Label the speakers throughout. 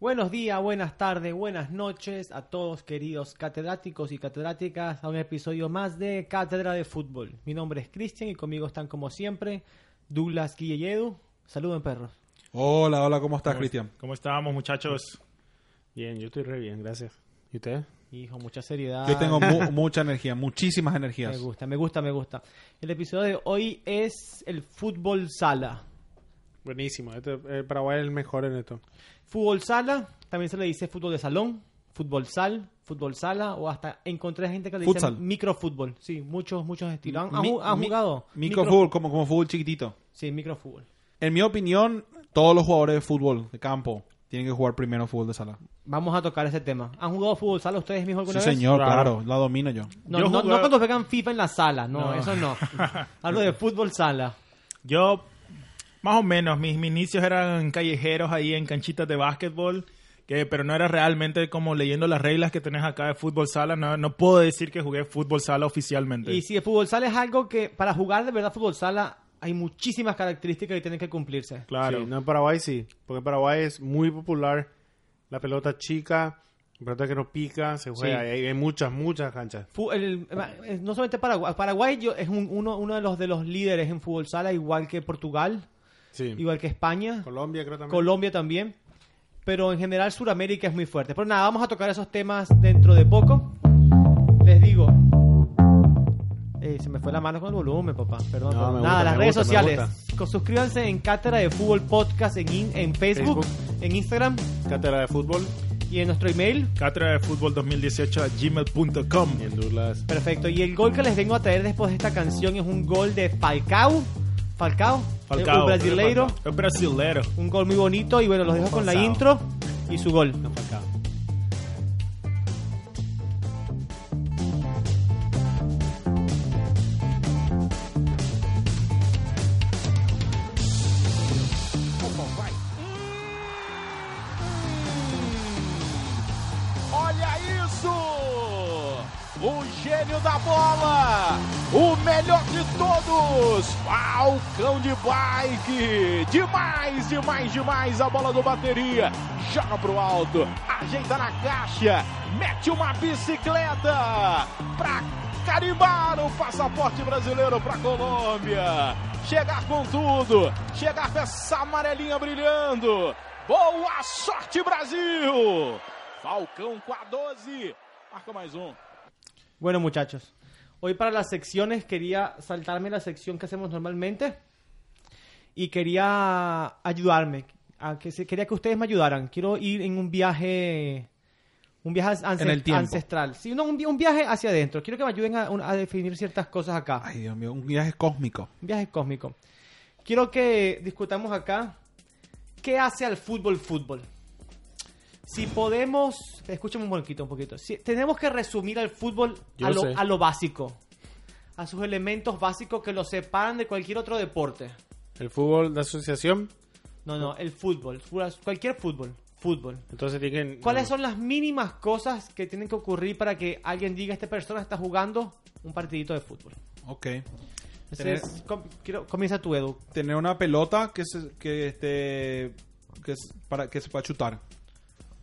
Speaker 1: Buenos días, buenas tardes, buenas noches a todos queridos catedráticos y catedráticas a un episodio más de Cátedra de Fútbol. Mi nombre es Cristian y conmigo están como siempre Douglas Guille y Edu. Saluden perros.
Speaker 2: Hola, hola, ¿cómo estás, Cristian?
Speaker 3: ¿Cómo estábamos, muchachos? Bien, yo estoy re bien, gracias. ¿Y ustedes?
Speaker 1: Hijo, mucha seriedad.
Speaker 2: Yo tengo mu- mucha energía, muchísimas energías.
Speaker 1: Ah. Me gusta, me gusta, me gusta. El episodio de hoy es el fútbol sala.
Speaker 3: Buenísimo. Este, el Paraguay es el mejor en esto.
Speaker 1: Fútbol sala, también se le dice fútbol de salón, fútbol sal, fútbol sala o hasta encontré gente que le
Speaker 2: Futsal.
Speaker 1: dice microfútbol. Sí, muchos, muchos estilos. ¿Han, han
Speaker 2: Mi-
Speaker 1: ju- han
Speaker 2: mi-
Speaker 1: jugado?
Speaker 2: Microfútbol, como, como fútbol chiquitito.
Speaker 1: Sí, microfútbol.
Speaker 2: En mi opinión, todos los jugadores de fútbol de campo tienen que jugar primero fútbol de sala.
Speaker 1: Vamos a tocar ese tema. ¿Han jugado fútbol sala ustedes mismos
Speaker 2: Sí,
Speaker 1: alguna vez?
Speaker 2: señor,
Speaker 3: Claro.
Speaker 2: claro, la domino yo.
Speaker 1: No,
Speaker 3: Yo
Speaker 1: no,
Speaker 3: jugaba-
Speaker 1: no cuando juegan FIFA en la sala, no,
Speaker 3: No.
Speaker 1: eso no. Hablo de fútbol sala.
Speaker 4: Yo, más o menos, mis, mis inicios eran callejeros ahí en canchitas de básquetbol, que, pero no era realmente como leyendo las reglas que tenés acá de fútbol sala. No, no puedo decir que jugué fútbol sala oficialmente.
Speaker 1: Y si el fútbol sala es algo que para jugar de verdad fútbol sala hay muchísimas características que tienen que cumplirse.
Speaker 4: claro.
Speaker 3: Sí, no, en Paraguay sí. Porque en Paraguay es muy popular la pelota chica, la pelota que no pica, se juega.
Speaker 1: Sí.
Speaker 3: y Hay, hay muchas, muchas canchas.
Speaker 1: Fu- el- eh, no solamente Paraguay, Paraguay yo- es un- uno, uno de los de los líderes en fútbol sala, igual que Portugal,
Speaker 3: Sí.
Speaker 1: igual que España,
Speaker 3: Colombia creo también.
Speaker 1: Colombia también, pero en general Sudamérica es muy fuerte. Pero nada, vamos a tocar esos temas dentro de poco. Les digo, Eh, se me fue la mano con el volumen, papá. Perdón.
Speaker 3: No,
Speaker 1: perdón.
Speaker 3: me
Speaker 1: nada,
Speaker 3: gusta,
Speaker 1: las
Speaker 3: me
Speaker 1: redes
Speaker 3: gusta, me
Speaker 1: sociales. Co- Suscríbanse en Cátedra de Fútbol Podcast en, in- en Facebook, en Instagram
Speaker 3: Cátedra de fútbol.
Speaker 1: y en nuestro email.
Speaker 4: Cátedra de fútbol 2018 a gmail.com.
Speaker 3: Y en Douglas.
Speaker 1: Perfecto. Y el gol que les vengo a traer después de esta canción es un gol de Falcao. Falcao.
Speaker 4: Falcao.
Speaker 1: Un brasileiro.
Speaker 4: Es brasilero.
Speaker 1: Un gol muy bonito. Y bueno, los dejo con la
Speaker 4: Falcao.
Speaker 1: intro y su gol.
Speaker 3: No, Falcao.
Speaker 5: Olha isso! O gênio da bola! O melhor de todos! Falcão de bike! Demais, demais, demais a bola do bateria! Joga pro alto, ajeita na caixa, mete uma bicicleta pra carimbar o passaporte brasileiro pra Colômbia! Chegar com tudo, chegar com essa amarelinha brilhando! Boa sorte, Brasil! Falcão com a 12. Marca mais um.
Speaker 1: Bueno, muchachos. Hoy para las secciones quería saltarme la sección que hacemos normalmente y quería ayudarme. A que se- quería que ustedes me ayudaran. Quiero ir en un viaje. Un viaje ance-
Speaker 2: En el tiempo.
Speaker 1: ancestral. Sí, no, un, vi- un viaje hacia adentro. Quiero que me ayuden a, a definir ciertas cosas acá.
Speaker 2: Ay, Dios mío, un viaje cósmico.
Speaker 1: Un viaje cósmico. Quiero que discutamos acá qué hace al fútbol fútbol. Si podemos, escúchame un poquito, un poquito. Si tenemos que resumir al fútbol
Speaker 3: Yo
Speaker 1: a lo,
Speaker 3: sé.
Speaker 1: a lo básico, a sus elementos básicos que lo separan de cualquier otro deporte.
Speaker 3: El fútbol de asociación.
Speaker 1: No, no, el fútbol, fu- cualquier fútbol, fútbol.
Speaker 3: Entonces tienen.
Speaker 1: ¿Cuáles son las mínimas cosas que tienen que ocurrir para que alguien diga esta persona está jugando un partidito de fútbol?
Speaker 2: Ok.
Speaker 1: Entonces, com- quiero- comienza tú, Edu.
Speaker 2: Tener una pelota que se, que este, que es para que se pueda chutar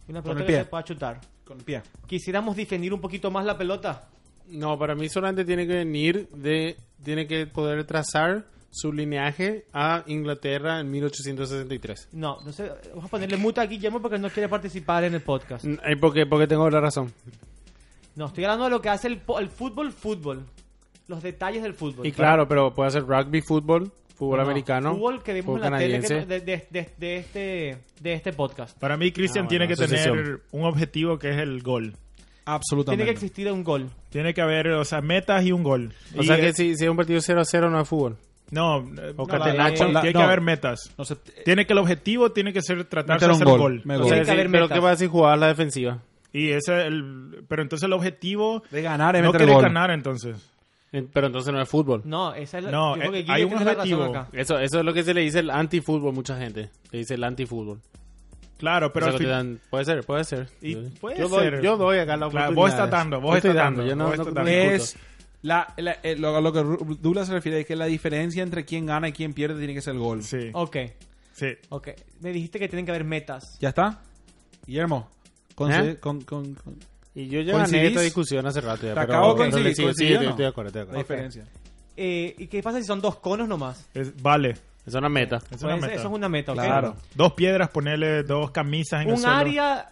Speaker 1: Una
Speaker 2: Con el
Speaker 1: pelota que
Speaker 2: pie.
Speaker 1: se pueda chutar.
Speaker 2: con el pie.
Speaker 1: quisiéramos defender un poquito más la pelota.
Speaker 3: No, para mí solamente tiene que venir de. Tiene que poder trazar su lineaje a Inglaterra en 1863.
Speaker 1: No, entonces vamos a ponerle muta a Guillermo porque no quiere participar en el podcast.
Speaker 3: Mm, eh, Porque, porque tengo la razón.
Speaker 1: No, estoy hablando de lo que hace el, po- el fútbol, fútbol. Los detalles del fútbol.
Speaker 3: Y claro, pero puede ser rugby, fútbol, fútbol
Speaker 1: No,
Speaker 3: americano,
Speaker 1: Fútbol que vemos
Speaker 3: fútbol
Speaker 1: en la tele que-
Speaker 3: canadiense.
Speaker 1: de, de- de- de este, de este podcast.
Speaker 4: Para mí, Cristian
Speaker 3: Ah,
Speaker 4: tiene
Speaker 3: bueno,
Speaker 4: que tener
Speaker 3: asociación.
Speaker 4: un objetivo que es el gol.
Speaker 2: Absolutamente.
Speaker 1: Tiene que existir un gol.
Speaker 4: Tiene que haber, o sea, metas y un gol.
Speaker 3: O
Speaker 4: Y,
Speaker 3: sea que
Speaker 4: eh,
Speaker 3: si, si es un partido 0 a 0 no es fútbol.
Speaker 4: No, eh, no,
Speaker 3: catenacho.
Speaker 4: eh, tiene
Speaker 2: No.
Speaker 4: que haber metas.
Speaker 2: No sé, eh,
Speaker 4: Tiene que el objetivo tiene que ser tratar de
Speaker 2: Meter un
Speaker 4: hacer
Speaker 2: gol.
Speaker 4: gol.
Speaker 2: Me
Speaker 3: O sea,
Speaker 1: Tiene que
Speaker 3: sí,
Speaker 1: haber
Speaker 3: pero
Speaker 1: metas.
Speaker 3: ¿qué pasa si jugás la defensiva?
Speaker 4: Y ese el pero entonces el objetivo
Speaker 2: de ganar es
Speaker 4: no
Speaker 2: meter el
Speaker 4: quiere
Speaker 2: gol.
Speaker 4: ganar entonces.
Speaker 3: Eh, Pero entonces no es fútbol.
Speaker 1: No, esa es la,
Speaker 4: No,
Speaker 1: yo creo que
Speaker 4: eh,
Speaker 1: Guille
Speaker 4: hay un
Speaker 1: tiene la razón
Speaker 4: objetivo.
Speaker 1: acá.
Speaker 3: Eso, eso es lo que se le dice el antifútbol mucha gente. Le dice el antifútbol.
Speaker 4: Claro, pero
Speaker 3: Eso
Speaker 4: al
Speaker 3: que te
Speaker 4: fin-
Speaker 3: dan- puede ser, puede ser.
Speaker 4: Y puede
Speaker 3: yo, doy-
Speaker 4: ser.
Speaker 3: yo doy acá
Speaker 4: Claro,
Speaker 3: la oportunidad.
Speaker 4: vos estás dando, vos
Speaker 3: Yo estoy
Speaker 4: estás
Speaker 3: dando,
Speaker 4: dando,
Speaker 3: yo no-
Speaker 4: vos
Speaker 3: no-
Speaker 4: estás dando.
Speaker 3: no
Speaker 2: Es
Speaker 3: discuto.
Speaker 2: la, la- eh, lo, lo que Ru- Douglas se refiere es que la diferencia entre quién gana y quién pierde tiene que ser el gol.
Speaker 4: sí,
Speaker 1: Ok,
Speaker 4: sí.
Speaker 1: ok. Me dijiste que tienen que haber metas.
Speaker 2: ¿Ya está? Guillermo, conce-
Speaker 3: ¿Eh?
Speaker 2: con- con- con-
Speaker 3: Y yo ya
Speaker 2: ¿Coincidís?
Speaker 3: gané esta discusión hace rato ya.
Speaker 2: Te
Speaker 3: pero-
Speaker 2: acabo de
Speaker 3: pero
Speaker 2: coincidir,
Speaker 3: sí, sí,
Speaker 2: ¿coincidí o
Speaker 3: sí,
Speaker 2: no?
Speaker 3: estoy de acuerdo, estoy de
Speaker 2: la
Speaker 3: acuerdo.
Speaker 2: diferencia.
Speaker 1: Eh, ¿Y qué pasa si son dos conos nomás?
Speaker 4: Es- vale,
Speaker 3: Es una meta.
Speaker 4: es
Speaker 1: Puede
Speaker 4: una
Speaker 1: ser,
Speaker 4: meta.
Speaker 1: Pues, Eso es una meta, ¿ok?
Speaker 2: Claro.
Speaker 4: Dos piedras, ponerle dos camisas en el
Speaker 1: Un
Speaker 4: suelo.
Speaker 1: área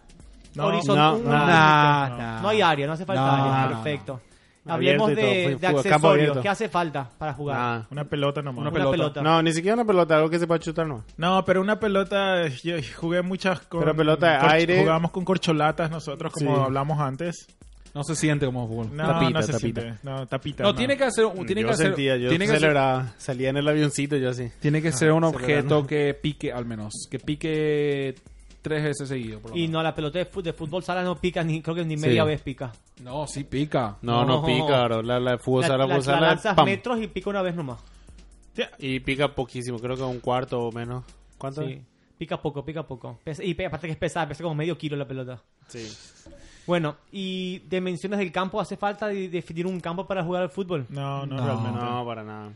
Speaker 4: No,
Speaker 3: no,
Speaker 1: horizontal. No,
Speaker 3: no,
Speaker 2: no, no.
Speaker 1: hay área, no hace falta
Speaker 2: No,
Speaker 1: área.
Speaker 2: no, no.
Speaker 1: Perfecto.
Speaker 3: Abierto
Speaker 1: Hablemos
Speaker 3: y
Speaker 1: de,
Speaker 3: todo, fue-
Speaker 1: de
Speaker 3: fue campo
Speaker 1: accesorios.
Speaker 3: abierto.
Speaker 1: ¿Qué hace falta para jugar?
Speaker 3: Nada.
Speaker 4: Una pelota nomás.
Speaker 1: Una pelota.
Speaker 3: No, ni siquiera una pelota, algo que se pueda chutar nomás.
Speaker 4: No, pero una pelota, yo jugué muchas con,
Speaker 3: Pero pelota de
Speaker 4: corch-
Speaker 3: aire.
Speaker 4: Jugábamos con corcholatas nosotros, como
Speaker 3: Sí.
Speaker 4: hablamos antes.
Speaker 2: No se siente como fútbol.
Speaker 4: No,
Speaker 3: Tapita,
Speaker 4: no se
Speaker 3: tapita.
Speaker 4: siente. No, tapita.
Speaker 2: No, tiene que hacer, un- tiene
Speaker 3: Mm, yo
Speaker 2: que hacer-
Speaker 3: sentía, yo
Speaker 2: tiene que hacer-
Speaker 3: celebraba. Salía en el avioncito yo así.
Speaker 2: tiene que ser un
Speaker 3: acelerando.
Speaker 2: objeto que pique al menos, que pique tres veces seguido. por lo
Speaker 1: Y
Speaker 2: menos.
Speaker 1: no, la pelota de, fut- de fútbol sala no pica, ni creo que ni media vez pica.
Speaker 2: no, sí pica.
Speaker 3: No, no,
Speaker 1: No.
Speaker 3: pica, bro. La, la de fútbol
Speaker 1: La,
Speaker 3: sala,
Speaker 1: la-
Speaker 3: fútbol
Speaker 1: la
Speaker 3: sala,
Speaker 1: lanzas
Speaker 3: pam.
Speaker 1: metros y pica una vez nomás.
Speaker 3: Y pica poquísimo, creo que un cuarto o menos. ¿Cuánto?
Speaker 1: Sí. Pica poco, pica poco. Pesa- y pe- aparte que es pesada, pesa como medio kilo la pelota.
Speaker 3: Sí.
Speaker 1: Bueno, y dimensiones del campo, ¿hace falta de- definir un campo para jugar al fútbol?
Speaker 4: No, no,
Speaker 3: Ah,
Speaker 2: No.
Speaker 4: realmente.
Speaker 3: No, para nada.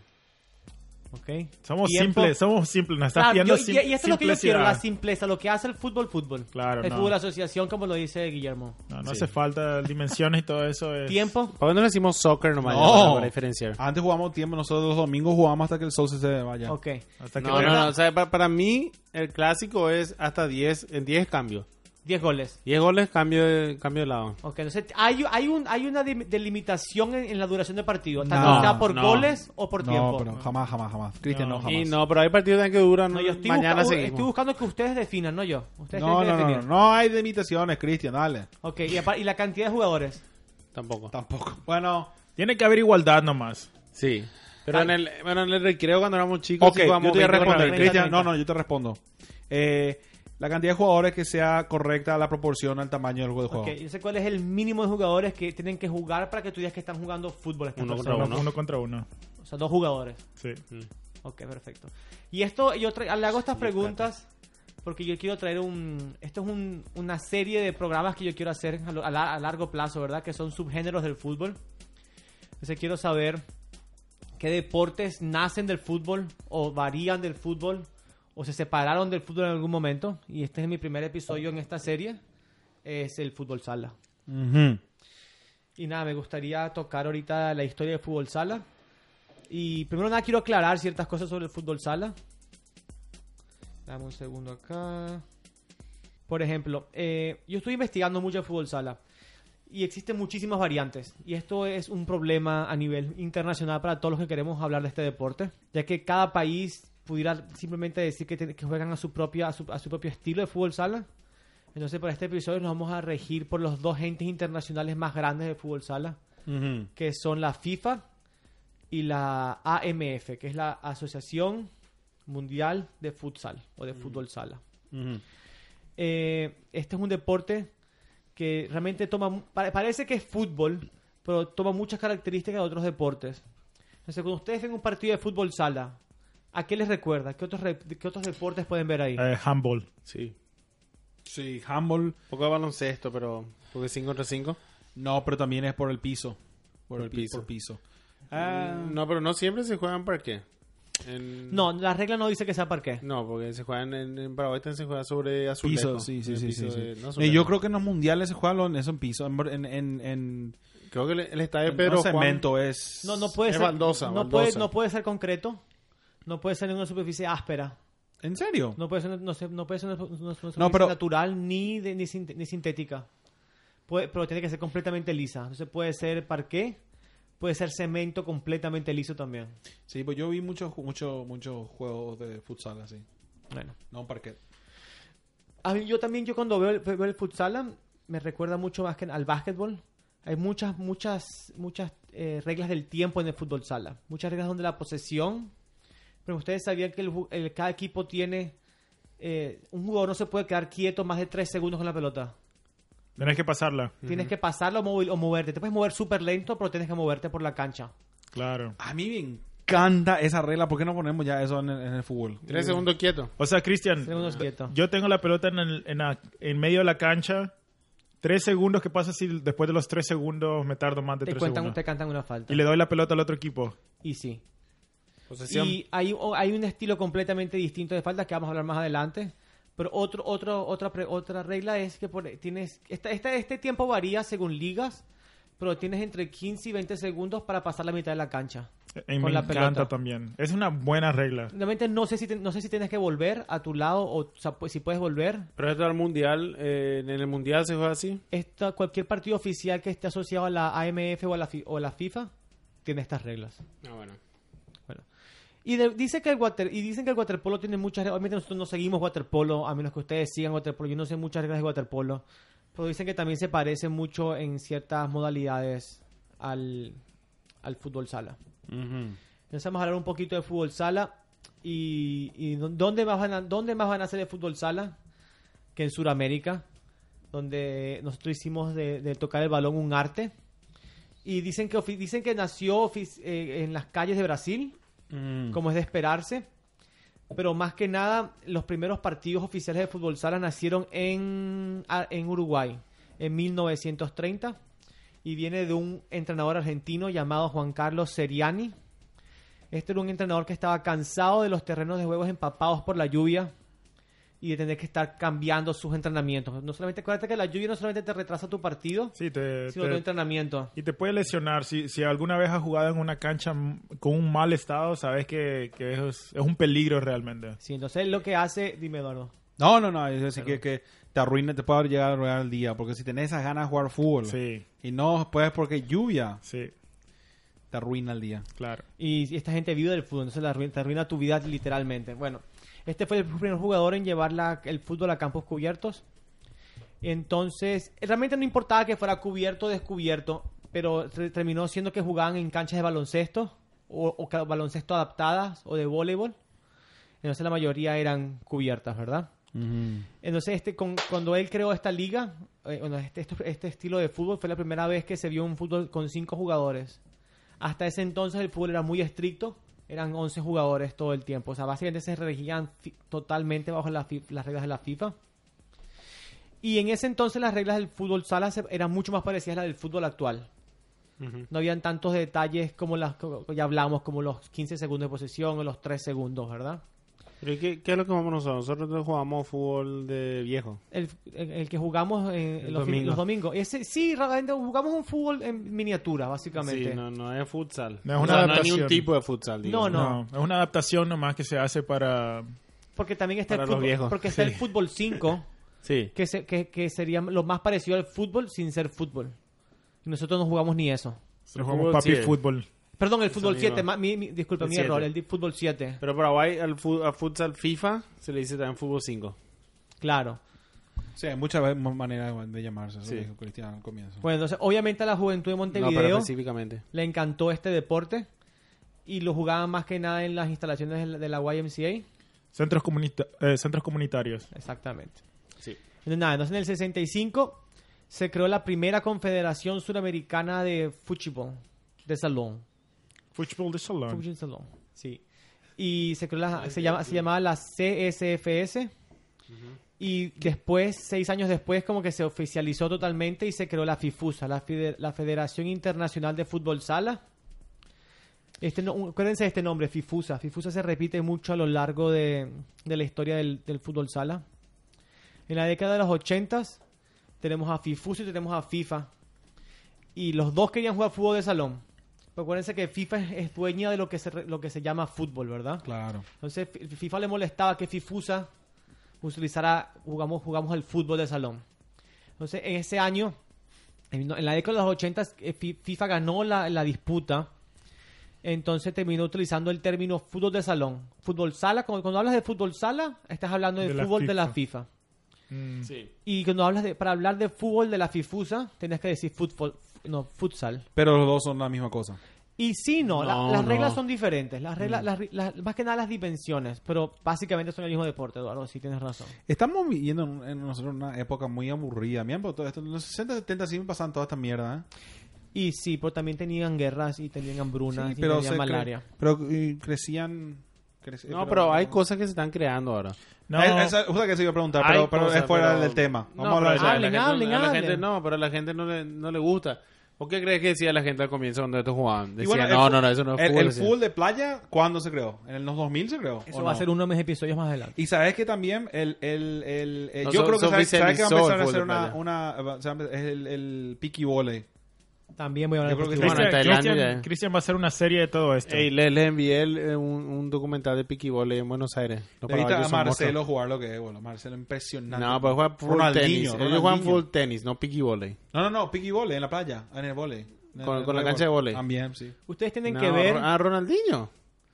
Speaker 1: ¿Ok?
Speaker 4: Somos
Speaker 1: Tiempo.
Speaker 4: simples, somos simples. Nos estás
Speaker 1: Claro,
Speaker 4: pidiendo
Speaker 1: yo- y,
Speaker 4: sim-
Speaker 1: y esto es lo que yo quiero,
Speaker 4: simplicidad.
Speaker 1: la simpleza, lo que hace el fútbol, fútbol.
Speaker 4: Claro,
Speaker 1: el
Speaker 4: no.
Speaker 1: fútbol asociación, como lo dice Guillermo.
Speaker 4: No, no hace falta dimensiones y todo eso. es-
Speaker 1: Tiempo,
Speaker 3: ¿Por qué no le decimos soccer nomás?
Speaker 2: No. Ah,
Speaker 3: ya, Para, para diferenciar.
Speaker 2: Antes jugamos tiempo, nosotros los domingos jugamos hasta que el sol se se vaya.
Speaker 1: ok.
Speaker 4: Hasta que
Speaker 3: No, no, no. O sea, para, para mí, el clásico es hasta 10, en 10 cambios.
Speaker 1: 10 goles.
Speaker 3: 10 goles, cambio de, cambio de lado.
Speaker 1: Ok, entonces hay, hay, un, hay una dim- delimitación en, en la duración del partido. ¿Está
Speaker 2: No,
Speaker 1: delimitada por
Speaker 3: no.
Speaker 1: goles o por
Speaker 2: no,
Speaker 1: tiempo?
Speaker 2: pero jamás, jamás, jamás. Cristian, no,
Speaker 4: No.
Speaker 2: jamás.
Speaker 3: Y no, pero hay partidos también que duran.
Speaker 1: No, yo estoy,
Speaker 3: mañana
Speaker 1: busca-
Speaker 3: seguimos.
Speaker 1: estoy buscando que ustedes definan, no yo. Ustedes tienen
Speaker 2: No, no,
Speaker 1: que
Speaker 2: no, no,
Speaker 1: definir.
Speaker 2: no hay limitaciones, Cristian, dale.
Speaker 1: Ok, y, apa- y la cantidad de jugadores.
Speaker 3: Tampoco.
Speaker 2: Tampoco. Bueno,
Speaker 4: Tiene que haber igualdad nomás.
Speaker 3: Sí. Pero en el, bueno, en el recreo cuando éramos chicos,
Speaker 2: ok,
Speaker 3: sí
Speaker 2: yo te
Speaker 3: jugábamos
Speaker 2: voy a
Speaker 3: 20 contra
Speaker 2: responder,
Speaker 3: 20.
Speaker 2: Cristian. No, no, yo te respondo. Eh, la cantidad de jugadores que sea correcta la proporción al tamaño del juego.
Speaker 1: Ok, yo sé cuál es el mínimo de jugadores que tienen que jugar para que tú digas que están jugando fútbol. estas
Speaker 3: Uno
Speaker 1: personas.
Speaker 3: contra
Speaker 4: Uno, uno contra uno.
Speaker 1: O sea, dos jugadores.
Speaker 4: Sí.
Speaker 1: Ok, perfecto. Y esto, yo tra- le hago estas preguntas porque yo quiero traer un... Esto es un- una serie de programas que yo quiero hacer a, lo- a la- a largo plazo, ¿verdad? Que son subgéneros del fútbol. Entonces quiero saber qué deportes nacen del fútbol o varían del fútbol o se separaron del fútbol en algún momento. Y este es mi primer episodio en esta serie. Es el fútbol sala.
Speaker 2: Ujú.
Speaker 1: Y nada, me gustaría tocar ahorita la historia del fútbol sala. Y primero nada, quiero aclarar ciertas cosas sobre el fútbol sala. Dame un segundo acá. Por ejemplo, eh, yo estoy investigando mucho el fútbol sala. Y existen muchísimas variantes. Y esto es un problema a nivel internacional para todos los que queremos hablar de este deporte. Ya que cada país pudiera simplemente decir que, te- que juegan a su, propia, a, su, a su propio estilo de fútbol sala. Entonces, para este episodio nos vamos a regir por los dos entes internacionales más grandes del fútbol sala,
Speaker 2: Ujú.
Speaker 1: que son la FIFA y la AMF, que es la Asociación Mundial de Futsal o de Fútbol Sala.
Speaker 2: Ujú.
Speaker 1: Eh, este es un deporte que realmente toma, mu- pa- parece que es fútbol, pero toma muchas características de otros deportes. Entonces, cuando ustedes ven un partido de fútbol sala, ¿a qué les recuerda? ¿Qué otros, re- qué otros deportes pueden ver ahí?
Speaker 4: Eh, handball.
Speaker 3: Sí.
Speaker 2: Sí, handball.
Speaker 3: Un poco de baloncesto, pero. Porque 5 contra 5.
Speaker 2: No, pero también es por el piso. Por, el
Speaker 3: el
Speaker 2: piso.
Speaker 3: piso.
Speaker 2: Por piso.
Speaker 3: No, pero no siempre se juegan parqué. En-
Speaker 1: No, la regla no dice que sea parqué.
Speaker 3: No, porque se juegan en, en Paraguay también se juega sobre azulejo.
Speaker 2: Piso, sí, sí,
Speaker 3: En
Speaker 2: sí.
Speaker 3: piso
Speaker 2: sí, sí.
Speaker 3: de-
Speaker 2: Y
Speaker 3: no azulejo.
Speaker 2: yo creo que en los mundiales se juega lo- eso en piso. En, en, en, en-
Speaker 3: Creo que el, el estadio
Speaker 2: en-
Speaker 3: Pedro
Speaker 2: no
Speaker 3: Eh, Juan-
Speaker 2: cemento es...
Speaker 1: No, no puede
Speaker 3: Es
Speaker 1: ser.
Speaker 3: baldosa,
Speaker 1: no,
Speaker 3: baldosa.
Speaker 1: Puede, no puede ser concreto. No puede ser en una superficie áspera.
Speaker 2: ¿En serio?
Speaker 1: No puede ser, no sé, no puede ser una, una- una superficie
Speaker 2: pero-
Speaker 1: natural ni, de- ni, sint- ni sintética. Puede- pero tiene que ser completamente lisa. Entonces puede ser parqué, puede ser cemento completamente liso también.
Speaker 2: Sí, pues yo vi muchos muchos muchos juegos de futsal así.
Speaker 1: Bueno.
Speaker 2: No parquet.
Speaker 1: A mí, yo también, yo cuando veo el, veo el futsal, me recuerda mucho más que al básquetbol. Hay muchas, muchas, muchas eh, reglas del tiempo en el fútbol sala. Muchas reglas donde la posesión. Pero ustedes sabían que el ju- el- cada equipo tiene. eh, un jugador no se puede quedar quieto más de tres segundos con la pelota.
Speaker 4: Tenés que pasarla.
Speaker 1: Tienes que pasarlo o, movi- o moverte. Te puedes mover súper lento, pero tienes que moverte por la cancha.
Speaker 4: Claro.
Speaker 2: A mí me encanta esa regla. ¿Por qué no ponemos ya eso en el, en el fútbol?
Speaker 3: Tres segundos quieto.
Speaker 4: O sea, Cristian,
Speaker 1: Segundos quieto.
Speaker 4: yo tengo la pelota en, el- en, la- en medio de la cancha. Tres segundos, ¿qué pasa si después de los tres segundos me tardo más de
Speaker 1: Te,
Speaker 4: tres
Speaker 1: cuentan,
Speaker 4: segundos?
Speaker 1: te cantan una falta.
Speaker 4: Y le doy la pelota al otro equipo.
Speaker 1: Y sí.
Speaker 3: Posesión.
Speaker 1: Y hay, o- hay un estilo completamente distinto de faltas que vamos a hablar más adelante. Pero otro, otro, otra, pre- otra regla es que por- tienes. Esta, esta- este tiempo varía según ligas, pero tienes entre 15 y 20 segundos para pasar la mitad de la cancha.
Speaker 4: Eh,
Speaker 1: con
Speaker 4: me
Speaker 1: la
Speaker 4: encanta
Speaker 1: pelota.
Speaker 4: también. Es una buena regla.
Speaker 1: Realmente no sé si te- no sé si tienes que volver a tu lado o, o sea, pues, si puedes volver.
Speaker 3: Pero esto al mundial, eh, en el mundial se juega así.
Speaker 1: Esta, cualquier partido oficial que esté asociado a la AMF o a la, fi- o a la FIFA tiene estas reglas.
Speaker 3: Ah, bueno.
Speaker 1: Bueno. Y, de- dice que el water, y dicen que el waterpolo tiene muchas reglas. Obviamente nosotros no seguimos waterpolo, a menos que ustedes sigan waterpolo. Yo no sé muchas reglas de waterpolo. Pero dicen que también se parece mucho en ciertas modalidades al, al fútbol sala. Entonces vamos a hablar un poquito de fútbol sala. ¿Y, y dó- dónde, más van a, dónde más van a hacer el fútbol sala? Que en Sudamérica, donde nosotros hicimos de- de tocar el balón un arte. Y dicen que, ofi- dicen que nació ofi- eh, en las calles de Brasil,
Speaker 4: Mm.
Speaker 1: como es de esperarse. Pero más que nada, los primeros partidos oficiales de fútbol sala nacieron en, a- en Uruguay, en 1930. Y viene de un entrenador argentino llamado Juan Carlos Seriani. Este era un entrenador que estaba cansado de los terrenos de juegos empapados por la lluvia y de tener que estar cambiando sus entrenamientos. No solamente, acuérdate que la lluvia no solamente te retrasa tu partido,
Speaker 4: Sí, te,
Speaker 1: sino tu
Speaker 4: te-
Speaker 1: entrenamiento.
Speaker 4: y te puede lesionar. Si, si alguna vez has jugado en una cancha m- con un mal estado, sabes que, que es, es un peligro realmente.
Speaker 1: Sí, entonces lo que hace, dime Eduardo.
Speaker 2: No, no, no. Es decir, que, que te arruina, te puede llegar a arruinar el día. Porque si tenés esas ganas de jugar fútbol
Speaker 4: Sí,
Speaker 2: y no puedes porque lluvia,
Speaker 4: sí,
Speaker 2: te arruina el día.
Speaker 4: claro.
Speaker 1: Y si esta gente vive del fútbol, entonces la arruina- te arruina tu vida literalmente. Bueno, este fue el primer jugador en llevar la- el fútbol a campos cubiertos. Entonces, realmente no importaba que fuera cubierto o descubierto, pero tre- terminó siendo que jugaban en canchas de baloncesto o, o ca- baloncesto adaptadas o de voleibol. Entonces la mayoría eran cubiertas, ¿verdad? Entonces, este, con- cuando él creó esta liga, eh, bueno, este, esto- este estilo de fútbol fue la primera vez que se vio un fútbol con cinco jugadores. Hasta ese entonces el fútbol era muy estricto, eran 11 jugadores todo el tiempo. O sea, básicamente se regían fi- totalmente bajo la fi- las reglas de la FIFA. Y en ese entonces las reglas del fútbol sala se- eran mucho más parecidas a las del fútbol actual. No habían tantos detalles como las como ya hablamos, como los 15 segundos de posesión o los 3 segundos, ¿verdad?
Speaker 3: ¿Pero qué, qué es lo que jugamos nosotros? Nosotros jugamos fútbol de viejo.
Speaker 1: el, el- el que jugamos eh,
Speaker 3: El
Speaker 1: los, fin-
Speaker 3: domingo.
Speaker 1: los domingos. Ese, sí, realmente jugamos un fútbol en miniatura, básicamente.
Speaker 3: Sí, no, no es futsal.
Speaker 4: No es
Speaker 3: O
Speaker 4: una
Speaker 3: sea, no hay ni un
Speaker 4: adaptación.
Speaker 3: tipo de futsal. digamos.
Speaker 1: No,
Speaker 4: No, es una adaptación nomás que se hace para...
Speaker 1: Porque también está, el
Speaker 3: Para los
Speaker 1: fútbol,
Speaker 3: viejos.
Speaker 1: porque está
Speaker 3: Sí.
Speaker 1: el fútbol 5,
Speaker 3: Sí.
Speaker 1: que, se- que, que sería lo más parecido al fútbol sin ser fútbol. Y nosotros no jugamos ni eso.
Speaker 4: Pero jugamos
Speaker 3: Fútbol
Speaker 4: papi
Speaker 3: siete.
Speaker 4: fútbol.
Speaker 1: Perdón, el fútbol
Speaker 3: mismo.
Speaker 1: 7, ma- mi, mi- disculpa,
Speaker 3: El
Speaker 1: mi
Speaker 3: siete.
Speaker 1: error, el di- fútbol 7.
Speaker 3: Pero Paraguay al, fu- al futsal FIFA se le dice también fútbol 5.
Speaker 1: Claro.
Speaker 2: Sí, hay muchas ve- maneras de llamarse. Eso
Speaker 3: Sí.
Speaker 2: lo dijo Cristian al comienzo.
Speaker 1: Bueno, entonces, obviamente a la juventud de
Speaker 3: No, pero
Speaker 1: Montevideo
Speaker 3: específicamente.
Speaker 1: le encantó este deporte y lo jugaban más que nada en las instalaciones de la- de la YMCA.
Speaker 4: Centros, comunita- eh, centros comunitarios.
Speaker 1: Exactamente.
Speaker 3: Sí.
Speaker 1: Entonces, nada, entonces en el 65 se creó la primera confederación suramericana de fútbol, de salón.
Speaker 4: Fútbol de salón.
Speaker 1: Fútbol salón, sí. Y se creó la, se, llama, se llamaba la CSFS. Y después, seis años después, como que se oficializó totalmente y se creó la FIFUSA, la, Fide- la Federación Internacional de Fútbol Sala. Este no, un- acuérdense de este nombre, FIFUSA. FIFUSA se repite mucho a lo largo de, de la historia del, del fútbol sala. En la década de los 80 tenemos a FIFUSA y tenemos a FIFA. Y los dos querían jugar fútbol de salón. Pero acuérdense que FIFA es, es dueña de lo que, se, re- lo que se llama fútbol, ¿verdad?
Speaker 2: Claro.
Speaker 1: Entonces F- FIFA le molestaba que FIFUSA utilizara, jugamos, jugamos al fútbol de salón. Entonces en ese año, en en la década de los 80, eh, Fi- FIFA ganó la, la disputa. Entonces terminó utilizando el término fútbol de salón. Fútbol sala, cuando, cuando hablas de fútbol sala, estás hablando de,
Speaker 4: De la
Speaker 1: fútbol de la
Speaker 4: FIFA.
Speaker 1: FIFA.
Speaker 4: Mm.
Speaker 3: Sí.
Speaker 1: Y cuando hablas de, para hablar de fútbol de la FIFUSA, tenías que decir fútbol, no, futsal.
Speaker 2: Pero los dos son la misma cosa.
Speaker 1: Y sí, no, la-
Speaker 3: No,
Speaker 1: las reglas
Speaker 3: no.
Speaker 1: son diferentes, las reglas, las ri- las- más que nada las dimensiones, pero básicamente son el mismo deporte, Eduardo, si tienes razón.
Speaker 2: Estamos viviendo en, en nosotros una época muy aburrida. Miren, porque todo esto, en los 60, 70 sí me pasan toda esta mierda. ¿eh?
Speaker 1: Y sí, pero también tenían guerras y tenían hambrunas
Speaker 2: Sí,
Speaker 1: y
Speaker 2: pero,
Speaker 1: tenían
Speaker 2: se cre-
Speaker 1: malaria.
Speaker 2: pero eh, crecían. crece-
Speaker 3: No, pero hay cosas que se están creando ahora.
Speaker 4: No,
Speaker 2: Es- esa- justo que se iba a preguntar, pero,
Speaker 3: Hay
Speaker 2: pero
Speaker 3: cosas,
Speaker 2: es fuera
Speaker 3: pero-
Speaker 2: del tema.
Speaker 3: No,
Speaker 2: Vamos a hablar
Speaker 3: pero
Speaker 2: de
Speaker 1: hablen,
Speaker 3: la gente-
Speaker 1: hablen,
Speaker 3: a la
Speaker 1: hablen.
Speaker 3: gente no, pero a la gente no le, no le gusta. ¿O qué crees que decía la gente al comienzo cuando estos jugaban? Decía,
Speaker 2: Y bueno, el
Speaker 3: no,
Speaker 2: fut-
Speaker 3: no, no, eso no es
Speaker 2: el,
Speaker 3: fútbol.
Speaker 2: el
Speaker 3: decía.
Speaker 2: fútbol de playa, ¿cuándo se creó? ¿En los 2000 se creó?
Speaker 1: Eso
Speaker 2: ¿o
Speaker 1: va a
Speaker 2: no?
Speaker 1: ser uno de mis episodios más adelante.
Speaker 2: Y sabes que también el, el, el, eh,
Speaker 3: No,
Speaker 2: yo
Speaker 3: so-
Speaker 2: creo que
Speaker 3: so
Speaker 2: sabes, sabes que va a empezar
Speaker 3: oficializó
Speaker 2: a
Speaker 3: el
Speaker 2: hacer
Speaker 3: fútbol de
Speaker 2: una, una, va- se va a empezar- es el, el picky volley.
Speaker 1: También voy a hablar
Speaker 2: Yo creo
Speaker 1: de
Speaker 2: que
Speaker 1: fútbol.
Speaker 3: Bueno, en Tailandia
Speaker 4: Cristian
Speaker 3: ya.
Speaker 4: Cristian va a hacer una serie de todo esto.
Speaker 3: Ey, le, le envié el- eh, un, un documental de Piqui Volley en Buenos Aires.
Speaker 2: Necesita
Speaker 3: Los paraguayos
Speaker 2: a
Speaker 3: son
Speaker 2: Marcelo jugar lo que es, boludo. Marcelo impresionante.
Speaker 3: monstruos. No, pero juega full
Speaker 2: Ronaldinho,
Speaker 3: tenis. Ellos juegan
Speaker 2: Ronaldinho.
Speaker 3: full tenis, no Piqui Volley.
Speaker 2: No, no, no, picky volley en la playa, en el volley. En el-
Speaker 3: Con-
Speaker 2: en
Speaker 3: con la
Speaker 2: el
Speaker 3: cancha de volley.
Speaker 2: También, sí.
Speaker 1: Ustedes tienen
Speaker 3: No,
Speaker 1: que ver.
Speaker 3: Ro- Ah, Ronaldinho.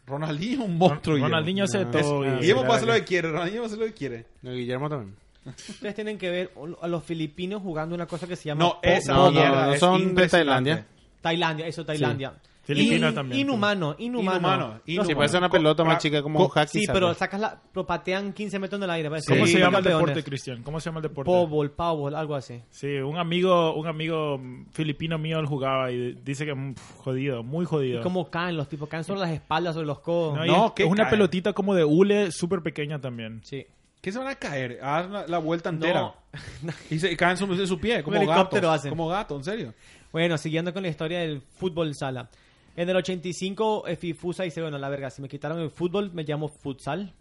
Speaker 2: Ronaldinho un monstruo. Guillermo.
Speaker 4: Ronaldinho hace
Speaker 3: No.
Speaker 4: todo.
Speaker 3: Es-
Speaker 4: y-
Speaker 2: Guillermo
Speaker 4: la
Speaker 2: puede hacer lo
Speaker 4: verdad
Speaker 2: que quiere, Ronaldinho puede hacer lo que quiere.
Speaker 3: No, Guillermo también.
Speaker 1: Ustedes tienen que ver a los filipinos jugando una cosa que se llama
Speaker 2: No, eh.
Speaker 1: po-
Speaker 2: esa
Speaker 3: no, no,
Speaker 2: mierda
Speaker 3: no,
Speaker 2: es
Speaker 3: son de
Speaker 2: impresionante.
Speaker 3: Tailandia.
Speaker 1: Tailandia, eso, Tailandia.
Speaker 4: Filipinos
Speaker 1: In-
Speaker 4: también,
Speaker 1: Inhumano, inhumano.
Speaker 2: Inhumano,
Speaker 1: No,
Speaker 2: inhumano.
Speaker 3: Sí, parece una pelota
Speaker 2: ah,
Speaker 3: más chica como un
Speaker 1: co-
Speaker 3: hacky
Speaker 1: Sí,
Speaker 3: sack.
Speaker 1: pero sacas la. Pero patean 15 metros en el aire. parece.
Speaker 4: que- ¿Cómo
Speaker 1: Sí,
Speaker 4: se llama el
Speaker 1: campeones.
Speaker 4: deporte, Cristian? ¿Cómo se llama el deporte?
Speaker 1: Pobol, Powell, algo así.
Speaker 4: Sí, un amigo, un amigo filipino mío él jugaba y dice que mm, jodido, muy jodido.
Speaker 1: Cómo caen los tipos, caen sobre las espaldas, sobre los codos.
Speaker 4: No, y
Speaker 2: No,
Speaker 4: es-
Speaker 2: que
Speaker 4: es una
Speaker 2: cae.
Speaker 4: pelotita como de hule súper pequeña también.
Speaker 1: Sí.
Speaker 2: ¿Qué se van a caer? A dar la- la vuelta entera.
Speaker 1: No.
Speaker 2: Y se caen sobre su pie, como
Speaker 1: Un helicóptero
Speaker 2: gato.
Speaker 1: hacen.
Speaker 2: Como gato, en serio.
Speaker 1: Bueno, siguiendo con la historia del fútbol sala. En el 85, eh, Fifusa dice, bueno, la verga, si me quitaron el fútbol, me llamo futsal.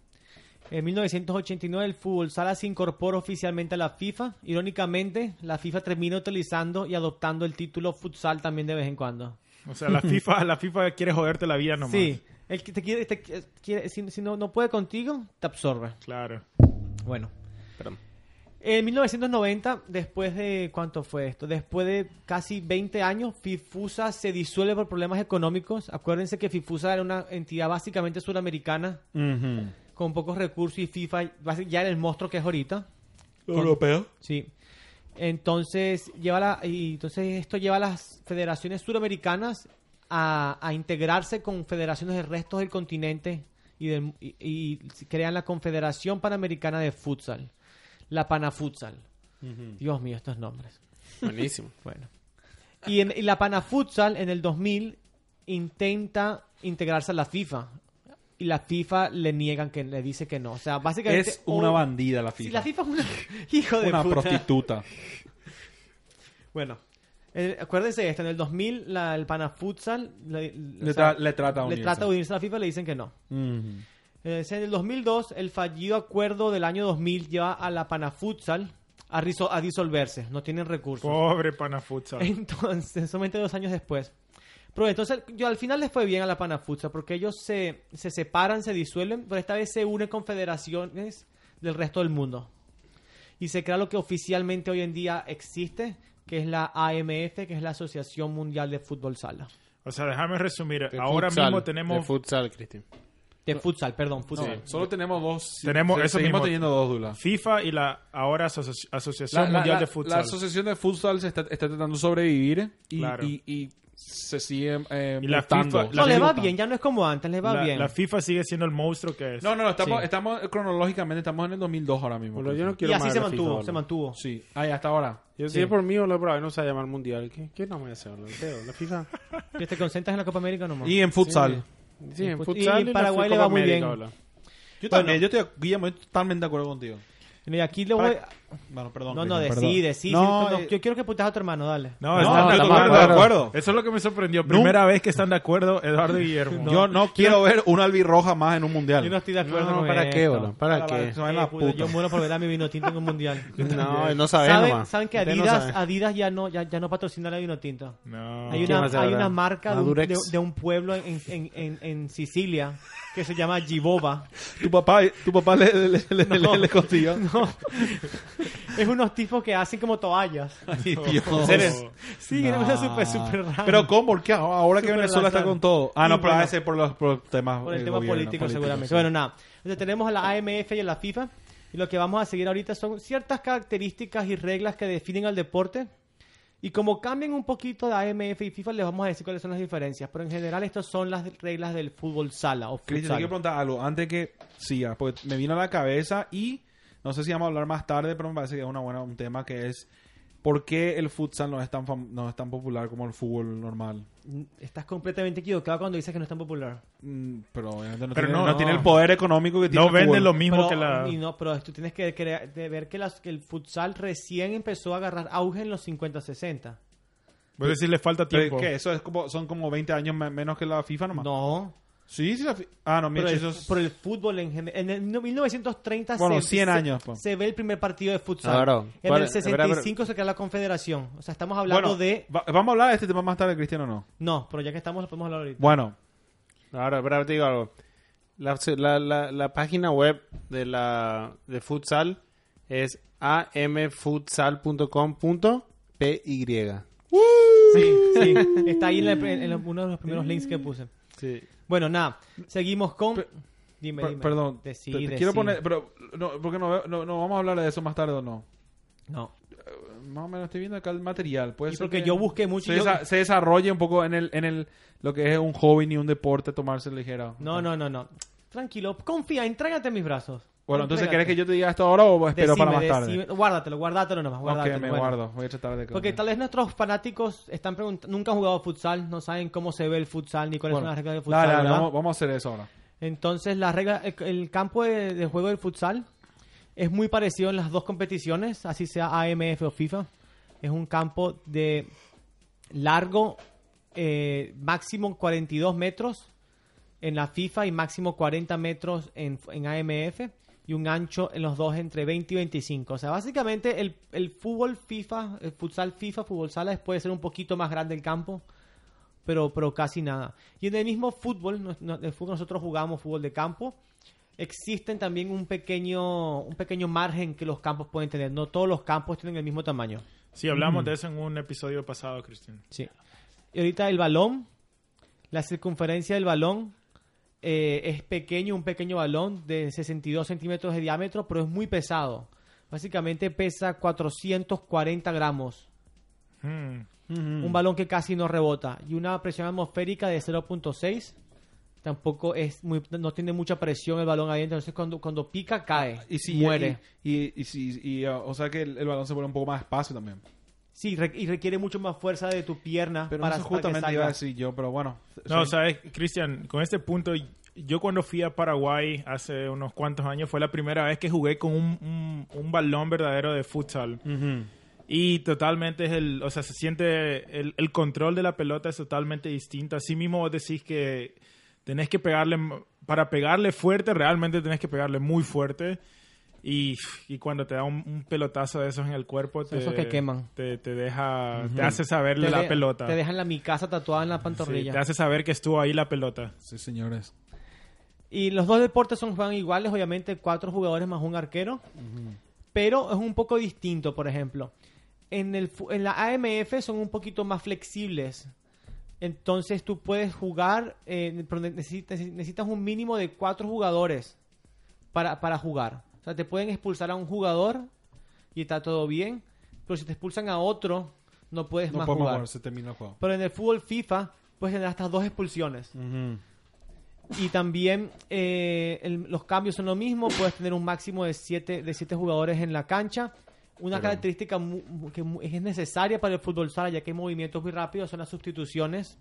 Speaker 1: En 1989, el fútbol sala se incorpora oficialmente a la FIFA. Irónicamente, la FIFA termina utilizando y adoptando el título futsal también de vez en cuando.
Speaker 4: O sea, la FIFA, la FIFA quiere joderte la vida nomás.
Speaker 1: Sí, el que te quiere, te quiere- si, si no, no puede contigo, te absorbe.
Speaker 4: Claro.
Speaker 1: Bueno.
Speaker 3: Perdón.
Speaker 1: En 1990, después de. ¿Cuánto fue esto? Después de casi 20 años, FIFUSA se disuelve por problemas económicos. Acuérdense que FIFUSA era una entidad básicamente suramericana, con pocos recursos, y FIFA basi- ya era el monstruo que es ahorita.
Speaker 2: Europeo.
Speaker 1: Sí. Entonces, lleva la, y entonces esto lleva a las federaciones suramericanas a, a integrarse con federaciones del resto del continente y, del- y- y crean la Confederación Panamericana de Futsal, la Panafutsal. Dios mío, estos nombres.
Speaker 3: Buenísimo.
Speaker 1: Bueno. Y, en, y la Panafutsal en el 2000 intenta integrarse a la FIFA. Y la FIFA le niegan que le dice que no. O sea, básicamente.
Speaker 2: Es una
Speaker 1: un-
Speaker 2: bandida la
Speaker 1: Sí,
Speaker 2: FIFA.
Speaker 1: Oh, la FIFA es una. Hijo de
Speaker 2: una
Speaker 1: puta.
Speaker 2: prostituta.
Speaker 1: Bueno, eh, acuérdense de esto, en el 2000 la, el Panafutsal le,
Speaker 2: Le, tra- le trata a
Speaker 1: le
Speaker 2: unirse.
Speaker 1: trata de unirse a la FIFA y le dicen que no.
Speaker 2: Ujú.
Speaker 1: Eh, en el 2002 el fallido acuerdo del año 2000 lleva a la Panafutsal a, riso- a disolverse, no tienen recursos.
Speaker 4: Pobre panafutsal.
Speaker 1: Entonces, solamente dos años después. Pero entonces, yo al final les fue bien a la Panafutsal porque ellos se, se separan, se disuelven, pero esta vez se unen con federaciones del resto del mundo. Y se crea lo que oficialmente hoy en día existe, que es la AMF, que es la Asociación Mundial de Fútbol Sala.
Speaker 4: O sea, déjame resumir.
Speaker 3: De
Speaker 4: Ahora
Speaker 3: futsal,
Speaker 4: mismo
Speaker 3: de
Speaker 4: tenemos
Speaker 3: futsal, Cristian.
Speaker 1: De futsal, perdón, futsal.
Speaker 2: No, solo tenemos dos.
Speaker 4: Tenemos
Speaker 2: se-
Speaker 4: eso
Speaker 2: seguimos
Speaker 4: mismo.
Speaker 2: teniendo dos, Dula.
Speaker 4: FIFA y la ahora asoci- Asociación
Speaker 2: ah. La, la-
Speaker 4: Mundial
Speaker 2: la-
Speaker 4: de
Speaker 2: la
Speaker 4: Futsal.
Speaker 2: asociación de futsal se está, está tratando de sobrevivir y,
Speaker 4: Claro.
Speaker 2: y, y se sigue eh,
Speaker 4: Y la
Speaker 2: mutando.
Speaker 4: FIFA
Speaker 1: No, le va
Speaker 4: disputa.
Speaker 1: bien, ya no es como antes, le va
Speaker 4: La-
Speaker 1: bien.
Speaker 4: la FIFA sigue siendo el monstruo que es.
Speaker 2: No, no, no, estamos,
Speaker 1: Sí.
Speaker 2: estamos cronológicamente, estamos en el 2002 ahora mismo.
Speaker 3: Boludo, yo no
Speaker 1: y
Speaker 3: quiero
Speaker 1: así
Speaker 3: más
Speaker 1: se
Speaker 3: la FIFA,
Speaker 1: mantuvo,
Speaker 3: boludo.
Speaker 1: se mantuvo.
Speaker 2: Sí, ahí hasta ahora.
Speaker 3: Yo sí. si es por mí, boludo, pero ahí no se va a llamar mundial. ¿Qué, qué no me voy a hacer, boludo? Teo, La FIFA.
Speaker 1: Que te concentras en la Copa América nomás.
Speaker 2: Y en futsal.
Speaker 3: Sí, sí, en
Speaker 1: fut-
Speaker 3: futsal.
Speaker 1: y
Speaker 3: en
Speaker 1: Paraguay le va muy bien.
Speaker 2: Yo también, yo estoy, Guillermo, yo estoy totalmente de acuerdo contigo.
Speaker 1: Y aquí le voy...
Speaker 2: Para- Bueno, perdón.
Speaker 1: No, no,
Speaker 2: Guillermo, perdón.
Speaker 1: decide, sí.
Speaker 2: No,
Speaker 1: sí, no,
Speaker 2: eh,
Speaker 1: yo quiero que putas a tu hermano, dale.
Speaker 4: No,
Speaker 2: No,
Speaker 4: están
Speaker 2: no,
Speaker 4: de
Speaker 2: estamos
Speaker 4: acuerdo.
Speaker 2: de acuerdo.
Speaker 4: Eso es lo que me sorprendió. Primera vez que están de acuerdo Eduardo y Guillermo.
Speaker 2: Yo no quiero ver una albirroja más en un mundial.
Speaker 1: Yo no estoy de acuerdo
Speaker 3: No,
Speaker 1: con
Speaker 3: ¿para
Speaker 1: esto.
Speaker 3: qué, boludo? ¿Para qué?
Speaker 2: Se va en
Speaker 1: Eh,
Speaker 2: la
Speaker 1: puto,
Speaker 2: puta.
Speaker 1: Yo muero por ver a mi vino tinto en un mundial.
Speaker 3: No, no sabes
Speaker 1: ¿Saben,
Speaker 3: nomás.
Speaker 1: saben que
Speaker 3: Ustedes no
Speaker 1: Adidas,
Speaker 3: saben.
Speaker 1: Adidas ya no ya, ya no patrocina la vino tinto?
Speaker 4: No.
Speaker 1: Hay
Speaker 3: ¿Qué
Speaker 1: una,
Speaker 3: más habrá?
Speaker 1: hay una marca de un, de,
Speaker 3: Madurex.
Speaker 1: de un pueblo en, en, en, en Sicilia que se llama Givova.
Speaker 2: Tu papá, tu papá le, le, le, le, le costilló.
Speaker 1: No. es unos tipos que hacen como toallas.
Speaker 2: Ay, Dios.
Speaker 4: Seres.
Speaker 1: Sí, era una cosa súper, súper rara.
Speaker 2: Pero ¿cómo? ¿Por qué? Ahora que
Speaker 1: Súper
Speaker 2: Venezuela está
Speaker 1: lanzado.
Speaker 2: con todo. Ah,
Speaker 1: Y
Speaker 2: no, pero
Speaker 1: bueno.
Speaker 2: a veces por los por los temas
Speaker 1: Por el
Speaker 2: eh,
Speaker 1: tema
Speaker 2: gobierno,
Speaker 1: político, seguramente. Bueno, nada. Entonces tenemos a la AMF y a la FIFA. Y lo que vamos a seguir ahorita son ciertas características y reglas que definen al deporte. Y como cambian un poquito de AMF y FIFA, les vamos a decir cuáles son las diferencias. Pero en general, estas son las reglas del fútbol sala o
Speaker 2: Cristian, te quiero
Speaker 1: futsal.
Speaker 2: preguntar algo antes que sigas, porque me vino a la cabeza y no sé si vamos a hablar más tarde, pero me parece que es una buena, un tema que es ¿por qué el futsal no es tan, fam- no es tan popular como el fútbol normal?
Speaker 1: Estás completamente equivocado cuando dices que no es tan popular.
Speaker 2: Mm, Pero obviamente no,
Speaker 4: Pero
Speaker 2: tiene,
Speaker 4: no,
Speaker 2: no
Speaker 4: no.
Speaker 2: tiene el poder económico que tiene
Speaker 4: No
Speaker 2: el
Speaker 4: vende
Speaker 2: fútbol.
Speaker 4: lo mismo
Speaker 1: pero,
Speaker 4: que la...
Speaker 1: y no, pero tú tienes que, crea- de ver que, las- que el futsal recién empezó a agarrar auge en los 50-60.
Speaker 4: Vos decís, le falta
Speaker 2: Pero
Speaker 4: tiempo.
Speaker 2: es que eso es como, son como 20 años me- menos que la FIFA nomás.
Speaker 1: No.
Speaker 2: Sí, sí, la fi- Ah, no,
Speaker 1: Pero
Speaker 2: mira,
Speaker 1: el,
Speaker 2: esos-
Speaker 1: por el fútbol en general. En el no- 1930
Speaker 2: Bueno,
Speaker 1: se,
Speaker 2: 100
Speaker 1: se-
Speaker 2: años, po.
Speaker 1: se ve el primer partido de futsal.
Speaker 3: Claro.
Speaker 1: En
Speaker 3: Bueno,
Speaker 1: el 65 se crea la confederación. O sea, estamos hablando
Speaker 2: Bueno,
Speaker 1: de...
Speaker 2: va- vamos a hablar de este tema más tarde, Cristiano, no.
Speaker 1: No, pero ya que estamos, lo podemos hablar ahorita.
Speaker 2: Bueno,
Speaker 3: Ahora, pero te digo algo. La, la- la- la página web de la de futsal es amfutsal.com.py.
Speaker 1: Sí, sí. Está ahí en, la- en los- uno de los primeros links que puse.
Speaker 3: Sí.
Speaker 1: Bueno, nada. Seguimos con... dime,
Speaker 2: per-
Speaker 1: dime.
Speaker 2: perdón.
Speaker 1: Decí,
Speaker 2: te- te
Speaker 1: decí.
Speaker 2: quiero poner. Pero, no, porque no, veo- no, no vamos a hablar de eso más tarde o no.
Speaker 1: No.
Speaker 2: Más o menos estoy viendo acá el material. Puede
Speaker 1: Y
Speaker 2: ser
Speaker 1: porque
Speaker 2: que
Speaker 1: yo busqué mucho...
Speaker 2: se,
Speaker 1: y yo-
Speaker 2: desa- se desarrolle un poco en el, en el lo que es un hobby ni un deporte, tomarse ligera.
Speaker 1: No, no, no, no. Tranquilo. Confía, entrégate en mis brazos.
Speaker 2: Bueno, entonces,
Speaker 1: Entrégate.
Speaker 2: ¿querés que yo te diga esto ahora o espero para más
Speaker 1: Decime,
Speaker 2: tarde?
Speaker 1: decime- Guárdatelo, guárdatelo nomás. Guárdatelo,
Speaker 2: ok, me
Speaker 1: bueno.
Speaker 2: guardo. Voy a tratar de.
Speaker 1: Porque tal vez nuestros fanáticos están preguntando, nunca han jugado futsal, no saben cómo se ve el futsal ni cuáles
Speaker 2: Bueno,
Speaker 1: son las reglas del futsal.
Speaker 2: dale, dale,
Speaker 1: ¿verdad?
Speaker 2: vamos, vamos a hacer eso ahora.
Speaker 1: Entonces, las reglas, el, el campo de, de juego del futsal es muy parecido en las dos competiciones, así sea AMF o FIFA. Es un campo de largo, eh, máximo 42 metros en la FIFA y máximo 40 metros en, en AMF y un ancho en los dos entre 20 y 25. O sea, básicamente el, el fútbol FIFA, el futsal FIFA, fútbol sala, puede ser un poquito más grande el campo, pero, pero casi nada. Y en el mismo fútbol, nos- nos- el fútbol nosotros jugamos fútbol de campo, existen también un pequeño, un pequeño margen que los campos pueden tener. No todos los campos tienen el mismo tamaño.
Speaker 4: Sí,
Speaker 2: Mm.
Speaker 4: hablamos de eso en un episodio pasado, Cristian.
Speaker 1: Sí. Y ahorita el balón, la circunferencia del balón eh, es pequeño, un pequeño balón de 62 centímetros de diámetro, pero es muy pesado. Básicamente pesa 440 gramos.
Speaker 4: Mm.
Speaker 1: Un balón que casi no rebota. Y una presión atmosférica de 0.6. Tampoco es muy, no tiene mucha presión el balón ahí, entonces cuando, cuando pica cae,
Speaker 2: Ah, Y si,
Speaker 1: muere.
Speaker 2: Y, y, y si- y, uh, o sea que el, el balón se vuelve un poco más espacio también.
Speaker 1: sí, re- y requiere mucho más fuerza de tu pierna
Speaker 2: Pero
Speaker 1: Ah, para
Speaker 2: eso
Speaker 1: para que
Speaker 2: justamente
Speaker 1: salga.
Speaker 2: iba a decir yo, pero bueno.
Speaker 4: No,
Speaker 2: sí.
Speaker 4: sabes, Cristian, con este punto, yo cuando fui a Paraguay hace unos cuantos años, fue la primera vez que jugué con un, un- un balón verdadero de futsal.
Speaker 2: Ujú.
Speaker 4: Y totalmente es el, o sea, se siente el, el control de la pelota es totalmente distinto. Así mismo vos decís que tenés que pegarle, m- para pegarle fuerte, realmente tenés que pegarle muy fuerte. Y, y cuando te da un, un pelotazo de esos en el cuerpo, te,
Speaker 1: esos que queman.
Speaker 4: te, te deja, te hace saber
Speaker 1: Te
Speaker 4: la
Speaker 1: de-
Speaker 4: pelota.
Speaker 1: Te dejan la mi casa tatuada en la
Speaker 4: Sí,
Speaker 1: pantorrilla.
Speaker 4: te hace saber que estuvo ahí la pelota.
Speaker 2: Sí, señores.
Speaker 1: Y los dos deportes son juegan iguales, obviamente, cuatro jugadores más un arquero. Pero es un poco distinto, por ejemplo. En, el, fu- en la AMF son un poquito más flexibles. Entonces tú puedes jugar, eh, pero necesitas, necesitas un mínimo de cuatro jugadores para, para jugar. O sea, te pueden expulsar a un jugador y está todo bien. Pero si te expulsan a otro, no puedes
Speaker 2: No
Speaker 1: más
Speaker 2: podemos
Speaker 1: jugar.
Speaker 2: jugar, se termina el juego.
Speaker 1: Pero en el fútbol FIFA puedes tener hasta dos expulsiones. Y también eh, el- los cambios son lo mismo. Puedes tener un máximo de siete, de siete jugadores en la cancha. Una característica mu- mu- que mu- es necesaria para el fútbol sala, ya que hay movimientos muy rápidos, son las sustituciones.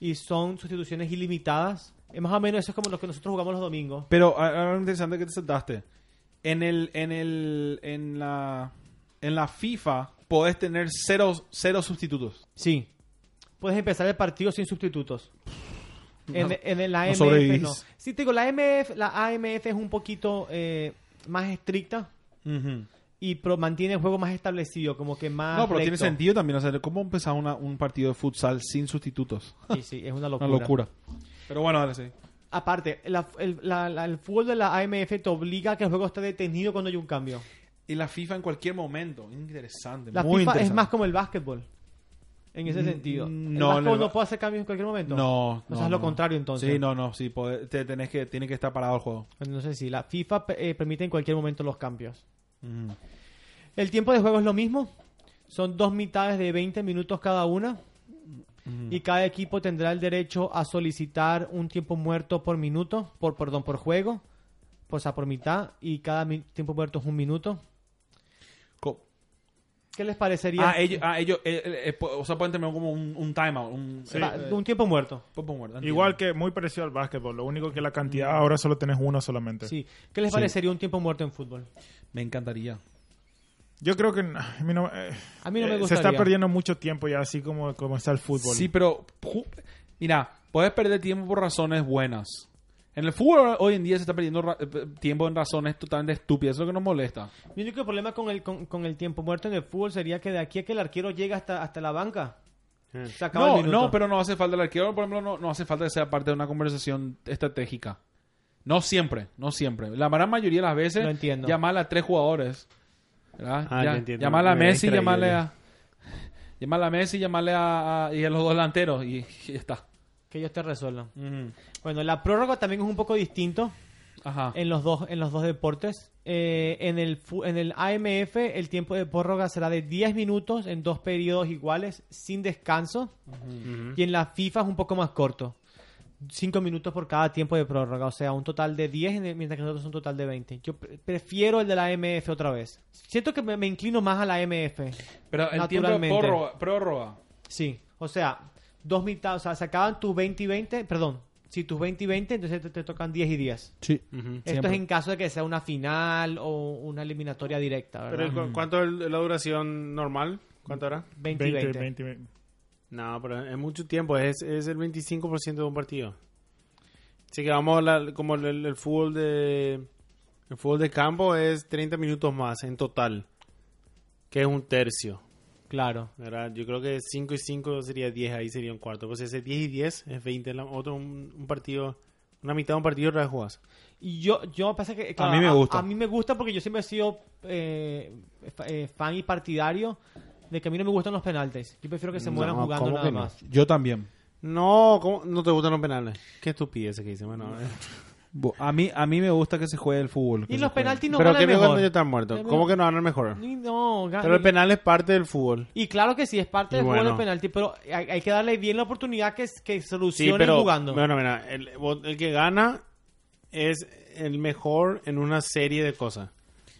Speaker 1: Y son sustituciones ilimitadas. Es más o menos eso es como lo que nosotros jugamos los domingos.
Speaker 2: Pero ah, algo interesante que te sentaste. En el, en el, en la, en la FIFA podés tener cero, cero sustitutos.
Speaker 1: Sí. Puedes empezar el partido sin sustitutos. En, en, en la
Speaker 2: no
Speaker 1: AMF
Speaker 2: sobrevivís.
Speaker 1: no. Sí, te digo, la AMF, la AMF es un poquito eh, más estricta y pro- mantiene el juego más establecido, como que más.
Speaker 2: No, pero tiene
Speaker 1: recto.
Speaker 2: sentido también. O sea, ¿cómo empezar una- un partido de futsal sin sustitutos?
Speaker 1: Sí, sí, es una
Speaker 2: Una
Speaker 1: locura.
Speaker 2: locura. Pero bueno, dale, sí.
Speaker 1: Aparte, la- el, la- la- el fútbol de la AMF te obliga a que el juego esté detenido cuando hay un cambio.
Speaker 2: Y la FIFA en cualquier momento. Interesante.
Speaker 1: La
Speaker 2: muy
Speaker 1: FIFA
Speaker 2: interesante. Mm,
Speaker 1: es más como el básquetbol. En ese sentido.
Speaker 2: no,
Speaker 1: el
Speaker 2: en
Speaker 1: básquetbol
Speaker 2: el
Speaker 1: no
Speaker 2: ba-
Speaker 1: puede hacer cambios en cualquier momento.
Speaker 2: No,
Speaker 1: O sea, es lo contrario entonces.
Speaker 2: Sí, no, no, sí, pode- te tenés que, tiene que estar parado el juego.
Speaker 1: Pues No sé si la FIFA eh, permite en cualquier momento los cambios.
Speaker 2: Mm.
Speaker 1: El tiempo de juego es lo mismo. Son dos mitades de 20 minutos cada una.
Speaker 2: Mm.
Speaker 1: Y cada equipo tendrá el derecho a solicitar un tiempo muerto por minuto, por perdón, por juego, o sea, por mitad, y cada mi- tiempo muerto es un minuto.
Speaker 2: Co-
Speaker 1: ¿Qué les parecería?
Speaker 2: Ah, ellos, ah, ellos eh, eh, eh, po- o sea, pueden terminar como un, un timeout, un, eh,
Speaker 1: O sea, un tiempo muerto.
Speaker 2: Popo muerto, entiendo.
Speaker 4: Igual que muy parecido al básquetbol, lo único que la cantidad ahora solo tenés uno solamente.
Speaker 1: Mm. Sí. ¿Qué les
Speaker 2: Sí.
Speaker 1: parecería un tiempo muerto en fútbol?
Speaker 2: Me encantaría.
Speaker 4: Yo creo que no, a mí no, eh,
Speaker 1: A mí no me
Speaker 4: eh, se
Speaker 1: gustaría.
Speaker 4: está perdiendo mucho tiempo ya, así como, como está el fútbol.
Speaker 2: Sí, pero ju- mira, puedes perder tiempo por razones buenas. En el fútbol hoy en día se está perdiendo ra- eh, tiempo en razones totalmente estúpidas, eso es lo que nos molesta.
Speaker 1: Mi único problema con el, con, con el tiempo muerto en el fútbol sería que de aquí a que el arquero llega hasta, hasta la banca, se acaba el
Speaker 2: No,
Speaker 1: minuto.
Speaker 2: no, pero no hace falta el arquero, por ejemplo, no, no hace falta que sea parte de una conversación estratégica. No siempre, no siempre. La gran mayoría de las veces,
Speaker 1: Lo entiendo.
Speaker 2: llamar a tres jugadores. ¿verdad?
Speaker 3: Ah,
Speaker 2: Ya-
Speaker 3: ya entiendo.
Speaker 2: Llamarle a
Speaker 3: Me había
Speaker 2: Messi,
Speaker 3: distraído
Speaker 2: llamarle
Speaker 3: ya.
Speaker 2: a, llamarle a Messi, llamarle a, a- y a los dos delanteros y, y ya está.
Speaker 1: Que ellos te resuelvan. Mm. Bueno, la prórroga también es un poco distinto
Speaker 2: Ajá.
Speaker 1: en los dos, en los dos deportes. Eh, en, el, fu- en el AMF el tiempo de prórroga será de 10 minutos en dos periodos iguales, sin descanso. Y en la FIFA es un poco más corto. 5 minutos por cada tiempo de prórroga, o sea, un total de 10, en el- mientras que nosotros un total de 20. Yo pre- prefiero el de la AMF otra vez. Siento que me, me inclino más a la AMF.
Speaker 2: Pero el tiempo de
Speaker 1: Naturalmente.
Speaker 2: prórroga, prórroga.
Speaker 1: Sí, o sea, dos mitad, o sea, se acaban tus 20 y 20, perdón, si tus 20 y 20, entonces te, te tocan 10 y 10.
Speaker 2: Sí.
Speaker 1: Esto es en caso de que sea una final o una eliminatoria directa, ¿verdad?
Speaker 3: Pero el- cu- ¿Cuánto es la duración normal? ¿Cuánto era?
Speaker 1: 20 y 20.
Speaker 3: No, pero es mucho tiempo, es, es el 25% de un partido. Así que vamos, a la- como el, el- el fútbol de el fútbol de campo es 30 minutos más en total, que es un tercio.
Speaker 1: Claro.
Speaker 3: ¿verdad? Yo creo que 5 y 5 sería 10, ahí sería un cuarto. Pues ese 10 y 10 es 20, la- otro un, un partido, una mitad de un partido de jugás.
Speaker 1: Y yo, yo pasa que claro,
Speaker 2: mí me gusta.
Speaker 1: A, mí me gusta porque yo siempre he sido eh, fa- eh, fan y partidario de que a mí no me gustan los penaltis. Yo prefiero que se
Speaker 3: No,
Speaker 1: mueran jugando
Speaker 3: ¿cómo
Speaker 1: nada
Speaker 3: que no?
Speaker 1: más.
Speaker 2: Yo también.
Speaker 3: No, ¿cómo? no te gustan los penales. Qué estupidez que dicen. Bueno, eh.
Speaker 2: Bo- A mí, a mí me gusta que se juegue el fútbol. que
Speaker 1: Y
Speaker 2: se
Speaker 1: los
Speaker 2: juegue.
Speaker 1: penaltis no
Speaker 3: pero
Speaker 1: ganan
Speaker 3: qué mejor
Speaker 1: mejor.
Speaker 3: cuando yo están muertos. ¿Cómo que no ganan mejor?
Speaker 1: Y no, ganan-
Speaker 3: Pero el penal es parte del fútbol.
Speaker 1: Y claro que sí, es parte
Speaker 3: Y
Speaker 1: del juego
Speaker 3: bueno.
Speaker 1: del penalti, pero hay, hay que darle bien la oportunidad que, que
Speaker 3: Sí,
Speaker 1: solucionen
Speaker 3: pero
Speaker 1: jugando.
Speaker 3: bueno, mira, el, vos- el que gana es el mejor en una serie de cosas.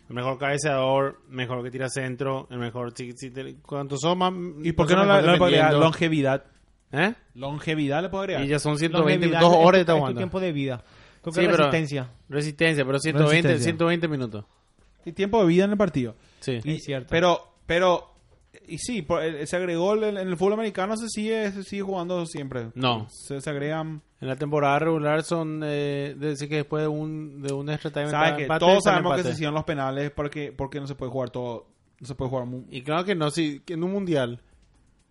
Speaker 3: El mejor cabeceador, mejor que tira centro, el mejor si, si te- cuanto son más
Speaker 2: ¿Y por qué no
Speaker 3: son
Speaker 2: la,
Speaker 3: mejor
Speaker 2: la le puedo agregar
Speaker 3: defendiendo.
Speaker 2: longevidad?
Speaker 3: ¿Eh?
Speaker 2: Longevidad le puedo agregar.
Speaker 3: Y ya son
Speaker 1: Los
Speaker 3: 120
Speaker 1: Navidad
Speaker 3: dos
Speaker 1: es tu-
Speaker 3: horas de
Speaker 1: es tu
Speaker 3: jugando.
Speaker 1: tiempo de vida. Creo que
Speaker 3: Sí, pero-
Speaker 1: resistencia.
Speaker 3: Resistencia, pero 120,
Speaker 2: Resistencia.
Speaker 3: 120 minutos.
Speaker 2: Y tiempo de vida en el partido.
Speaker 3: Sí.
Speaker 2: Y-
Speaker 1: Es cierto.
Speaker 2: Pero, pero, y sí, por- eh, se agregó el- en el fútbol americano, se sigue, se sigue jugando siempre.
Speaker 3: No.
Speaker 2: Se, se agregan.
Speaker 3: En la temporada regular son eh, de decir que después de un de un extra time
Speaker 2: ¿Sabes
Speaker 3: empa-
Speaker 2: que
Speaker 3: empate,
Speaker 2: Todos
Speaker 3: sale
Speaker 2: sabemos que
Speaker 3: empate.
Speaker 2: se hicieron los penales porque, porque no se puede jugar todo. No se puede jugar. mu-
Speaker 3: Y claro que no, si que en un mundial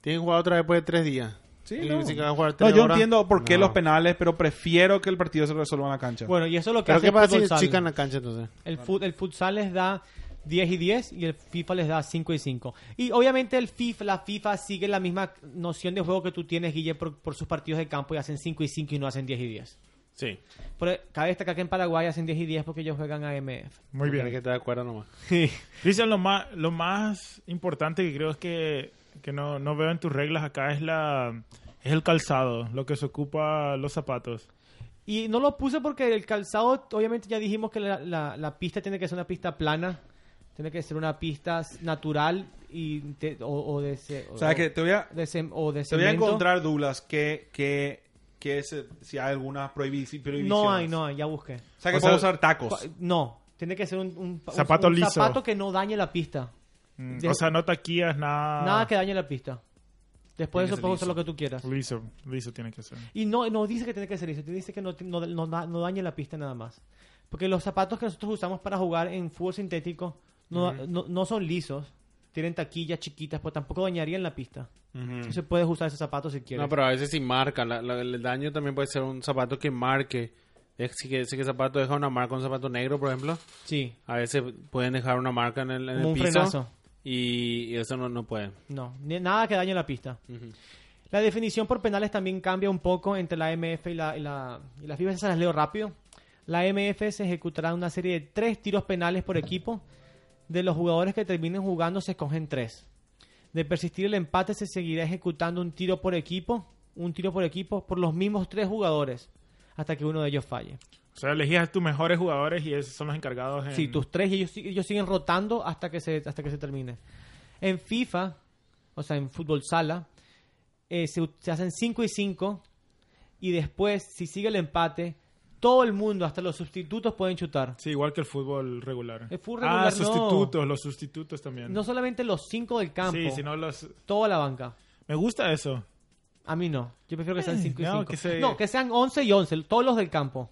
Speaker 3: tienen que jugar otra vez después de tres días.
Speaker 2: Sí,
Speaker 3: Y
Speaker 2: no.
Speaker 3: dicen que van a jugar
Speaker 2: No,
Speaker 3: tres
Speaker 2: yo
Speaker 3: horas.
Speaker 2: entiendo por qué
Speaker 3: No.
Speaker 2: los penales, pero prefiero que el partido se resuelva en la cancha.
Speaker 1: Bueno, y eso es lo que
Speaker 3: Pero
Speaker 1: hace
Speaker 3: qué
Speaker 1: el
Speaker 3: pasa si
Speaker 1: fútbol sala.
Speaker 3: chican la cancha entonces.
Speaker 1: El, fut- el futsal les da 10 y 10 y el FIFA les da 5 y 5. Y obviamente el FIFA, la FIFA sigue la misma noción de juego que tú tienes, Guille, por, por sus partidos de campo y hacen 5 y 5 y no hacen 10 y 10.
Speaker 3: Sí.
Speaker 1: Pero cabe destacar que en Paraguay hacen 10 y 10 porque ellos juegan AMF.
Speaker 4: Muy bien.
Speaker 3: que estar de acuerdo nomás.
Speaker 4: Cristian, lo más, lo más importante que creo es que, que no, no veo en tus reglas acá es la es el calzado, lo que se ocupa los zapatos.
Speaker 1: Y no lo puse porque el calzado, obviamente ya dijimos que la, la- la pista tiene que ser una pista plana, tiene que ser una pista natural y de- o, o de ce-
Speaker 2: o sea, que te voy a,
Speaker 1: de ce- o de
Speaker 2: te voy a
Speaker 1: cemento.
Speaker 2: encontrar, Douglas, que, que, que se- si hay alguna prohibición.
Speaker 1: No hay, no hay, ya busqué.
Speaker 2: O sea, que
Speaker 4: O
Speaker 2: puedo
Speaker 4: sea,
Speaker 2: usar tacos.
Speaker 1: Pa- No, tiene que ser un, un- un-
Speaker 4: Zapato
Speaker 1: un
Speaker 4: liso.
Speaker 1: zapato que no dañe la pista.
Speaker 4: Mm,
Speaker 1: De-
Speaker 4: O sea, no taquillas, nada.
Speaker 1: Nada que dañe la pista. Después de
Speaker 2: Tiene que
Speaker 1: eso
Speaker 2: ser
Speaker 1: puedes usar
Speaker 2: liso.
Speaker 1: lo que tú quieras.
Speaker 4: Liso, liso tiene que ser.
Speaker 1: Y no, no dice que tiene que ser eso, te dice que no, no, no da- no dañe la pista nada más. Porque los zapatos que nosotros usamos para jugar en fútbol sintético no, no, no son lisos, tienen taquillas chiquitas, pues tampoco dañarían la pista. Entonces puedes usar esos zapatos si quieres.
Speaker 3: No, pero a veces sí marca. la- la- el daño también puede ser un zapato que marque. Es- Si que, si que zapato deja una marca, un zapato negro, por ejemplo.
Speaker 1: Sí,
Speaker 3: A veces pueden dejar una marca en el, en el
Speaker 1: Como un
Speaker 3: piso.
Speaker 1: frenazo.
Speaker 3: Y, y eso no, no puede.
Speaker 1: no, ni- nada que dañe la pista. La definición por penales también cambia un poco entre la MF y la, y la, y las FIFA, esas las leo rápido. La MF se ejecutará una serie de tres tiros penales por equipo. De los jugadores que terminen jugando se escogen tres. De persistir el empate se seguirá ejecutando un tiro por equipo, un tiro por equipo por los mismos tres jugadores hasta que uno de ellos falle.
Speaker 4: O sea, elegías a tus mejores jugadores y esos son los encargados en...
Speaker 1: Sí, tus tres y ellos, sig- ellos siguen rotando hasta que se hasta que se termine. En FIFA, o sea, en fútbol sala, eh, se, u- se hacen 5 y 5 y después, si sigue el empate, Todo el mundo, hasta los sustitutos pueden chutar.
Speaker 4: Sí, igual que el fútbol regular.
Speaker 1: El fútbol regular
Speaker 4: Ah,
Speaker 1: no.
Speaker 4: sustitutos, los sustitutos también.
Speaker 1: No solamente los cinco del campo,
Speaker 4: Em. sí, sino los...
Speaker 1: toda la banca.
Speaker 4: Me gusta eso.
Speaker 1: A mí no. Yo prefiero que sean
Speaker 4: Eh,
Speaker 1: 5 y
Speaker 4: no,
Speaker 1: 5.
Speaker 4: que se-
Speaker 1: No, que sean 11 y 11, todos los del campo.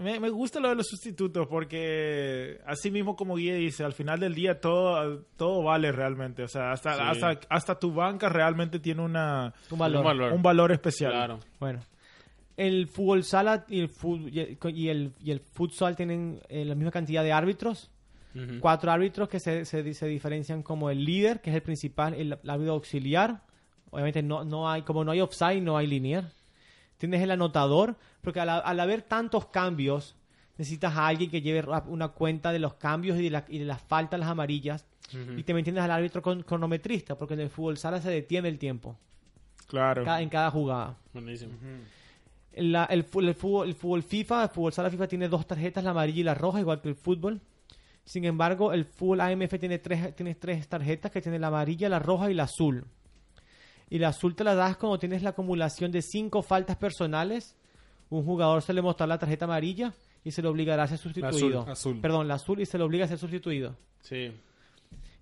Speaker 4: Me, me gusta lo de los sustitutos porque así mismo como Guille dice, al final del día todo, todo vale realmente. O sea, hasta,
Speaker 3: Sí.
Speaker 4: hasta, hasta tu banca realmente tiene una,
Speaker 1: Un valor.
Speaker 3: Un valor.
Speaker 4: un valor especial.
Speaker 3: Claro.
Speaker 1: Bueno. El fútbol sala y el, fut- y el, y el, y el futsal tienen eh, la misma cantidad de árbitros.
Speaker 3: Ujú.
Speaker 1: Cuatro árbitros que se, se, di- se diferencian como el líder, que es el principal, el, el árbitro auxiliar. Obviamente no, no hay, como no hay offside, no hay linear. Tienes el anotador, porque al, al haber tantos cambios, necesitas a alguien que lleve rap- una cuenta de los cambios y de, la- y de las faltas, las amarillas. Y también tienes al árbitro con, cronometrista, porque en el fútbol sala se detiene el tiempo
Speaker 4: Claro.
Speaker 1: ca- en cada jugada.
Speaker 3: Buenísimo.
Speaker 1: La- el, fu- el fútbol, el fútbol FIFA, el fútbol sala FIFA tiene dos tarjetas, la amarilla y la roja, igual que el fútbol. Sin embargo, el fútbol AMF tiene tres, tiene tres tarjetas, que tiene la amarilla, la roja y la azul. Y la azul te la das cuando tienes la acumulación de cinco faltas personales. Un jugador se le mostrará la tarjeta amarilla y se le obligará a ser sustituido.
Speaker 2: azul.
Speaker 1: Perdón, la azul y se le obliga a ser sustituido.
Speaker 3: Sí.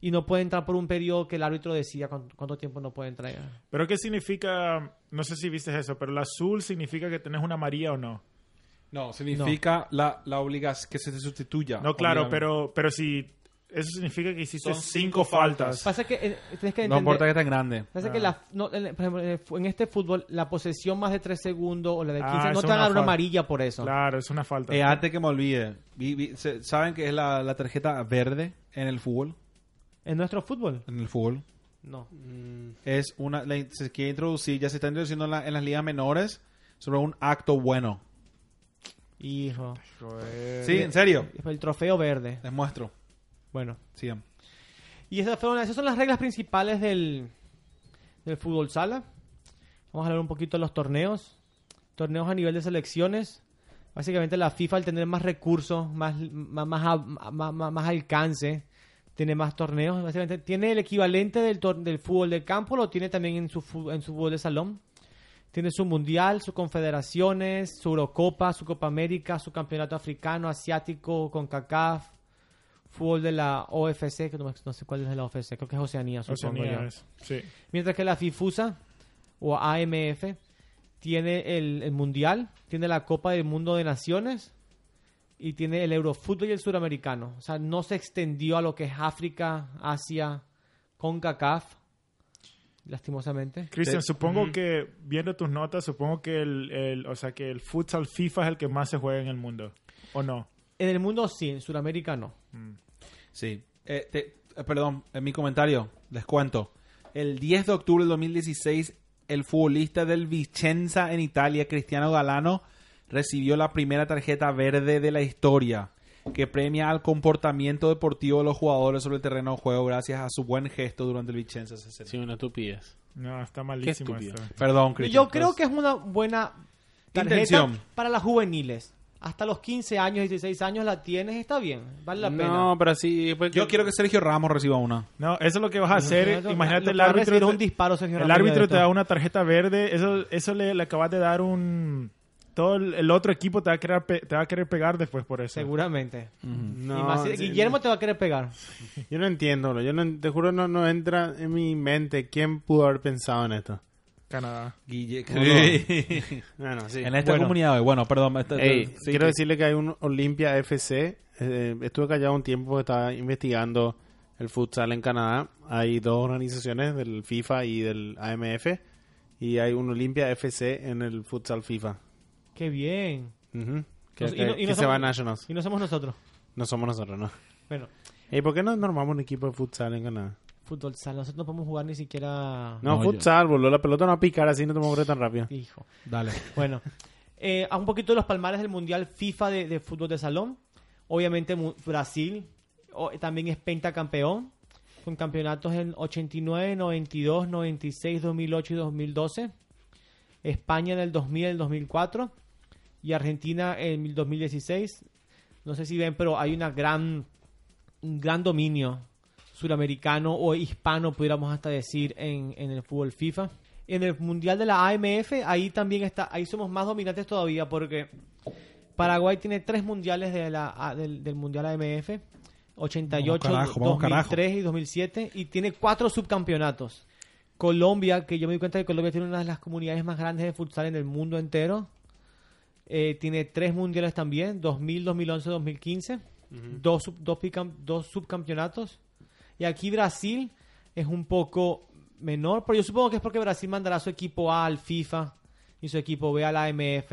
Speaker 1: Y no puede entrar por un periodo que el árbitro decida cuán- cuánto, tiempo no puede entrar.
Speaker 4: Pero ¿qué significa? No sé si viste eso, pero el azul significa que tenés una María o no.
Speaker 2: No, significa la, la obligas que se te sustituya.
Speaker 4: No, claro,
Speaker 2: Ah, Obviamente.
Speaker 4: pero, pero si eso significa que hiciste
Speaker 2: Son
Speaker 4: cinco, faltas.
Speaker 1: Pasa que eh, tienes que entender...
Speaker 2: No importa que tan grande.
Speaker 1: Pasa que la- no, en, por ejemplo, en el fu- en este fútbol, la posesión más de 3 segundos o la de 15,
Speaker 4: Ah,
Speaker 1: no
Speaker 4: es
Speaker 1: te van a
Speaker 4: una
Speaker 1: dar una
Speaker 4: falta.
Speaker 1: amarilla por eso.
Speaker 4: Claro, es una falta.
Speaker 2: Eh, antes que me olvide, vi- vi- se- ¿saben qué es la, la tarjeta verde en el fútbol?
Speaker 1: ¿En nuestro fútbol?
Speaker 2: En el fútbol.
Speaker 1: No.
Speaker 2: Es una, la in- se quiere introducir, ya se está introduciendo en, la- en las ligas menores sobre un acto bueno.
Speaker 1: Hijo.
Speaker 2: Sí, en serio.
Speaker 1: El trofeo verde.
Speaker 2: Les muestro.
Speaker 1: Bueno.
Speaker 2: Sigan.
Speaker 1: Y esas, fueron, esas son las reglas principales del, del fútbol sala. Vamos a hablar un poquito de los torneos. Torneos a nivel de selecciones. Básicamente la FIFA al tener más recursos, más, más, más, a- más- más- más alcance, tiene más torneos. Básicamente tiene el equivalente del, tor- del fútbol de campo, lo tiene también en su, fu- en su fútbol de salón. Tiene su mundial, sus confederaciones, su Eurocopa, su Copa América, su campeonato africano, asiático, con CACAF, fútbol de la OFC, que no, me- no sé cuál es la OFC, creo que es Oceanía, supongo
Speaker 4: Oceanía
Speaker 1: yo.
Speaker 4: es- Sí.
Speaker 1: Mientras que la FIFUSA o AMF tiene el, el Mundial, tiene la Copa del Mundo de Naciones y tiene el Eurofútbol y el Suramericano. O sea, no se extendió a lo que es África, Asia, CONCACAF, lastimosamente.
Speaker 4: Cristian,
Speaker 2: Sí.
Speaker 4: supongo que, viendo tus notas, supongo que el, el- o sea, que el futsal FIFA es el que más se juega en el mundo. ¿O no?
Speaker 1: En el mundo sí, en Sudamérica no.
Speaker 2: Sí. Eh, te- eh, perdón, en mi comentario, les cuento. El 10 de octubre del 2016, el futbolista del Vicenza en Italia, Cristiano Galano, recibió la primera tarjeta verde de la historia, que premia al comportamiento deportivo de los jugadores sobre el terreno de juego gracias a su buen gesto durante el Vicenza. CC.
Speaker 3: Sí, una estupidez.
Speaker 4: No, está malísimo
Speaker 3: estúpido.
Speaker 4: esto.
Speaker 2: Perdón,
Speaker 1: Y
Speaker 2: Cristian.
Speaker 1: Yo creo que es una buena tarjeta
Speaker 2: Intención.
Speaker 1: para las juveniles. Hasta los 15 años, 16 años la tienes, está bien, vale la pena.
Speaker 3: No, pero sí. pues después
Speaker 2: Yo quiero que Sergio Ramos reciba una.
Speaker 4: No, eso es lo que vas a hacer. Imagínate
Speaker 1: Lo que
Speaker 4: el
Speaker 1: va a
Speaker 4: árbitro.
Speaker 1: recibir
Speaker 4: te-
Speaker 1: un disparo, Sergio
Speaker 4: el
Speaker 1: Ramos, de
Speaker 4: árbitro
Speaker 1: esto.
Speaker 4: te da una tarjeta verde. Eso, eso le, le acabas de dar un. Todo el, el otro equipo te va, a querer pe- te va a querer pegar después por eso.
Speaker 1: Seguramente.
Speaker 3: No,
Speaker 1: Y más si-
Speaker 3: sí,
Speaker 1: Guillermo te va a querer pegar.
Speaker 3: Yo no entiendo, bro. Yo no, te juro, no, no entra en mi mente quién pudo haber pensado en esto.
Speaker 4: Canadá.
Speaker 2: Guille,
Speaker 3: Bueno, sí.
Speaker 2: en esta
Speaker 3: Bueno,
Speaker 2: comunidad, bueno, perdón. esta-
Speaker 3: ey,
Speaker 2: sí,
Speaker 3: quiero
Speaker 2: que-
Speaker 3: decirle que hay un Olimpia FC. Eh, estuve callado un tiempo porque estaba investigando el futsal en Canadá. Hay dos organizaciones, del FIFA y del AMF. Y hay un Olimpia FC en el futsal FIFA.
Speaker 1: Qué bien.
Speaker 3: Ujú. Que,
Speaker 1: Y no- y no
Speaker 3: que- que se
Speaker 1: somos-
Speaker 3: va a Nationals.
Speaker 1: Y no somos nosotros.
Speaker 3: No somos nosotros, ¿no?
Speaker 1: Bueno,
Speaker 3: Ey, ¿por qué no normamos un equipo de futsal en Canadá?
Speaker 1: fútbol sala. Nosotros no podemos jugar ni siquiera.
Speaker 3: No,
Speaker 2: No, yo-
Speaker 3: futsal, boludo. La pelota no va a picar así, no te mueves tan rápido.
Speaker 1: Hijo.
Speaker 2: Dale.
Speaker 1: Bueno, eh, a un poquito de los palmares del Mundial FIFA de, de fútbol de salón. Obviamente mu- Brasil o- también es pentacampeón, con campeonatos en 89, 92, 96, 2008 y 2012. España en el 2000, el 2004. Y Argentina en el 2016. No sé si ven, pero hay una gran, un gran dominio suramericano o hispano, pudiéramos hasta decir, en, en el fútbol FIFA. En el Mundial de la AMF, ahí también está, ahí somos más dominantes todavía porque Paraguay tiene tres mundiales de la, a- del, del Mundial AMF, 88,
Speaker 2: Vamos carajo, vamos
Speaker 1: 2003 y 2007, y tiene cuatro subcampeonatos. Colombia, que yo me di cuenta que Colombia tiene una de las comunidades más grandes de futsal en el mundo entero, eh, tiene tres mundiales también, 2000, 2011, 2015, dos, sub- dos, picam- dos subcampeonatos. Y aquí Brasil es un poco menor, pero yo supongo que es porque Brasil mandará su equipo A al FIFA y su equipo B al AMF.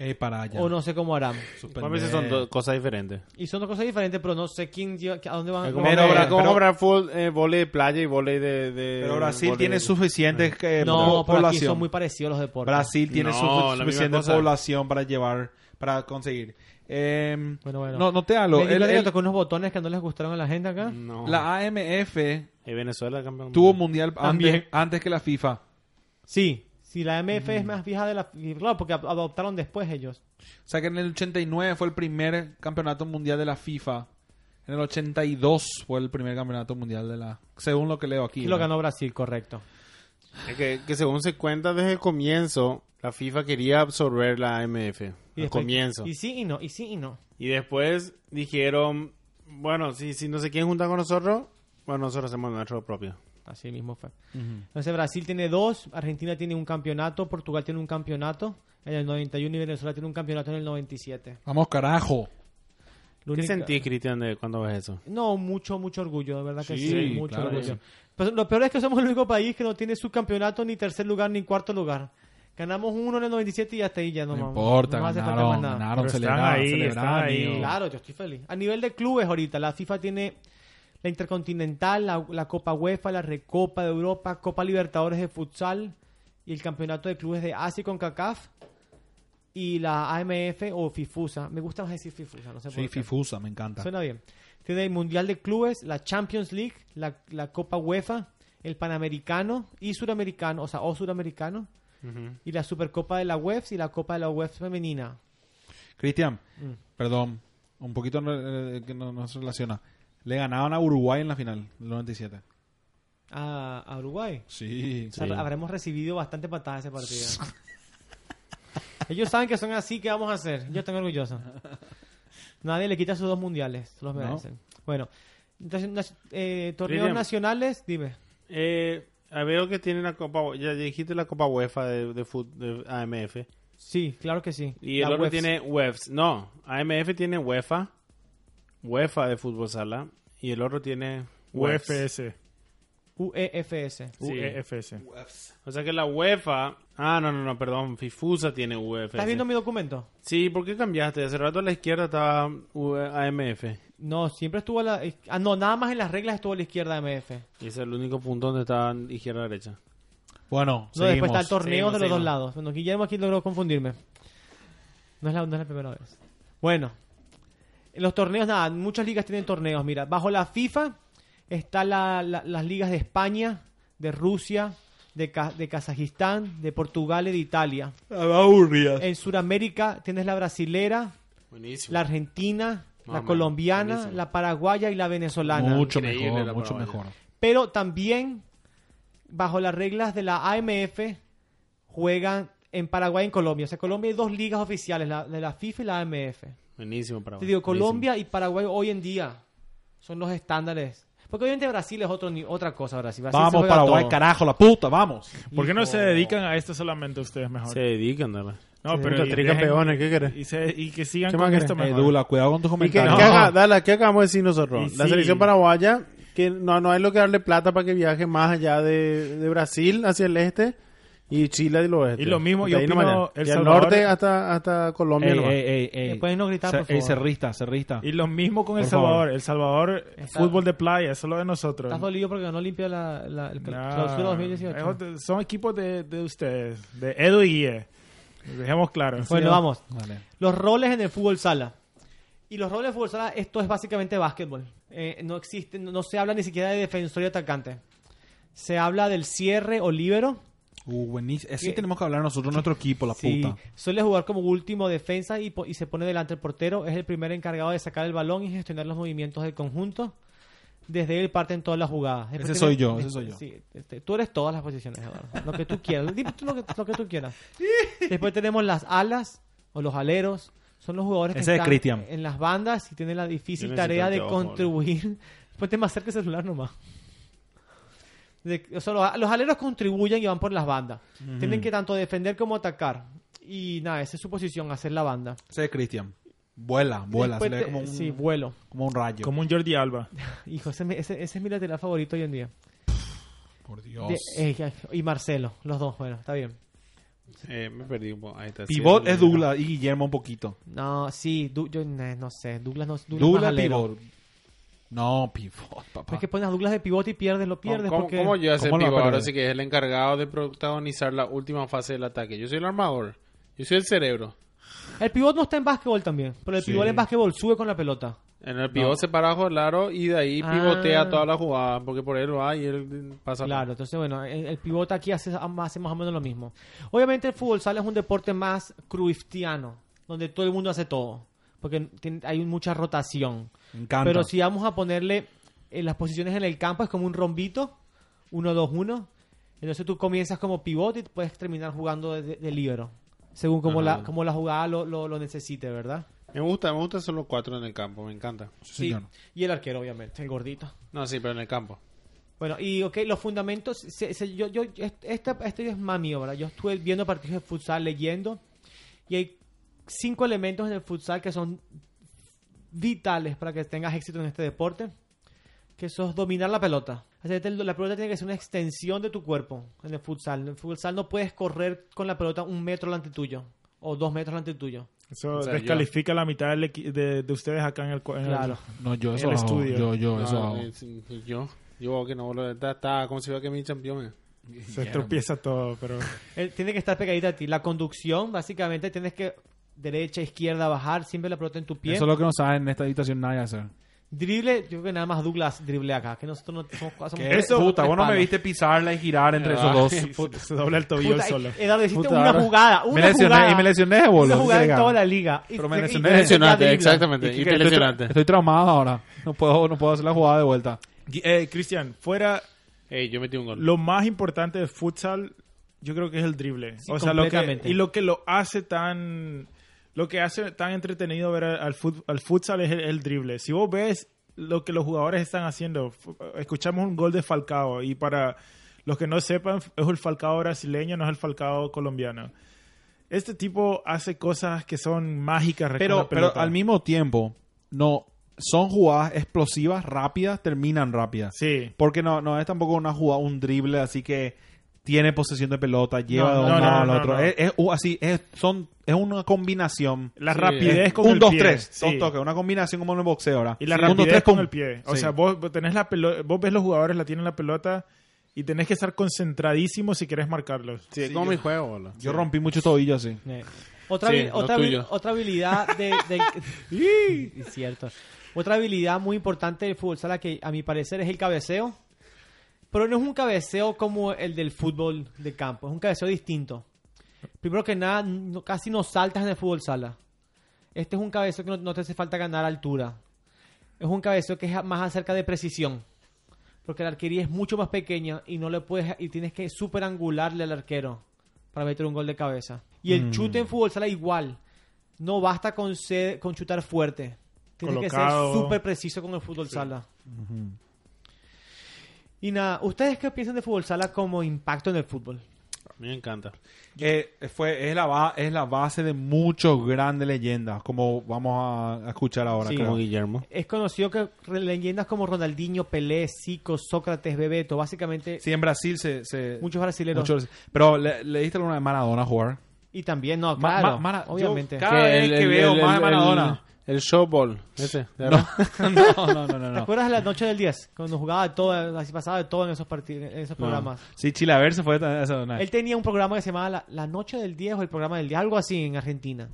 Speaker 2: Eh, para allá.
Speaker 1: O no sé cómo harán.
Speaker 3: A veces son dos cosas diferentes.
Speaker 1: Y son dos cosas diferentes, pero no sé quién lleva- a dónde van.
Speaker 3: Como
Speaker 2: Pero-
Speaker 3: habrá-
Speaker 2: pero-
Speaker 3: como habrá fútbol, eh, volei de playa y volei de, de-
Speaker 2: Pero Brasil
Speaker 3: volei-
Speaker 2: tiene suficiente eh,
Speaker 1: no,
Speaker 2: po-
Speaker 1: pero aquí
Speaker 2: población.
Speaker 1: son muy parecidos los deportes.
Speaker 2: Brasil tiene
Speaker 3: No,
Speaker 2: sufi-
Speaker 3: la misma
Speaker 2: suficiente
Speaker 3: cosa.
Speaker 2: población para llevar, para conseguir. Eh,
Speaker 1: Bueno, bueno.
Speaker 2: No, no te
Speaker 1: Le
Speaker 2: hablo.
Speaker 1: digo
Speaker 2: El-
Speaker 1: que
Speaker 2: el- Mm.
Speaker 1: tocó unos botones que no les gustaron a la gente acá.
Speaker 3: No.
Speaker 2: la AMF
Speaker 3: Y Venezuela campeón.
Speaker 2: tuvo mundial antes,
Speaker 1: También.
Speaker 2: antes que la FIFA.
Speaker 1: Sí, sí, la MF
Speaker 2: Mm.
Speaker 1: es más vieja de la... y Claro, porque ad- adoptaron después ellos.
Speaker 2: O sea que en el 89 fue el primer campeonato mundial de la FIFA. En el 82 fue el primer campeonato mundial de la... Según lo que leo aquí.
Speaker 1: Y lo
Speaker 2: ¿no?
Speaker 1: ganó Brasil, correcto.
Speaker 3: Es Que, que según se cuenta desde el comienzo, la FIFA quería absorber la AMF.
Speaker 1: Y
Speaker 3: Al
Speaker 1: después-
Speaker 3: comienzo.
Speaker 1: Y sí y no, y sí y no.
Speaker 3: Y después dijeron, bueno, si, si no se quieren juntar con nosotros, bueno, nosotros hacemos nuestro propio.
Speaker 1: Así mismo fue.
Speaker 2: Ujú.
Speaker 1: Entonces Brasil tiene dos, Argentina tiene un campeonato, Portugal tiene un campeonato en el 91 y Venezuela tiene un campeonato en el 97.
Speaker 2: Vamos, carajo.
Speaker 1: Lo
Speaker 3: ¿Qué
Speaker 1: único-
Speaker 3: sentís, Cristian, de cuando ves eso?
Speaker 1: No, mucho, mucho orgullo, de verdad que
Speaker 2: Sí,
Speaker 1: sí, mucho
Speaker 2: claro.
Speaker 1: orgullo. Pero lo peor es que somos el único país que no tiene subcampeonato ni tercer lugar ni cuarto lugar. Ganamos uno en el 97 y hasta ahí ya no,
Speaker 2: No,
Speaker 1: vamos.
Speaker 2: importa,
Speaker 1: no hace falta
Speaker 2: ganaron,
Speaker 1: más nada.
Speaker 2: ganaron,
Speaker 4: Pero están
Speaker 2: celebraron,
Speaker 4: ahí,
Speaker 2: celebraron,
Speaker 4: están ahí.
Speaker 2: amigo.
Speaker 1: Claro, yo estoy feliz. A nivel de clubes ahorita, la FIFA tiene la Intercontinental, la, la Copa UEFA, la Recopa de Europa, Copa Libertadores de Futsal y el Campeonato de Clubes de Asia con CACAF y la AMF o FIFUSA. Me gusta más decir FIFUSA, no sé por
Speaker 2: Sí,
Speaker 1: qué.
Speaker 2: Fifusa, me encanta.
Speaker 1: Suena bien. Tiene el Mundial de Clubes, la Champions League, la, la Copa UEFA, el Panamericano y Suramericano, o sea, o Suramericano, y la Supercopa de la UEFA y la Copa de la UEFA femenina.
Speaker 2: Cristian,
Speaker 1: Mm.
Speaker 2: perdón, un poquito no- eh, que no, no se relaciona. Le ganaban a Uruguay en la final del 97.
Speaker 1: A, a Uruguay.
Speaker 2: Sí.
Speaker 1: O sea, Habremos recibido bastante patadas ese partido. Ellos saben que son así, ¿qué vamos a hacer? Yo estoy orgulloso. Nadie le quita sus dos mundiales, se los
Speaker 2: No.
Speaker 1: merecen. Bueno, entonces, nas- eh, torneos
Speaker 3: William.
Speaker 1: nacionales, dime.
Speaker 3: Eh, ah, veo que tiene la Copa, ya dijiste la Copa UEFA de, de, fut- de AMF.
Speaker 1: Sí, claro que sí.
Speaker 3: Y
Speaker 1: La
Speaker 3: el otro
Speaker 1: UEFA.
Speaker 3: tiene UEFs. No, AMF tiene UEFA, UEFA de fútbol sala, y el otro tiene UEFs.
Speaker 4: UFS.
Speaker 1: E UEFS.
Speaker 3: Sí.
Speaker 4: UEFS.
Speaker 3: O sea que la UEFA... Ah, no, no, no, perdón, FIFUSA tiene UEFs.
Speaker 1: ¿Estás viendo mi documento?
Speaker 3: Sí, ¿por qué cambiaste? Hace rato a la izquierda estaba U- AMF.
Speaker 1: No, siempre estuvo a la... Ah, no, nada más en las reglas estuvo a la izquierda de MF.
Speaker 3: Y ese es el único punto donde estaban izquierda-derecha.
Speaker 2: Bueno,
Speaker 1: No, después está el torneo
Speaker 3: seguimos,
Speaker 1: de los
Speaker 3: seguimos.
Speaker 1: dos lados. Bueno, Guillermo aquí logró confundirme. No es, la, no es la primera vez. Bueno, en los torneos, nada, muchas ligas tienen torneos. Mira, bajo la FIFA están las ligas de España, de Rusia, de, Ka- de Kazajistán, de Portugal y de Italia. En Sudamérica tienes la brasilera,
Speaker 3: Buenísimo.
Speaker 1: la argentina,
Speaker 3: Mamá,
Speaker 1: la colombiana,
Speaker 3: buenísimo.
Speaker 1: la paraguaya y la venezolana.
Speaker 2: mucho
Speaker 3: Increíble la
Speaker 2: mejor, mucho
Speaker 3: probabilidad.
Speaker 2: mejor.
Speaker 1: Pero también, bajo las reglas de la AMF, juegan en Paraguay y en Colombia. O sea, Colombia hay dos ligas oficiales, la de la FIFA y la AMF.
Speaker 3: Buenísimo para
Speaker 1: Te digo, Colombia y Paraguay hoy en día son los estándares. Porque obviamente Brasil es otro, ni- otra cosa, Brasil. Brasil se
Speaker 2: Vamos,
Speaker 1: juega
Speaker 2: Paraguay,
Speaker 1: todo.
Speaker 2: carajo, la puta, vamos.
Speaker 4: ¿Por qué no
Speaker 1: Hijo.
Speaker 4: se dedican a esto solamente ustedes mejor?
Speaker 3: Se dedican, dale.
Speaker 4: No,
Speaker 3: Puta,
Speaker 4: pero y, dejen-
Speaker 3: tres campeones, ¿qué querés?
Speaker 4: y, se- y que sigan
Speaker 3: ¿Qué
Speaker 4: con
Speaker 3: más
Speaker 4: esto
Speaker 2: Eh,
Speaker 4: mejor.
Speaker 2: Dula, cuidado con tus
Speaker 3: ¿Y qué,
Speaker 2: comentarios.
Speaker 3: qué
Speaker 4: No.
Speaker 3: haga- dale, ¿qué acabamos de decir nosotros?
Speaker 4: Y
Speaker 3: la
Speaker 4: sí.
Speaker 3: selección paraguaya, que no, no hay lo que darle plata para que viaje más allá de, de Brasil hacia el este y Chile del oeste.
Speaker 4: Y lo mismo,
Speaker 3: De
Speaker 4: yo
Speaker 3: ahí
Speaker 4: opino
Speaker 3: nomás ya.
Speaker 4: El
Speaker 3: Y al
Speaker 4: Salvador-
Speaker 3: norte hasta, hasta Colombia.
Speaker 2: Ey,
Speaker 3: nomás.
Speaker 2: ey, ey, ey.
Speaker 1: Eh, pueden no gritar,
Speaker 2: Se-
Speaker 1: por
Speaker 2: ey,
Speaker 1: favor.
Speaker 2: cerrista, cerrista.
Speaker 4: Y lo mismo con
Speaker 2: Por
Speaker 4: El Salvador.
Speaker 2: favor.
Speaker 4: El Salvador,
Speaker 1: Está-
Speaker 4: fútbol de playa, eso es lo de nosotros.
Speaker 1: Estás dolido porque ganó limpia la, la- el
Speaker 4: Nah,
Speaker 1: clausura 2018.
Speaker 4: es otro- son equipos de, de ustedes, de Edu y Guille. Dejemos claro.
Speaker 1: Bueno, vamos.
Speaker 2: Vale.
Speaker 1: Los roles en el fútbol sala. Y los roles de fútbol sala, esto es básicamente básquetbol. Eh, no existe, no, no se habla ni siquiera de defensor y atacante. Se habla del cierre o líbero.
Speaker 2: Uh, buenísimo. Así
Speaker 1: Eh,
Speaker 2: tenemos que hablar nosotros, nuestro equipo, la
Speaker 1: Sí,
Speaker 2: puta.
Speaker 1: Suele jugar como último defensa y, po- y se pone delante el portero. Es el primer encargado de sacar el balón y gestionar los movimientos del conjunto. Desde él parten todas las jugadas. Después
Speaker 2: Ese
Speaker 1: tiene-
Speaker 2: soy yo, ese soy yo.
Speaker 1: sí, este, tú eres todas las posiciones, Eduardo. Lo que tú quieras. Dime tú lo que, lo que tú quieras. Después tenemos las alas o los aleros. son los jugadores que
Speaker 2: Ese es
Speaker 1: están
Speaker 2: Cristian.
Speaker 1: en las bandas y tienen la difícil
Speaker 3: Yo necesito
Speaker 1: tarea de
Speaker 3: anteojos, boludo.
Speaker 1: contribuir. Ponte más cerca el celular nomás. De- o sea, los, los aleros contribuyen y van por las bandas. Tienen que tanto defender como atacar. Y nada, esa es su posición, hacer la banda.
Speaker 2: Ese es Cristian. Vuela, vuela.
Speaker 1: Después
Speaker 2: se le ve
Speaker 1: te-
Speaker 2: como un,
Speaker 1: Sí, vuelo.
Speaker 2: como un rayo.
Speaker 4: Como un Jordi Alba.
Speaker 1: Hijo, ese, es mi- ese- ese es mi lateral favorito hoy en día.
Speaker 2: Por Dios.
Speaker 1: De- eh, y Marcelo, los dos, bueno, está bien.
Speaker 3: Eh, me perdí un poco. Ahí está.
Speaker 2: Pivot
Speaker 3: Sí,
Speaker 2: es Douglas y Guillermo un poquito.
Speaker 1: No, sí, Du- yo no, no sé, Douglas no Douglas más
Speaker 2: Douglas
Speaker 1: alero.
Speaker 2: pivot. No, pivot, papá.
Speaker 1: Es que pones a Douglas de pivote y pierdes, lo pierdes
Speaker 3: ¿Cómo,
Speaker 1: porque...
Speaker 3: cómo yo ese
Speaker 2: ¿Cómo lo
Speaker 3: pivo ahora
Speaker 2: perdés?
Speaker 3: sí que es el encargado de protagonizar la última fase del ataque? Yo soy el armador. Yo soy el cerebro.
Speaker 1: El pivot no está en básquetbol también, pero el
Speaker 2: Sí.
Speaker 1: pivot en básquetbol sube con la pelota.
Speaker 3: En el pivot se para bajo el aro y de ahí
Speaker 1: Ah.
Speaker 3: pivotea toda la jugada. Porque por él va y él pasa.
Speaker 1: Claro, entonces bueno, el, el pivote aquí hace, hace más o menos lo mismo. Obviamente el fútbol sala es un deporte más cruyftiano, donde todo el mundo hace todo, porque tien- hay mucha rotación.
Speaker 2: Me encanta.
Speaker 1: Pero si vamos a ponerle eh, las posiciones en el campo, es como un rombito, 1-2-1. Entonces tú comienzas como pivote y puedes terminar jugando de, de- de libero, según como la, como la jugada lo, lo- lo necesite, ¿verdad?
Speaker 3: Me gusta, me gusta solo cuatro en el campo. Me encanta.
Speaker 2: Sí, señor.
Speaker 1: Y el arquero, obviamente, el gordito.
Speaker 3: No, sí, pero en el campo.
Speaker 1: Bueno, y ok, los fundamentos, se- se- yo, yo, est- esta, este es más mío, ¿verdad? Yo estuve viendo partidos de futsal, leyendo, y hay cinco elementos en el futsal que son vitales para que tengas éxito en este deporte, que eso es dominar la pelota. O sea, te- la pelota tiene que ser una extensión de tu cuerpo en el futsal. En el futsal no puedes correr con la pelota un metro delante tuyo, o dos metros delante tuyo.
Speaker 4: Eso
Speaker 3: O sea,
Speaker 4: descalifica la mitad del equi- de, de ustedes acá en el... cu- en el-
Speaker 1: Claro.
Speaker 2: No, yo eso
Speaker 4: El
Speaker 2: hago.
Speaker 4: estudio.
Speaker 2: Yo, yo, eso
Speaker 3: No,
Speaker 2: hago.
Speaker 3: eh, sí, yo, yo que no boludo, está, está como si fuera que mi campeón. eh.
Speaker 4: se tropieza todo, pero...
Speaker 1: Eh, tiene que estar pegadita a ti. La conducción, básicamente, tienes que derecha, izquierda, bajar, siempre la pelota en tu pie.
Speaker 2: Eso es lo que no saben en esta habitación nadie hacer.
Speaker 1: Drible, yo creo que nada más Douglas drible acá, que nosotros no somos, somos tres-
Speaker 2: Eso, puta,
Speaker 1: tres
Speaker 2: vos no me
Speaker 1: palos.
Speaker 2: viste pisarla y girar entre esos dos.
Speaker 4: Puta, se dobla el tobillo
Speaker 1: Puta,
Speaker 4: solo.
Speaker 1: Eduardo, hiciste
Speaker 2: Puta,
Speaker 1: una
Speaker 2: ahora-
Speaker 1: jugada, una
Speaker 2: me lesioné,
Speaker 1: jugada.
Speaker 2: y me lesioné,
Speaker 1: Una
Speaker 2: boludo.
Speaker 1: jugada en
Speaker 2: Venga.
Speaker 1: toda la liga. Y-
Speaker 2: Pero me
Speaker 1: y-
Speaker 2: lesioné.
Speaker 1: y-
Speaker 3: Impresionante,
Speaker 1: ya dribla.
Speaker 3: exactamente.
Speaker 2: Y que- estoy-
Speaker 3: Impresionante.
Speaker 2: Estoy traumado ahora. No puedo, no puedo hacer la jugada de vuelta.
Speaker 4: Gui- eh, Cristian, fuera...
Speaker 3: Ey, yo metí un gol.
Speaker 4: Lo más importante del futsal, yo creo que es el drible.
Speaker 1: Sí,
Speaker 4: o sea, lo que,
Speaker 1: completamente.
Speaker 4: y lo que lo hace tan... Lo que hace tan entretenido ver al, fut- al futsal es el, el drible. Si vos ves lo que los jugadores están haciendo, fu- escuchamos un gol de Falcao y para los que no sepan, es el Falcao brasileño, no es el Falcao colombiano. Este tipo hace cosas que son mágicas. con
Speaker 2: Pero,
Speaker 4: la
Speaker 2: pero
Speaker 4: pelota.
Speaker 2: al mismo tiempo, no son jugadas explosivas, rápidas, terminan rápidas.
Speaker 4: Sí.
Speaker 2: Porque no, no es tampoco una jugada, un drible, así que tiene posesión de pelota, lleva de
Speaker 4: no,
Speaker 2: un
Speaker 4: no,
Speaker 2: lado al
Speaker 4: no,
Speaker 2: otro.
Speaker 4: no.
Speaker 2: Es, es u- así, es, son, es una combinación.
Speaker 4: La
Speaker 3: Sí,
Speaker 4: rapidez con
Speaker 2: eh, un,
Speaker 4: el
Speaker 2: dos,
Speaker 4: pie.
Speaker 2: tres,
Speaker 4: Sí.
Speaker 2: dos toques, una combinación como en el boxeo ahora.
Speaker 4: Y la
Speaker 2: Sí. Un, dos,
Speaker 4: rapidez
Speaker 2: tres,
Speaker 4: con,
Speaker 2: pum.
Speaker 4: el pie. O
Speaker 2: Sí.
Speaker 4: sea, vos, vos tenés la pelota, vos ves los jugadores, la tienen la pelota y tenés que estar concentradísimo si querés marcarlos.
Speaker 3: Sí, es como mi juego, boludo.
Speaker 2: yo rompí muchos tobillos así.
Speaker 1: Eh, Otra,
Speaker 3: Sí,
Speaker 1: habi-
Speaker 3: lo
Speaker 1: otra, habi-
Speaker 3: tuyo.
Speaker 1: otra habilidad de, de- Es cierto. Otra habilidad muy importante del fútbol sala que a mi parecer es el cabeceo. Pero no es un cabeceo como el del fútbol de campo, es un cabeceo distinto. Primero que nada, no- casi no saltas en el fútbol sala. Este es un cabeceo que no, no te hace falta ganar altura. Es un cabeceo que es más acerca de precisión. Porque la arquería es mucho más pequeña y no le puedes y tienes que superangularle al arquero para meter un gol de cabeza. Y
Speaker 2: Mm.
Speaker 1: el chute en fútbol sala igual. No basta con ser- con chutar fuerte. Tienes que
Speaker 4: Colocado.
Speaker 1: ser súper preciso con el fútbol sala. Y nada, ¿ustedes qué piensan de fútbol sala como impacto en el fútbol?
Speaker 3: A mí me encanta.
Speaker 2: Eh, fue, es, la, ba- es la base de muchas grandes leyendas, como vamos a, a escuchar ahora.
Speaker 1: Sí.
Speaker 2: creo.
Speaker 3: Como Guillermo.
Speaker 1: Es conocido que re- leyendas como Ronaldinho, Pelé, Zico, Sócrates, Bebeto, básicamente
Speaker 2: Sí, en Brasil se... se
Speaker 1: muchos brasileños.
Speaker 2: muchos- pero ¿le, le diste alguna vez Maradona a jugar.
Speaker 1: Y también, no,
Speaker 2: Ma-
Speaker 1: claro,
Speaker 2: ma- Mara- yo
Speaker 1: obviamente.
Speaker 2: cada vez que veo más de Maradona.
Speaker 3: El, el showball. Ese.
Speaker 2: No, no, no, no,
Speaker 1: ¿Te
Speaker 2: no, no.
Speaker 1: acuerdas de la noche del 10? Cuando jugaba de todo, así pasaba de todo en esos partidos, en esos programas.
Speaker 2: Sí, Chilaver se fue a esa
Speaker 1: Él tenía un programa que se llamaba La, La Noche del 10 o el programa del 10, algo así en Argentina.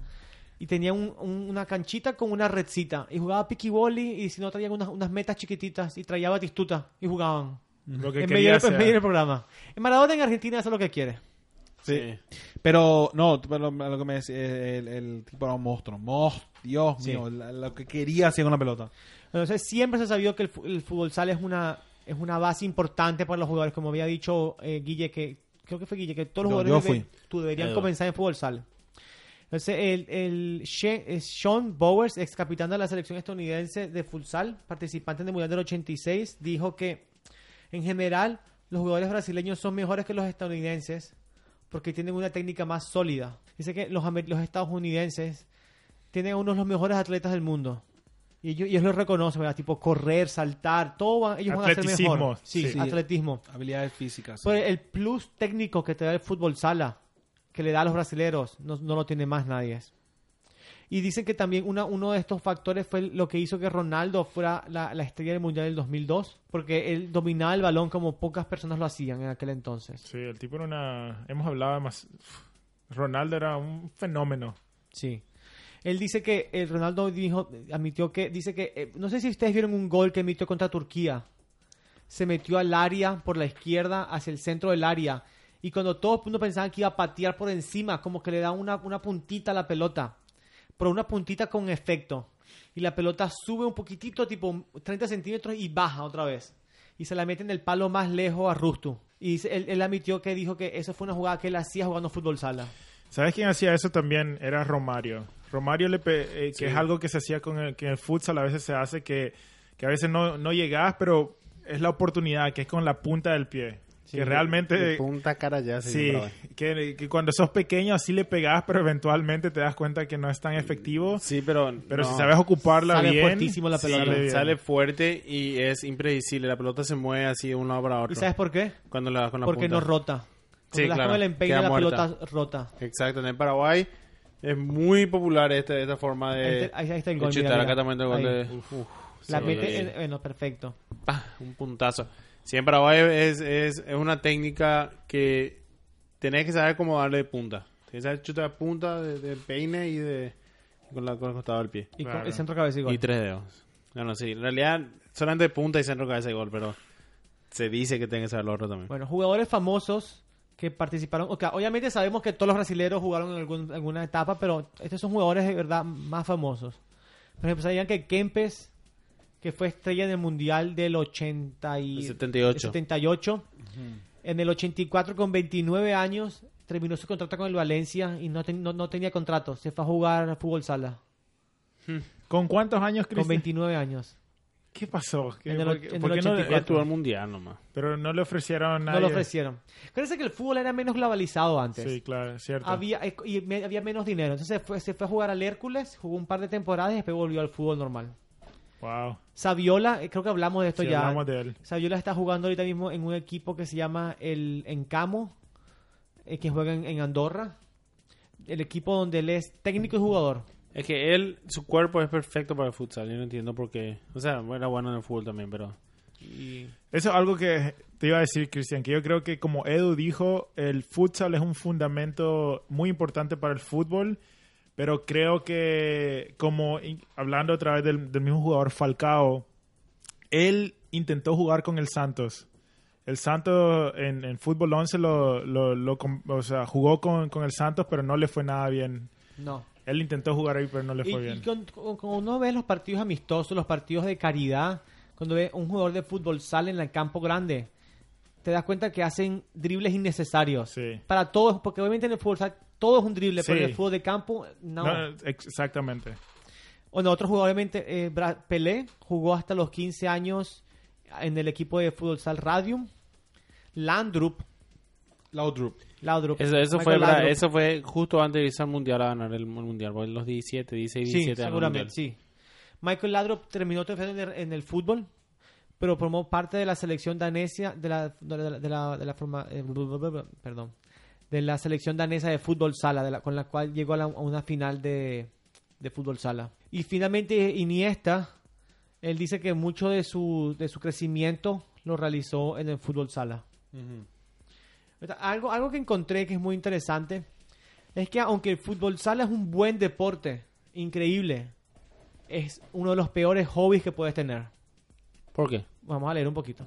Speaker 1: Y tenía un- un- una canchita con una redcita. Y jugaba piquiboli y si no traían unas, unas metas chiquititas y traía batistuta y jugaban.
Speaker 4: Lo que
Speaker 1: En
Speaker 4: quería
Speaker 1: medio, del- en
Speaker 4: hacer.
Speaker 1: medio del programa. En Maradona en Argentina hace lo que quiere.
Speaker 3: Sí.
Speaker 2: Pero no, pero lo, lo que me decía, el, el tipo era un monstruo. Monstruo, Dios mío, la- lo que quería hacía con la pelota.
Speaker 1: Entonces siempre se ha sabido que el, fu- el fútbol sala es una, es una base importante para los jugadores. Como había dicho eh, Guille, que creo que fue Guille, que todos los
Speaker 2: Yo-
Speaker 1: jugadores
Speaker 2: yo
Speaker 1: deben-
Speaker 2: fui.
Speaker 1: tú deberían
Speaker 3: Ahí va.
Speaker 1: comenzar en fútbol sala. Entonces, el, el She- eh, Sean Bowers, ex capitán de la selección estadounidense de futsal, participante en el Mundial del 86, dijo que en general los jugadores brasileños son mejores que los estadounidenses porque tienen una técnica más sólida. Dice que los, amer- los estadounidenses tienen a unos de los mejores atletas del mundo. Y ellos, y ellos lo reconocen, ¿verdad? Tipo correr, saltar, todo van- ellos van a ser mejor.
Speaker 4: Atleticismo,
Speaker 1: Sí,
Speaker 2: sí.
Speaker 1: atletismo.
Speaker 2: Habilidades físicas.
Speaker 1: Pero el plus técnico que te da el fútbol sala, que le da a los brasileros, no, no lo tiene más nadie. Y dicen que también una, uno de estos factores fue lo que hizo que Ronaldo fuera la, la estrella del Mundial del 2002, porque él dominaba el balón como pocas personas lo hacían en aquel entonces.
Speaker 4: Sí, el tipo era una... Hemos hablado más... Ronaldo era un fenómeno.
Speaker 1: Sí. Él dice que el Ronaldo dijo, admitió que, dice que, eh, no sé si ustedes vieron un gol que emitió contra Turquía. Se metió al área por la izquierda, hacia el centro del área. Y cuando todo el mundo pensaba que iba a patear por encima, como que le da una, una puntita a la pelota. Pero una puntita con efecto. Y la pelota sube un poquitito, tipo 30 centímetros, y baja otra vez. Y se la mete en el palo más lejos a Rustu. Y dice- él, él admitió que dijo que esa fue una jugada que él hacía jugando fútbol sala.
Speaker 4: ¿Sabes quién hacía eso también? Era Romario. Romario, le pe- eh, que es algo que se hacía con el, que en el futsal a veces se hace, que, que a veces no, no llegás, pero es la oportunidad, que es con la punta del pie. que realmente...
Speaker 3: De punta cara ya. se
Speaker 4: Sí,
Speaker 3: llamaba.
Speaker 1: eh.
Speaker 4: que, que cuando sos pequeño así le pegás, pero eventualmente te das cuenta que no es tan efectivo.
Speaker 3: Sí, pero.
Speaker 4: Pero
Speaker 3: no.
Speaker 4: si sabes ocuparla
Speaker 1: Sale
Speaker 4: bien,
Speaker 1: fuertísimo la
Speaker 4: sí,
Speaker 1: pelota.
Speaker 4: bien.
Speaker 3: Sale fuerte y es impredecible. La pelota se mueve así de un lado para otro.
Speaker 1: ¿Y sabes por qué?
Speaker 3: Cuando la das con la
Speaker 1: porque
Speaker 3: punta.
Speaker 1: no rota.
Speaker 3: Sí,
Speaker 1: Cuando la
Speaker 3: claro,
Speaker 1: con el empeine
Speaker 3: queda
Speaker 1: la
Speaker 3: muerta.
Speaker 1: pelota rota.
Speaker 3: Exacto, en el Paraguay es muy popular esta, esta forma
Speaker 1: Ahí
Speaker 3: de.
Speaker 1: está- ahí está el
Speaker 3: de
Speaker 1: gol, mira,
Speaker 3: chutar.
Speaker 1: mira.
Speaker 3: Acá también está el gol
Speaker 1: Ahí.
Speaker 3: de- Uf,
Speaker 1: La
Speaker 3: sí,
Speaker 1: mete,
Speaker 3: sí.
Speaker 1: en- bueno, perfecto.
Speaker 3: ¡Pah! un puntazo. Sí, en Paraguay es, es, es una técnica que tenés que saber cómo darle de punta. Tenés que saber chutar de punta, de, de peine y de con, la, con el costado del pie.
Speaker 1: Y con
Speaker 4: Claro.
Speaker 1: el centro cabeza igual.
Speaker 3: Y tres dedos. No, no, sí. En realidad, solamente punta y centro cabeza y gol, pero se dice que tenés que saber lo otro también.
Speaker 1: Bueno, jugadores famosos que participaron. o sea, obviamente sabemos que todos los brasileños jugaron en algún- alguna etapa, pero estos son jugadores de verdad más famosos. Por ejemplo, sabían que Kempes, que fue estrella del Mundial del 80 y,
Speaker 3: El 78.
Speaker 1: el 78, en el 84 con 29 años, terminó su contrato con el Valencia y no, ten- no, no tenía contrato. Se fue a jugar a fútbol sala
Speaker 4: ¿Con cuántos años,
Speaker 1: con
Speaker 4: Cristian?
Speaker 1: 29 años.
Speaker 4: ¿Qué pasó? ¿Qué-
Speaker 1: En el
Speaker 4: por
Speaker 1: och-
Speaker 4: qué-
Speaker 1: en el
Speaker 4: por qué no le-
Speaker 1: 84.
Speaker 3: Ya estuvo al mundial nomás.
Speaker 4: pero no le ofrecieron nada.
Speaker 1: No lo ofrecieron. Parece que el fútbol era menos globalizado antes.
Speaker 4: Sí, claro, cierto.
Speaker 1: había, y me- había menos dinero. Entonces fue- se fue a jugar al Hércules, jugó un par de temporadas y después volvió al fútbol normal.
Speaker 4: Wow.
Speaker 1: Saviola, eh, creo que hablamos de esto
Speaker 4: Sí,
Speaker 1: ya.
Speaker 4: hablamos de él.
Speaker 1: Saviola está jugando ahorita mismo en un equipo que se llama el Encamo, eh, que juega en, en Andorra. El equipo donde él es técnico y jugador.
Speaker 3: Es que él, su cuerpo es perfecto para el futsal. Yo no entiendo por qué. O sea, era bueno en el fútbol también, pero.
Speaker 4: Eso es algo que te iba a decir, Cristian, que yo creo que como Edu dijo, el futsal es un fundamento muy importante para el fútbol, pero creo que como in- hablando a través del, del mismo jugador Falcao, él intentó jugar con el Santos. El Santos en, en fútbol 11 lo, lo- lo com- o sea, jugó con, con el Santos, pero no le fue nada bien.
Speaker 1: No.
Speaker 4: Él intentó jugar ahí, pero no le
Speaker 1: Y,
Speaker 4: fue
Speaker 1: y
Speaker 4: bien.
Speaker 1: con- con- cuando uno ve los partidos amistosos, los partidos de caridad, cuando ve un jugador de fútbol sale en el campo grande, te das cuenta que hacen dribles innecesarios.
Speaker 4: Sí.
Speaker 1: Para todos, porque obviamente en el fútbol sala todo es un drible, pero en
Speaker 4: Sí.
Speaker 1: el fútbol de campo, no.
Speaker 4: No, ex- exactamente.
Speaker 1: Bueno, otro jugador, obviamente, eh, Bra- Pelé jugó hasta los 15 años en el equipo de fútbol sal Radium. Landrup,
Speaker 2: Laudrup.
Speaker 1: Laudrup.
Speaker 3: Eso, eso,
Speaker 1: Michael
Speaker 3: fue, bra-
Speaker 1: Laudrup.
Speaker 3: eso fue justo antes de irse al mundial a ganar el, el mundial. porque Los 17, 16,
Speaker 1: Sí,
Speaker 3: 17. ganó el
Speaker 1: seguramente, sí. Michael Laudrup terminó triunfando en el, en el fútbol, pero formó parte de la selección danesa de la, de la, de la- de la forma, eh, blu, blu, blu, blu, perdón, de la selección danesa de fútbol sala, de la- con la cual llegó a, la- a una final de, de fútbol sala. Y finalmente Iniesta, él dice que mucho de su, de su crecimiento lo realizó en el fútbol sala. Ahorita, Algo, algo que encontré que es muy interesante es que aunque el fútbol sala es un buen deporte, increíble, es uno de los peores hobbies que puedes tener.
Speaker 3: mundial. ¿Por qué?
Speaker 1: Vamos a leer un poquito.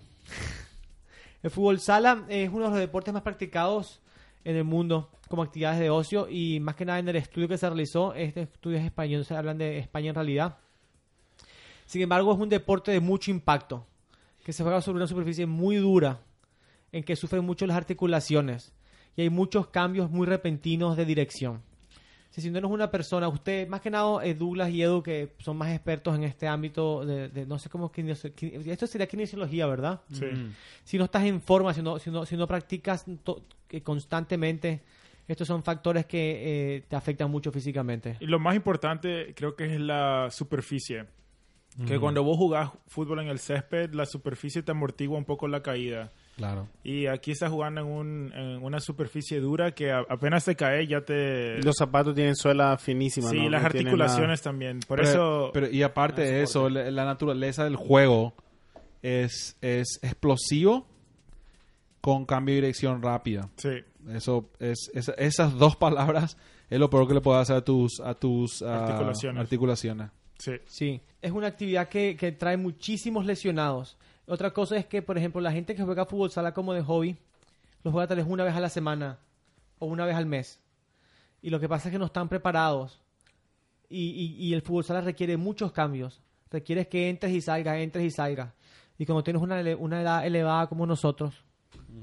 Speaker 1: El fútbol sala es uno de los deportes más practicados en el mundo como actividades de ocio y más que nada en el estudio que se realizó, este estudio es español, se hablan de España en realidad. Sin embargo, es un deporte de mucho impacto, que se juega sobre una superficie muy dura, en que sufren mucho las articulaciones y hay muchos cambios muy repentinos de dirección. si sintiéndonos una persona, usted, más que nada eh, Douglas y Edu, que son más expertos en este ámbito de, de- no sé cómo es kinesio- kin- esto sería kinesiología, ¿verdad?
Speaker 3: Sí.
Speaker 1: Si no estás en forma, si no, si no, si no practicas to- que constantemente, estos son factores que eh, te afectan mucho físicamente.
Speaker 4: Y lo más importante creo que es la superficie. Que cuando vos jugás fútbol en el césped, la superficie te amortigua un poco la caída.
Speaker 2: Claro.
Speaker 4: Y aquí estás jugando en, un- en una superficie dura que a- apenas se cae ya te...
Speaker 3: Los zapatos tienen suela finísima.
Speaker 4: Eh, sí,
Speaker 3: ¿no?
Speaker 4: las
Speaker 3: No tienen
Speaker 4: articulaciones también. Por
Speaker 2: Pero-
Speaker 4: eso...
Speaker 2: pero- ah, y aparte de eso, la, la naturaleza del juego es, es explosivo con cambio de dirección rápida.
Speaker 4: sí.
Speaker 2: Eso es, es- esas dos palabras es lo peor que le puedes hacer a tus a tus ah,
Speaker 4: Articulaciones.
Speaker 2: articulaciones.
Speaker 4: Sí.
Speaker 1: Sí, es una actividad que, que trae muchísimos lesionados. Otra cosa es que, por ejemplo, la gente que juega fútbol sala como de hobby, los juega tal vez una vez a la semana o una vez al mes. Y lo que pasa es que no están preparados. Y, y- y el fútbol sala requiere muchos cambios. Requiere que entres y salgas, entres y salgas. Y cuando tienes una, ele- una edad elevada como nosotros,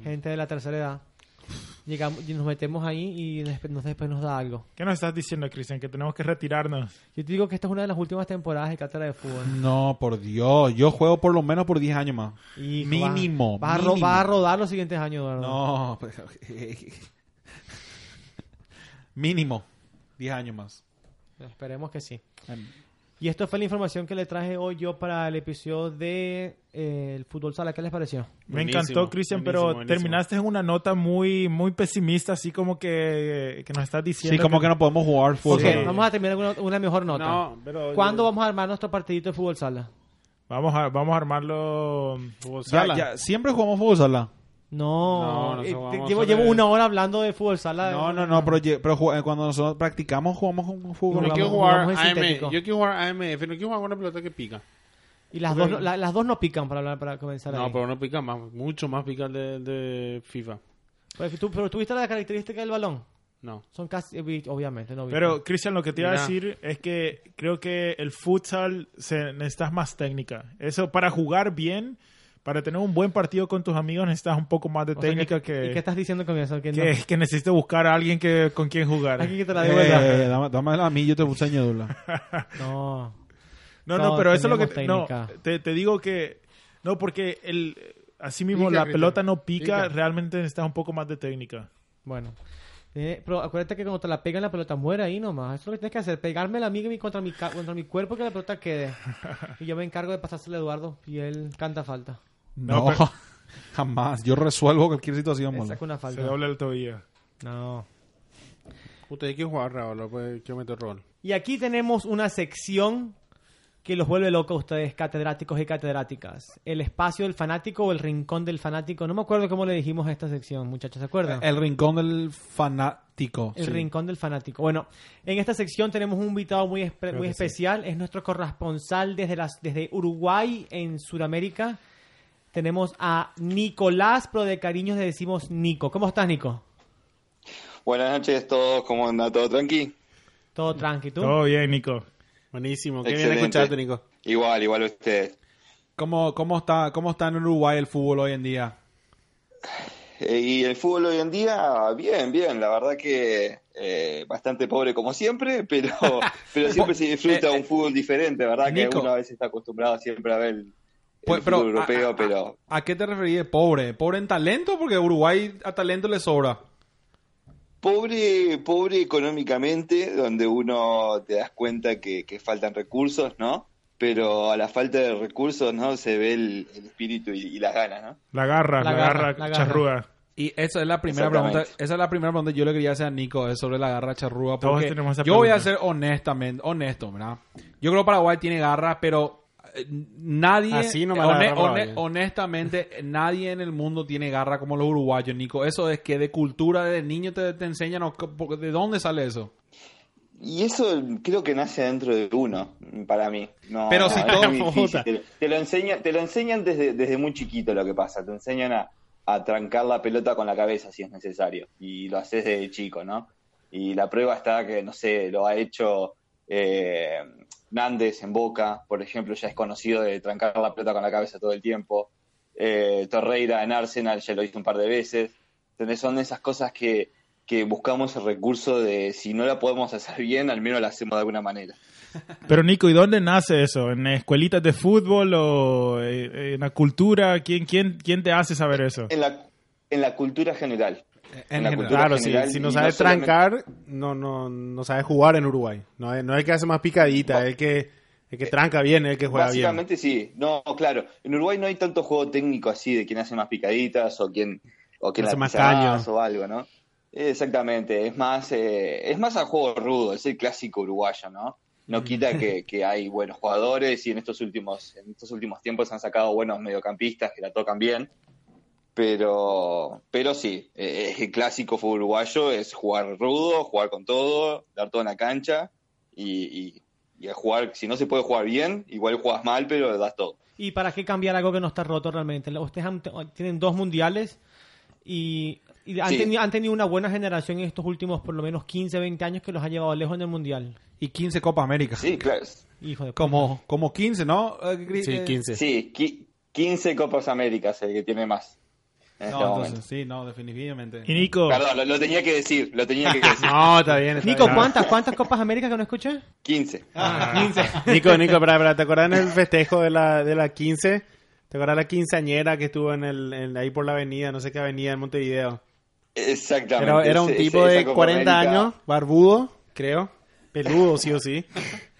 Speaker 1: gente de la tercera edad, llegamos y nos metemos ahí y después nos, después nos da algo.
Speaker 4: ¿Qué nos estás diciendo, Cristian? Que tenemos que retirarnos.
Speaker 1: Yo te digo que esta es una de las últimas temporadas de cátedra de fútbol.
Speaker 2: No, por Dios, yo juego por lo menos por 10 años más.
Speaker 1: Hijo,
Speaker 2: Mínimo,
Speaker 1: Vas, vas a ro-
Speaker 2: mínimo.
Speaker 1: vas a rodar los siguientes años, Eduardo.
Speaker 2: No, mínimo 10 años más.
Speaker 1: Esperemos que sí.
Speaker 2: Em,
Speaker 1: Y esto fue la información que le traje hoy yo para el episodio de eh, el fútbol sala. ¿Qué les pareció?
Speaker 4: Me
Speaker 3: Buenísimo,
Speaker 4: encantó, Cristian, pero
Speaker 3: buenísimo, buenísimo.
Speaker 4: terminaste en una nota muy, muy pesimista, así como que, que nos estás diciendo.
Speaker 2: Sí, como que no podemos jugar fútbol.
Speaker 1: ok, vamos a terminar con una, una mejor
Speaker 3: Una...
Speaker 1: nota.
Speaker 3: No, pero.
Speaker 1: ¿Cuándo vamos a armar nuestro partidito de fútbol sala?
Speaker 4: Vamos a, vamos a armarlo.
Speaker 3: vamos
Speaker 2: Ya, ya, siempre jugamos fútbol sala.
Speaker 1: No,
Speaker 3: No, no
Speaker 1: eh,
Speaker 3: sé,
Speaker 1: te-
Speaker 3: vamos
Speaker 1: llevo,
Speaker 3: a hacer
Speaker 1: llevo
Speaker 3: el-
Speaker 1: una hora hablando de fútbol sala.
Speaker 2: No, no, no, pero, ye- pero ju- eh, cuando nosotros practicamos jugamos con
Speaker 3: Yo
Speaker 2: fútbol.
Speaker 1: Jugamos-
Speaker 3: quiero jugar
Speaker 1: jugamos en
Speaker 3: AM,
Speaker 1: sintético.
Speaker 3: Yo quiero jugar AMF. No quiero jugar con una pelota que pica.
Speaker 1: Y las dos, no- la- las dos no pican para, hablar- para comenzar
Speaker 3: No,
Speaker 1: ahí.
Speaker 3: pero no pica más. Mucho más pica el de, de FIFA.
Speaker 1: Pero, es que Pues, tú, pero tú viste la característica del balón.
Speaker 3: No.
Speaker 1: Son casi, obviamente, no vi.
Speaker 4: Pero, Cristian, lo que te iba a
Speaker 3: Mira.
Speaker 4: decir es que creo que el futsal se, necesitas más técnica. Eso, para jugar bien, para tener un buen partido con tus amigos, necesitas un poco más de
Speaker 1: O sea,
Speaker 4: técnica
Speaker 1: ¿Y qué
Speaker 4: que,
Speaker 1: estás diciendo con eso? Que no.
Speaker 4: que, que necesitas buscar a alguien que, con quien jugar.
Speaker 1: Aquí que te la
Speaker 2: Eh,
Speaker 1: debo.
Speaker 2: eh, dame, dame a mí, yo te enseño Dula.
Speaker 1: No. No,
Speaker 4: No, no, pero eso es lo que
Speaker 1: tenemos
Speaker 4: te, no,
Speaker 1: técnica.
Speaker 4: te, te digo que no porque el así mismo
Speaker 3: Pica,
Speaker 4: la
Speaker 3: Cristian,
Speaker 4: pelota no pica,
Speaker 3: pica.
Speaker 4: realmente necesitas un poco más de técnica.
Speaker 1: Bueno. Eh, pero acuérdate que cuando te la pegan la pelota muere ahí nomás. Eso es lo que tienes que hacer. Pegarme la amiga contra mi, ca- contra mi cuerpo que la pelota quede. Y yo me encargo de pasársela a Eduardo y él canta falta.
Speaker 2: No,
Speaker 4: No, pero-
Speaker 2: jamás. Yo resuelvo cualquier situación,
Speaker 1: Él
Speaker 2: boludo.
Speaker 1: saca una
Speaker 4: Se
Speaker 1: falta.
Speaker 4: dobla el tobillo.
Speaker 1: No.
Speaker 3: Ustedes quieren jugar ahora, pues quiero meter rol.
Speaker 1: Y aquí tenemos una sección que los vuelve locos a ustedes, catedráticos y catedráticas. El espacio del fanático o el rincón del fanático. No me acuerdo cómo le dijimos a esta sección, muchachos. ¿Se acuerdan?
Speaker 2: El rincón del fanático.
Speaker 1: El
Speaker 2: sí.
Speaker 1: rincón del fanático. Bueno, en esta sección tenemos un invitado muy, espe- muy especial. Es nuestro corresponsal desde, las, desde Uruguay, en Sudamérica. Tenemos a Nicolás, pero de cariños le decimos Nico. ¿Cómo estás, Nico?
Speaker 6: Buenas noches a todos, ¿cómo anda? ¿Todo tranqui?
Speaker 1: Todo tranqui, ¿tú?
Speaker 4: Todo bien, Nico.
Speaker 3: Buenísimo. Qué bien
Speaker 6: Excelente.
Speaker 3: escucharte, Nico.
Speaker 6: Igual, igual a ustedes.
Speaker 2: ¿Cómo, cómo, está, ¿Cómo está en Uruguay el fútbol hoy en día?
Speaker 6: Eh, y el fútbol hoy en día, bien, bien. La verdad que eh, bastante pobre como siempre, pero, pero siempre se disfruta un fútbol diferente, ¿verdad? que
Speaker 2: Eh, Nico.
Speaker 6: uno a veces está acostumbrado siempre a ver el,
Speaker 2: Pues,
Speaker 6: fútbol
Speaker 2: pero, ah.
Speaker 6: europeo,
Speaker 2: a- a-
Speaker 6: pero...
Speaker 2: ¿A qué te referís de pobre? ¿Pobre en talento? Porque Uruguay a talento le sobra.
Speaker 6: Pobre, pobre económicamente, donde uno te das cuenta que, que faltan recursos, ¿no? Pero a la falta de recursos, ¿no? Se ve el, el espíritu y, y las ganas, ¿no?
Speaker 4: La garra,
Speaker 1: La
Speaker 4: la,
Speaker 1: garra,
Speaker 4: garra,
Speaker 1: la garra.
Speaker 4: charrúa.
Speaker 2: Y esa es la primera pregunta.
Speaker 6: Exactamente.
Speaker 2: Esa es la primera pregunta que yo le quería hacer a Nico es sobre la garra charrúa.
Speaker 4: Todos
Speaker 2: Porque
Speaker 4: tenemos esa
Speaker 2: yo voy a
Speaker 4: pregunta.
Speaker 2: ser honestamente, honesto, ¿verdad? Yo creo que Paraguay tiene garra, pero eh, nadie,
Speaker 3: Así nomás la
Speaker 2: hone-
Speaker 3: agarra Paraguay.
Speaker 2: hone- honestamente, nadie en el mundo tiene garra como los uruguayos, Nico. Eso es que de cultura de niño te, te enseñan, o co- porque ¿de dónde sale eso?
Speaker 6: Y eso creo que nace dentro de uno, para mí. No,
Speaker 2: Pero
Speaker 6: no,
Speaker 2: si
Speaker 6: es
Speaker 2: todo-
Speaker 6: muy difícil. te, te lo enseña, te lo enseñan desde, desde muy chiquito lo que pasa. Te enseñan a, a trancar la pelota con la cabeza si es necesario. Y lo haces desde chico, ¿no? Y la prueba está que, no sé, lo ha hecho eh, Nández en Boca, por ejemplo, ya es conocido de trancar la pelota con la cabeza todo el tiempo. Eh, Torreira en Arsenal ya lo hizo un par de veces. Entonces son esas cosas que, que buscamos el recurso de si no la podemos hacer bien, al menos la hacemos de alguna manera.
Speaker 4: Pero Nico, ¿y dónde nace eso? ¿En escuelitas de fútbol o eh, en la cultura? ¿Quién, quién, quién te hace saber eso?
Speaker 6: En la, en la cultura general. En la cultura
Speaker 3: Claro, si,
Speaker 6: general,
Speaker 3: si
Speaker 6: y
Speaker 3: no sabe
Speaker 6: solamente-
Speaker 3: trancar, no, no, no sabe jugar en Uruguay. No es, no es el que hace más picadita, es el que, el que tranca bien, es el que juega bien.
Speaker 6: Básicamente sí, no, claro. En Uruguay no hay tanto juego técnico así de quién hace más picaditas o quién, o quién
Speaker 3: Hace
Speaker 6: la
Speaker 3: más
Speaker 6: pisa
Speaker 3: caño.
Speaker 6: o algo, ¿no? Exactamente, es más, eh, es más al juego rudo, es el clásico uruguayo, ¿no? No
Speaker 3: Mm.
Speaker 6: quita que, que hay buenos jugadores y en estos últimos, en estos últimos tiempos han sacado buenos mediocampistas que la tocan bien. Pero, pero sí, eh, es el clásico fútbol uruguayo es jugar rudo, jugar con todo, dar todo en la cancha y, y, y a jugar, si no se puede jugar bien, igual juegas mal, pero das todo.
Speaker 1: ¿Y para qué cambiar algo que no está roto realmente? Ustedes han- tienen dos mundiales y, y han,
Speaker 6: Sí.
Speaker 1: teni- han tenido una buena generación en estos últimos por lo menos 15, 20 años que los ha llevado lejos en el mundial.
Speaker 2: Y 15 Copa América.
Speaker 6: Sí, claro.
Speaker 1: Hijo de puta.
Speaker 2: Como, como 15, ¿no? Eh, Gris-
Speaker 3: Sí,
Speaker 2: eh,
Speaker 3: 15.
Speaker 6: Sí, qui- 15 Copas Américas, el que tiene más. En este
Speaker 2: No,
Speaker 6: momento.
Speaker 2: entonces, sí, no, definitivamente.
Speaker 4: Y Nico,
Speaker 6: Perdón, lo, lo tenía que decir, lo tenía que decir.
Speaker 3: No, está bien. está
Speaker 2: Ah.
Speaker 1: Nico,
Speaker 3: bien.
Speaker 1: ¿cuántas, ¿cuántas Copas América que no escuché?
Speaker 6: 15.
Speaker 3: Nico, Nico, para, ¿te acordás en el festejo de la, de la 15? ¿Te acordás la quinceañera que estuvo en el, en- ahí por la avenida, no sé qué avenida en Montevideo?
Speaker 6: Exactamente.
Speaker 3: Era, era un
Speaker 6: Ese-
Speaker 3: tipo
Speaker 6: ese-
Speaker 3: de
Speaker 6: esa Copa
Speaker 3: 40
Speaker 6: América-
Speaker 3: años, barbudo, creo, peludo, sí o sí,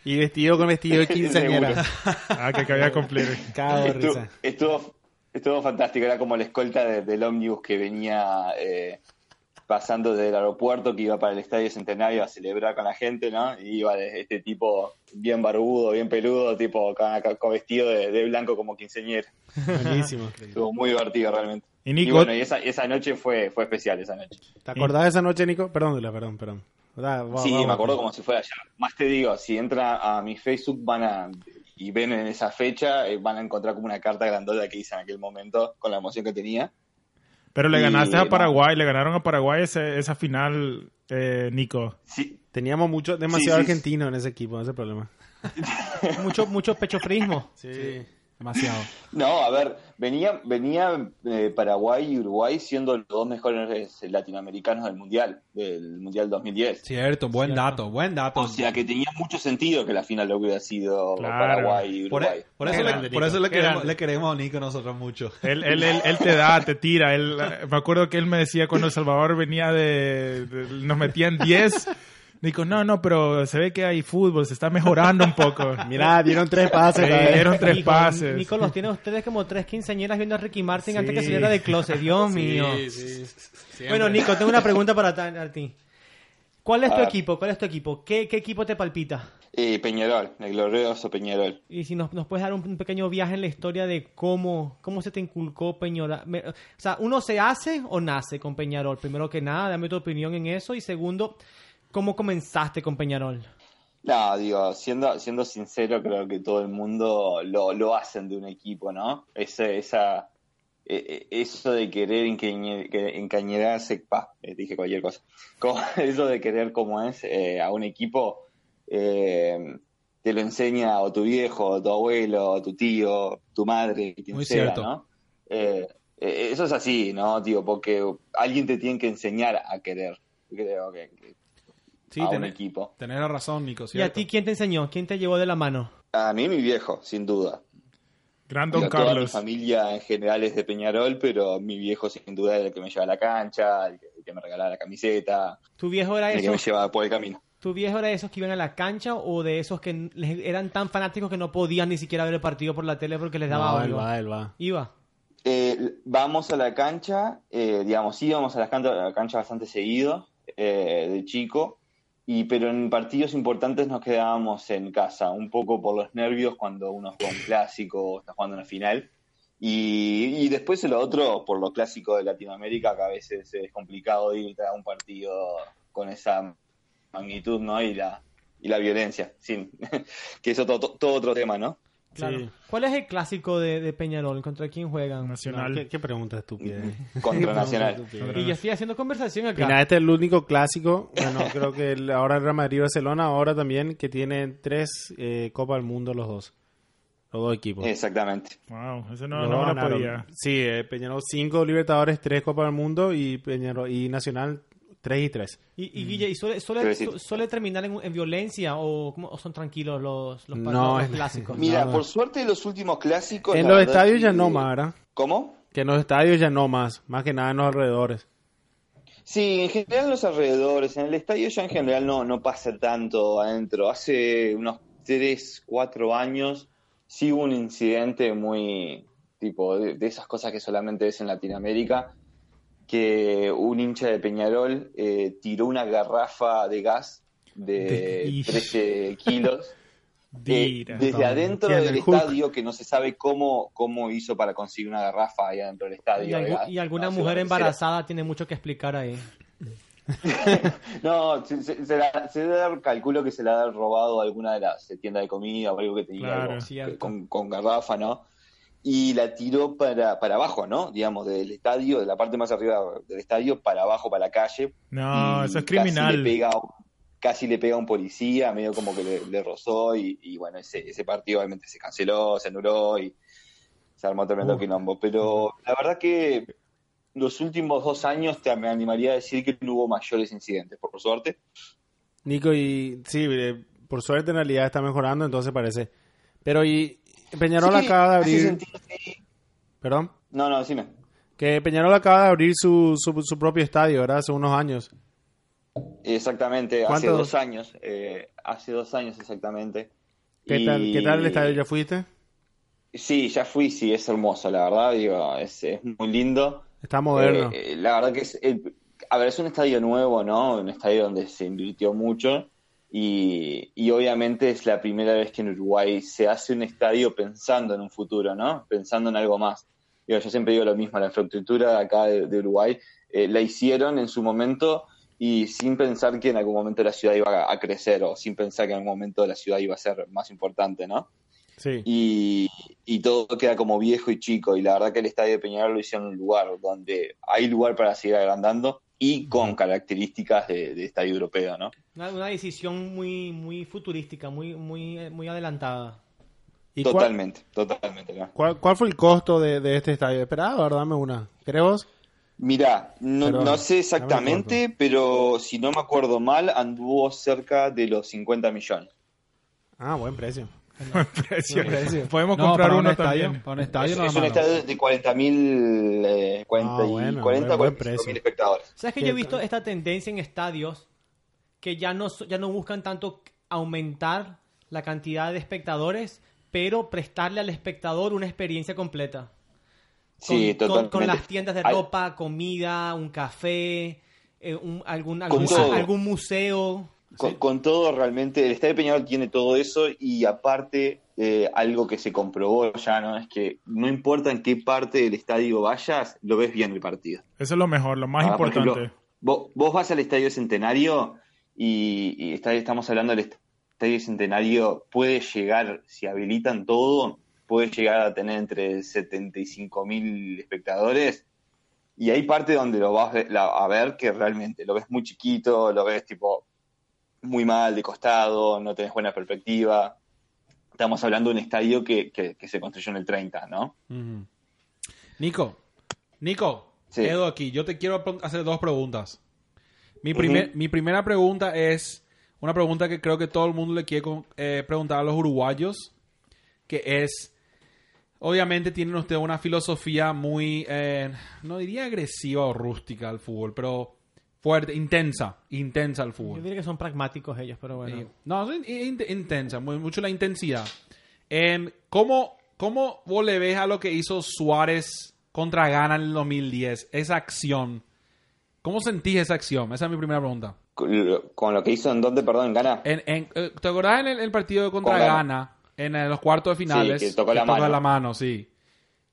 Speaker 3: y vestido con vestido de quinceañera.
Speaker 4: ah, que cabía cumplir.
Speaker 3: Cago de
Speaker 6: Estuvo,
Speaker 3: Ah, risa.
Speaker 6: estuvo, estuvo fantástico, era como la escolta de- del ómnibus que venía eh, pasando desde el aeropuerto, que iba para el Estadio Centenario a celebrar con la gente, ¿no? Y iba de- este tipo bien barbudo, bien peludo, tipo con, con vestido de, de blanco como quinceñera.
Speaker 3: Buenísimo.
Speaker 6: Estuvo muy divertido realmente.
Speaker 4: Y Nico-
Speaker 6: bueno, y esa, esa noche fue, fue especial, esa noche.
Speaker 3: ¿Te acordás de esa noche, Nico? Perdón, Dula, perdón, perdón. Da, va-
Speaker 6: sí,
Speaker 3: vamos.
Speaker 6: me acuerdo como si fuera ayer. Más te digo, si entra a mi Facebook van a y ven en esa fecha, eh, van a encontrar como una carta grandota que hice en aquel momento con la emoción que tenía.
Speaker 4: Pero le
Speaker 6: Y
Speaker 4: ganaste a
Speaker 6: no.
Speaker 4: Paraguay, le ganaron a Paraguay ese- esa final, eh, Nico.
Speaker 6: Sí,
Speaker 3: Teníamos mucho, demasiado
Speaker 6: Sí, sí, sí.
Speaker 3: argentino en ese equipo, ese problema.
Speaker 1: Mucho, mucho pechofrismo.
Speaker 3: Sí.
Speaker 2: Demasiado.
Speaker 6: no, a ver, venía, venía eh, Paraguay y Uruguay siendo los dos mejores eh, latinoamericanos del Mundial, del Mundial 2010.
Speaker 2: Cierto, buen dato, buen dato.
Speaker 6: O sea que tenía mucho sentido que la final lo hubiera sido
Speaker 4: Claro. e-
Speaker 6: Paraguay y
Speaker 2: por, e-
Speaker 6: Uruguay.
Speaker 2: por eso,
Speaker 4: Qué
Speaker 2: le,
Speaker 4: grande,
Speaker 2: por eso
Speaker 4: Nico,
Speaker 2: le,
Speaker 4: qué
Speaker 2: queremos,
Speaker 4: grande.
Speaker 2: le queremos a Nico nosotros mucho.
Speaker 4: Él, él, él, él te da, te tira. Él, eh, me acuerdo que él me decía cuando El Salvador venía de. de- nos metían 10. Dijo, no, no, pero se ve que hay fútbol, se está mejorando un poco.
Speaker 3: Mirá, dieron tres pases.
Speaker 4: Sí,
Speaker 3: ¿sabes?
Speaker 4: dieron tres
Speaker 1: Hijo,
Speaker 4: pases.
Speaker 1: Nico, los tiene ustedes como tres quinceañeras viendo a Ricky Martin
Speaker 4: Sí.
Speaker 1: antes que saliera de closet. Dios mío. Bueno, Nico, tengo una pregunta para ta- a ti. ¿Cuál es tu
Speaker 6: A ver.
Speaker 1: equipo? ¿Cuál es tu equipo? ¿Qué, qué equipo te palpita?
Speaker 6: Eh, Peñarol, el glorioso Peñarol.
Speaker 1: Y si nos, nos puedes dar un, un pequeño viaje en la historia de cómo, cómo se te inculcó Peñarol. Me- o sea, uno se hace o nace con Peñarol. Primero que nada, dame tu opinión en eso. Y segundo, ¿cómo comenzaste con Peñarol?
Speaker 6: No, digo, siendo, siendo sincero, creo que todo el mundo lo, lo hacen de un equipo, ¿no? Ese, esa, e- e- eso de querer encañe- que- encañerarse, pa, eh, dije cualquier cosa. Como- eso de querer como es eh, a un equipo, eh, te lo enseña o tu viejo, o tu abuelo, o tu tío, tu madre, quien
Speaker 2: Muy
Speaker 6: sea,
Speaker 2: cierto.
Speaker 6: ¿no? Eh, eh, eso es así, ¿no? Tío, porque alguien te tiene que enseñar a querer, creo que, que-
Speaker 2: Sí,
Speaker 6: a un
Speaker 2: tenés,
Speaker 6: equipo.
Speaker 2: tenés la razón, Nico.
Speaker 1: ¿Y a
Speaker 2: cierto.
Speaker 1: ti quién te enseñó? ¿Quién te llevó de la mano?
Speaker 6: A mí mi viejo, sin duda.
Speaker 4: Gran
Speaker 6: Digo,
Speaker 4: Don
Speaker 6: Toda mi
Speaker 4: Carlos.
Speaker 6: familia en general es de Peñarol, pero mi viejo sin duda era el que me llevaba a la cancha, el que, el que me regalaba la camiseta,
Speaker 1: ¿Tu viejo era
Speaker 6: el que me
Speaker 1: esos,
Speaker 6: llevaba por el camino.
Speaker 1: ¿Tu viejo era de esos que iban a la cancha o de esos que n- les- eran tan fanáticos que no podían ni siquiera ver el partido por la tele porque les daba
Speaker 3: No, él
Speaker 1: algo?
Speaker 3: va, él va.
Speaker 1: Iba.
Speaker 6: Eh, vamos a la cancha, eh, digamos, íbamos a la cancha, a la cancha bastante seguido eh, de chico, y pero en partidos importantes nos quedábamos en casa, un poco por los nervios cuando uno juega un clásico o está jugando una final. Y, y después lo otro, por lo clásico de Latinoamérica, que a veces es complicado ir a un partido con esa magnitud, ¿no? Y la, y la violencia, sin, que es otro- to- todo otro tema, ¿no?
Speaker 1: Claro.
Speaker 3: Sí.
Speaker 1: ¿Cuál es el clásico de, de Peñarol? ¿Contra quién juegan?
Speaker 4: Nacional.
Speaker 3: No, ¿qué, qué pregunta estúpida. eh.
Speaker 6: Contra Nacional.
Speaker 1: Y yo estoy haciendo conversación acá.
Speaker 3: Mira, este es el único clásico. Bueno, creo que el- ahora el Real Madrid y Barcelona, ahora también, que tienen tres eh, Copa del Mundo los dos. Los dos equipos.
Speaker 6: Exactamente.
Speaker 4: Wow, eso no,
Speaker 3: Los
Speaker 4: no
Speaker 3: dos
Speaker 4: me lo
Speaker 3: ganaron.
Speaker 4: podía.
Speaker 3: Sí, eh, Peñarol cinco Libertadores, tres Copa del Mundo y Peñarol y Nacional 3 y 3.
Speaker 1: Y, y Guille, ¿y suele,
Speaker 6: Quiero
Speaker 1: suele,
Speaker 6: decir-
Speaker 1: su- suele terminar en, en violencia o, cómo- o son tranquilos los, los, pa-
Speaker 3: No,
Speaker 1: los
Speaker 3: es-
Speaker 1: clásicos?
Speaker 6: Mira,
Speaker 3: No.
Speaker 6: por suerte los últimos clásicos...
Speaker 3: En
Speaker 6: la
Speaker 3: los
Speaker 6: verdad
Speaker 3: estadios ya
Speaker 6: que-
Speaker 3: no más, ¿verdad?
Speaker 6: ¿Cómo?
Speaker 3: Que en los estadios ya no más, más que nada en los alrededores.
Speaker 6: Sí, en general en los alrededores, en el estadio ya en general no, no pasa tanto adentro. Hace unos 3, 4 años sí hubo un incidente muy tipo de, de esas cosas que solamente ves en Latinoamérica, que un hincha de Peñarol eh, tiró una garrafa de gas de
Speaker 4: De-
Speaker 6: 13 kilos eh,
Speaker 4: Tira,
Speaker 6: desde
Speaker 4: toma.
Speaker 6: adentro
Speaker 4: Tiene
Speaker 6: del
Speaker 4: el hook.
Speaker 6: estadio que no se sabe cómo, cómo hizo para conseguir una garrafa ahí adentro del estadio.
Speaker 1: Y, algu-
Speaker 6: de gas.
Speaker 1: y alguna
Speaker 6: No, se
Speaker 1: mujer
Speaker 6: va a tercera.
Speaker 1: embarazada tiene mucho que explicar ahí.
Speaker 6: No, se, se- se la, se debe haber- calculo que se la ha robado a alguna de las tiendas de comida o algo que tenía
Speaker 4: Claro,
Speaker 6: algo
Speaker 1: cierto.
Speaker 6: con, con garrafa, ¿no? Y la tiró para, para abajo, ¿no? Digamos, del estadio, de la parte más arriba del estadio, para abajo, para la calle.
Speaker 4: No,
Speaker 6: Y
Speaker 4: eso es
Speaker 6: Casi le,
Speaker 4: criminal.
Speaker 6: pega, a un- casi le pega a un policía, medio como que le, le rozó y, y bueno, ese, ese partido obviamente se canceló, se anuló y se armó tremendo quilombo. Pero la verdad que los últimos dos años te, me animaría a decir que no hubo mayores incidentes, por suerte.
Speaker 3: Nico, y sí, eh, por suerte en realidad está mejorando, entonces parece. Pero y Peñarol
Speaker 6: Sí,
Speaker 3: acaba de
Speaker 6: hace
Speaker 3: abrir...
Speaker 6: sentido, sí.
Speaker 3: Perdón.
Speaker 6: No, no, decime.
Speaker 3: Que Peñarol acaba de abrir su, su, su propio estadio, ¿verdad? Hace unos años.
Speaker 6: Exactamente, hace
Speaker 3: ¿Cuántos?
Speaker 6: dos años. eh, hace dos años exactamente.
Speaker 3: ¿Qué,
Speaker 6: Y-
Speaker 3: tal, ¿Qué tal el estadio? ¿Ya fuiste?
Speaker 6: Sí, ya fui, sí, es hermoso, la verdad, digo, es, es muy lindo.
Speaker 3: Está moderno.
Speaker 6: Eh, eh, la verdad que es, el- a ver, es un estadio nuevo, ¿no? Un estadio donde se invirtió mucho y, y obviamente es la primera vez que en Uruguay se hace un estadio pensando en un futuro, ¿no? Pensando en algo más. Digo, yo siempre digo lo mismo, la infraestructura de acá de, de Uruguay eh, la hicieron en su momento y sin pensar que en algún momento la ciudad iba a, a crecer o sin pensar que en algún momento la ciudad iba a ser más importante, ¿no?
Speaker 3: sí.
Speaker 6: y, y todo queda como viejo y chico. Y la verdad que el estadio de Peñarol lo hicieron un lugar donde hay lugar para seguir agrandando y con características de, de estadio europeo, ¿no?
Speaker 1: Una, una decisión muy muy futurística, muy muy eh, muy adelantada.
Speaker 3: ¿Y cuál-
Speaker 6: Totalmente, totalmente. ¿no?
Speaker 3: ¿Cuál, cuál fue el costo de, de este estadio? Esperá, verdad, dame una. ¿Crees vos?
Speaker 6: Mirá, no,
Speaker 3: Perdón,
Speaker 6: no sé
Speaker 3: no me acuerdo.
Speaker 6: exactamente, pero si no me acuerdo mal, anduvo cerca de los 50 millones.
Speaker 3: Ah, buen precio.
Speaker 4: Precio.
Speaker 3: Buen precio.
Speaker 4: Podemos
Speaker 2: No,
Speaker 4: comprar
Speaker 2: para un
Speaker 4: uno
Speaker 2: estadio,
Speaker 4: también.
Speaker 2: para un
Speaker 6: Es,
Speaker 2: estadio
Speaker 6: es
Speaker 2: nada más
Speaker 6: un
Speaker 2: no.
Speaker 6: estadio de 40.000 eh, 40
Speaker 3: Ah, bueno, buen-
Speaker 6: y 40
Speaker 3: buen
Speaker 6: 45.000
Speaker 3: precio.
Speaker 6: espectadores.
Speaker 1: ¿Sabes que
Speaker 3: Qué
Speaker 1: yo he visto
Speaker 3: tal.
Speaker 1: esta tendencia en estadios que ya no, so- ya no buscan tanto aumentar la cantidad de espectadores, pero prestarle al espectador una experiencia completa? Con,
Speaker 6: Sí,
Speaker 1: con-
Speaker 6: totalmente.
Speaker 1: con las tiendas de
Speaker 6: Hay-
Speaker 1: ropa, comida, un café, eh, un- algún,
Speaker 6: Con
Speaker 1: algún,
Speaker 6: todo.
Speaker 1: algún museo.
Speaker 6: Con, con todo, realmente, el Estadio Peñarol tiene todo eso y aparte, eh, algo que se comprobó ya, ¿no? Es que no importa en qué parte del estadio vayas, lo ves bien el partido.
Speaker 4: Eso es lo mejor, lo más
Speaker 6: Ah, por
Speaker 4: importante.
Speaker 6: ejemplo, vos, vos vas al Estadio Centenario y, y está- estamos hablando del est- Estadio Centenario, puede llegar, si habilitan todo, puede llegar a tener entre 75 mil espectadores. Y hay parte donde lo vas ve- la- a ver que realmente lo ves muy chiquito, lo ves tipo muy mal de costado, no tenés buena perspectiva. Estamos hablando de un estadio que, que- que se construyó en el 30, ¿no?
Speaker 2: Ujú. Nico, Nico,
Speaker 6: Sí.
Speaker 2: Edo aquí, yo te quiero pro- hacer dos preguntas. Mi,
Speaker 6: Ujú.
Speaker 2: primer- mi primera pregunta es una pregunta que creo que todo el mundo le quiere con- eh, preguntar a los uruguayos, que es, obviamente tienen ustedes una filosofía muy, eh, no diría agresiva o rústica al fútbol, pero fuerte, intensa, intensa al
Speaker 1: Yo
Speaker 2: fútbol.
Speaker 1: diría que son pragmáticos ellos, pero bueno.
Speaker 2: Sí. No, es in- in- intensa, muy- mucho la intensidad. Em, ¿cómo, ¿Cómo vos le ves a lo que hizo Suárez contra Gana en el 2010? Esa acción. ¿Cómo sentís esa acción? Esa es mi primera pregunta.
Speaker 6: Con lo, con lo que hizo en donde, perdón, en Ghana.
Speaker 2: En- en- eh, ¿Te acordás en el, el partido contra
Speaker 6: Con Ghana.
Speaker 2: Ghana? En eh, los cuartos de finales.
Speaker 6: Sí, que tocó la mano.
Speaker 2: sí.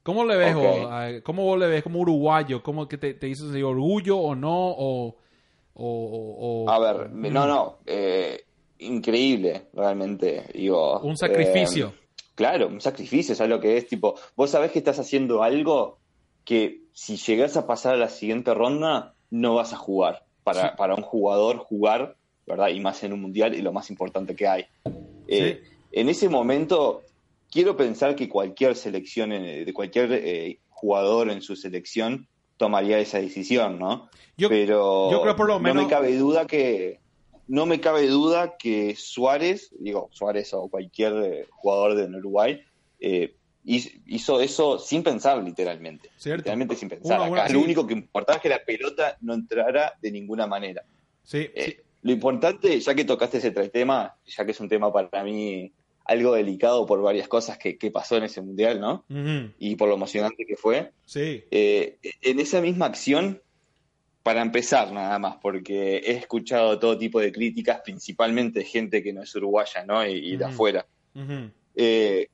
Speaker 2: ¿Cómo le ves
Speaker 6: Ok.
Speaker 2: vos? Eh, ¿Cómo vos le ves como uruguayo? ¿Cómo que te, te hizo sentir orgullo o no? O, o- o- o-
Speaker 6: A ver, no, no, eh, increíble realmente, digo.
Speaker 2: Un sacrificio.
Speaker 6: eh, claro, un sacrificio, ¿sabes lo que es? Tipo, vos sabés que estás haciendo algo que si llegas a pasar a la siguiente ronda, no vas a jugar. Para, para un jugador jugar, ¿verdad? Y más en un mundial, y lo más importante que hay. Eh, En ese momento, quiero pensar que cualquier selección, eh, de cualquier eh, jugador en su selección tomaría esa decisión, ¿no?
Speaker 2: Yo-
Speaker 6: Pero
Speaker 2: yo creo por lo
Speaker 6: no
Speaker 2: menos-
Speaker 6: me cabe duda que no me cabe duda que Suárez, digo Suárez o cualquier eh, jugador del Uruguay eh, hizo- hizo eso sin pensar literalmente,
Speaker 2: Cierto.
Speaker 6: literalmente sin pensar.
Speaker 2: Una buena-
Speaker 6: Acá
Speaker 2: sí.
Speaker 6: lo único que importaba es que la pelota no entrara de ninguna manera.
Speaker 2: Sí,
Speaker 6: Eh,
Speaker 2: sí.
Speaker 6: Lo importante, ya que tocaste ese tres tema, ya que es un tema para mí algo delicado por varias cosas que, que pasó en ese mundial, ¿no?
Speaker 2: Ujú,
Speaker 6: Y por lo emocionante que fue.
Speaker 2: sí.
Speaker 6: eh, en esa misma acción, para empezar nada más, porque he escuchado todo tipo de críticas, principalmente de gente que no es uruguaya, ¿no? Y, y de
Speaker 2: Ujú.
Speaker 6: afuera.
Speaker 2: Ujú.
Speaker 6: Eh,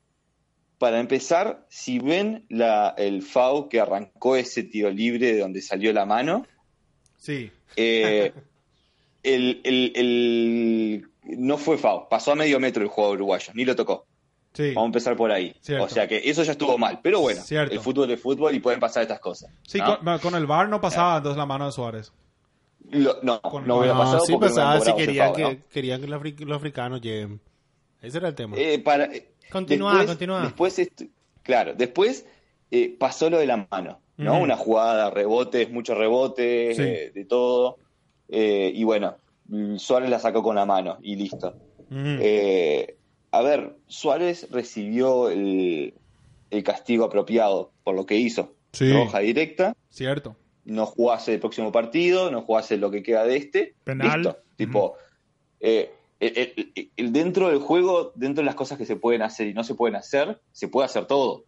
Speaker 6: para empezar, si ven la, el FAU que arrancó ese tiro libre de donde salió la mano,
Speaker 2: Sí.
Speaker 6: eh, el, el- el- no fue FAO, pasó a medio metro el jugador uruguayo, ni lo tocó.
Speaker 2: Sí.
Speaker 6: Vamos a empezar por ahí.
Speaker 2: Cierto.
Speaker 6: O sea que eso ya estuvo mal, pero bueno,
Speaker 2: Cierto.
Speaker 6: el fútbol es fútbol y pueden pasar estas cosas.
Speaker 2: Sí,
Speaker 6: ¿no?
Speaker 2: con, con el bar no pasaba entonces la mano de Suárez.
Speaker 6: Lo- no,
Speaker 2: con-
Speaker 6: no hubiera
Speaker 3: No,
Speaker 6: pasado
Speaker 3: Ah, sí
Speaker 6: porque no
Speaker 3: pasaba,
Speaker 6: hubieran
Speaker 3: sí
Speaker 6: cobrado ese
Speaker 3: querían
Speaker 6: FAO,
Speaker 3: que,
Speaker 6: ¿no?
Speaker 3: querían que los, afri- los africanos lleguen. Ese era el tema.
Speaker 6: Eh, para, eh,
Speaker 1: Continúa,
Speaker 6: después-
Speaker 1: continúa.
Speaker 6: Después, estu- claro, después eh, pasó lo de la mano, ¿no?
Speaker 2: Ujú.
Speaker 6: Una jugada, rebotes, muchos rebotes,
Speaker 2: Sí.
Speaker 6: eh, de todo. Eh, y bueno, mm, Suárez la sacó con la mano y listo.
Speaker 2: Ujú.
Speaker 6: Eh, a ver, Suárez recibió el, el castigo apropiado por lo que hizo.
Speaker 2: Sí.
Speaker 6: Roja directa,
Speaker 2: Cierto.
Speaker 6: no jugase el próximo partido, no jugase lo que queda de este.
Speaker 4: Penal.
Speaker 6: Listo. Tipo, eh, el- el- el- el- dentro del juego, dentro de las cosas que se pueden hacer y no se pueden hacer, se puede hacer todo.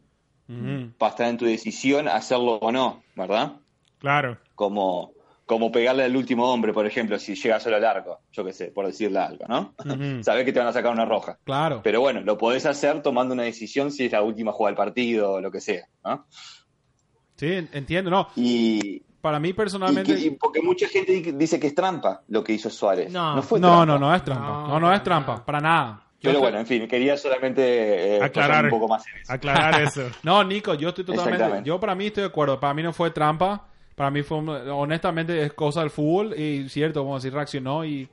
Speaker 2: Ujú.
Speaker 6: Va a estar en tu decisión hacerlo o no, ¿verdad?
Speaker 4: Claro.
Speaker 6: Como, como pegarle al último hombre, por ejemplo, si llega solo al arco, yo qué sé, por decirle algo, ¿no?
Speaker 2: Ujú.
Speaker 6: Sabés que te van a sacar una roja.
Speaker 2: Claro.
Speaker 6: Pero bueno, lo podés hacer tomando una decisión si es la última jugada del partido o lo que sea, ¿no?
Speaker 2: Sí, en- entiendo. No,
Speaker 6: Y,
Speaker 2: para mí
Speaker 6: y que- y
Speaker 2: personalmente...
Speaker 6: porque mucha gente di- dice que es trampa lo que hizo Suárez.
Speaker 1: No.
Speaker 6: No, fue
Speaker 2: No,
Speaker 6: trampa.
Speaker 2: no, no es trampa. No, no es trampa. Para nada. Yo
Speaker 6: Ah, Pero
Speaker 2: estoy-
Speaker 6: bueno, en fin, quería solamente eh, poner
Speaker 4: Aclarar.
Speaker 6: un poco más en eso.
Speaker 4: Aclarar eso.
Speaker 2: No, Nico, yo estoy totalmente.
Speaker 6: Exactamente.
Speaker 2: Yo para mí estoy de acuerdo. Para mí no fue trampa. Para mí fue, un- honestamente, es cosa del fútbol. Y cierto, como decir, reaccionó y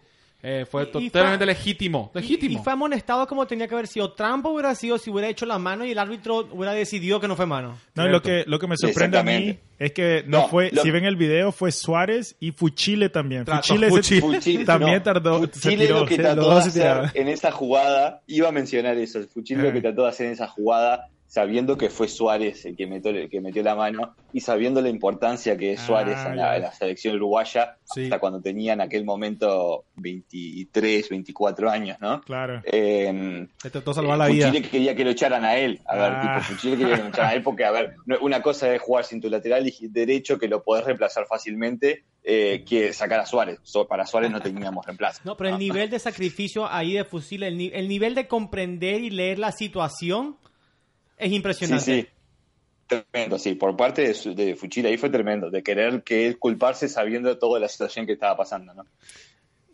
Speaker 2: eh, fue
Speaker 1: Y- y
Speaker 2: totalmente
Speaker 1: fue-
Speaker 2: legítimo. Legítimo.
Speaker 1: Y, y fue amonestado como tenía que haber sido. Trampa hubiera sido si hubiera hecho la mano y el árbitro hubiera decidido que no fue mano.
Speaker 4: No, lo que, lo que me sorprende a mí
Speaker 6: Exactamente.
Speaker 4: es que no,
Speaker 6: No,
Speaker 4: fue,
Speaker 6: lo-
Speaker 4: si ven el video, fue Suárez y Fuchile también.
Speaker 2: Trato,
Speaker 4: Fuchile, se-
Speaker 2: Fuchile.
Speaker 6: Fuchile,
Speaker 4: también
Speaker 6: no.
Speaker 4: tardó. se
Speaker 6: Fuchile
Speaker 4: tiró,
Speaker 6: lo que
Speaker 4: se- los
Speaker 6: trató de
Speaker 4: dos se Eh. tiraron.
Speaker 6: hacer en esa jugada, iba a mencionar eso, el Fuchile lo que trató de hacer en esa jugada, sabiendo que fue Suárez el que metió, el que metió la mano y sabiendo la importancia que es
Speaker 4: Ah,
Speaker 6: Suárez en
Speaker 4: ya.
Speaker 6: la, en la selección uruguaya,
Speaker 2: Sí.
Speaker 6: hasta cuando tenía en aquel momento 23, 24 años, ¿no?
Speaker 4: Claro.
Speaker 6: Eh,
Speaker 2: Le trató de salvar la vida.
Speaker 6: Fuchile quería que lo echaran a él. A ver,
Speaker 4: Ah.
Speaker 6: tipo, Fuchile quería que lo echaran a él porque, a ver, no- una cosa es jugar sin tu lateral y derecho que lo podés reemplazar fácilmente eh, que sacar a Suárez. So- para Suárez no teníamos reemplazo. Ah.
Speaker 1: No, pero el nivel de sacrificio ahí de fusil, el, ni- el nivel de comprender y leer la situación es
Speaker 6: Sí,
Speaker 1: impresionante.
Speaker 6: sí. Tremendo, sí. Por parte de, su- de Fuchile ahí fue tremendo, de querer que él culparse sabiendo toda la situación que estaba pasando, ¿no?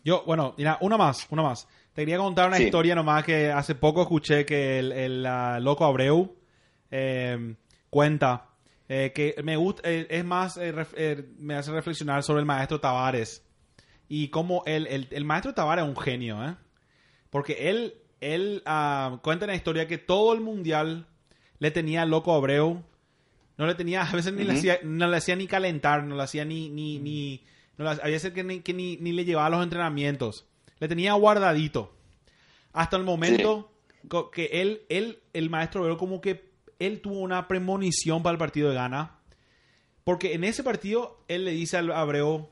Speaker 2: Yo, bueno, mira, una más, una más. Te quería contar una
Speaker 6: Sí.
Speaker 2: historia nomás que hace poco escuché que el, el, ah, loco Abreu eh, cuenta eh, que me gusta, eh, es más, eh, ref- eh, me hace reflexionar sobre el maestro Tavares y cómo el, el, el maestro Tavares es un genio, ¿eh? Porque él, él ah, cuenta una historia que todo el mundial le tenía al loco Abreu no le tenía, a veces ni le
Speaker 6: Ujú.
Speaker 2: hacía, no le hacía ni calentar, no le hacía ni, ni, ni, no le hacía- había veces que, ni, que ni, ni le llevaba a los entrenamientos. Le tenía guardadito. Hasta el momento co- que él, él, el maestro Vero, como que él tuvo una premonición para el partido de Ghana. Porque en ese partido, él le dice al Abreu,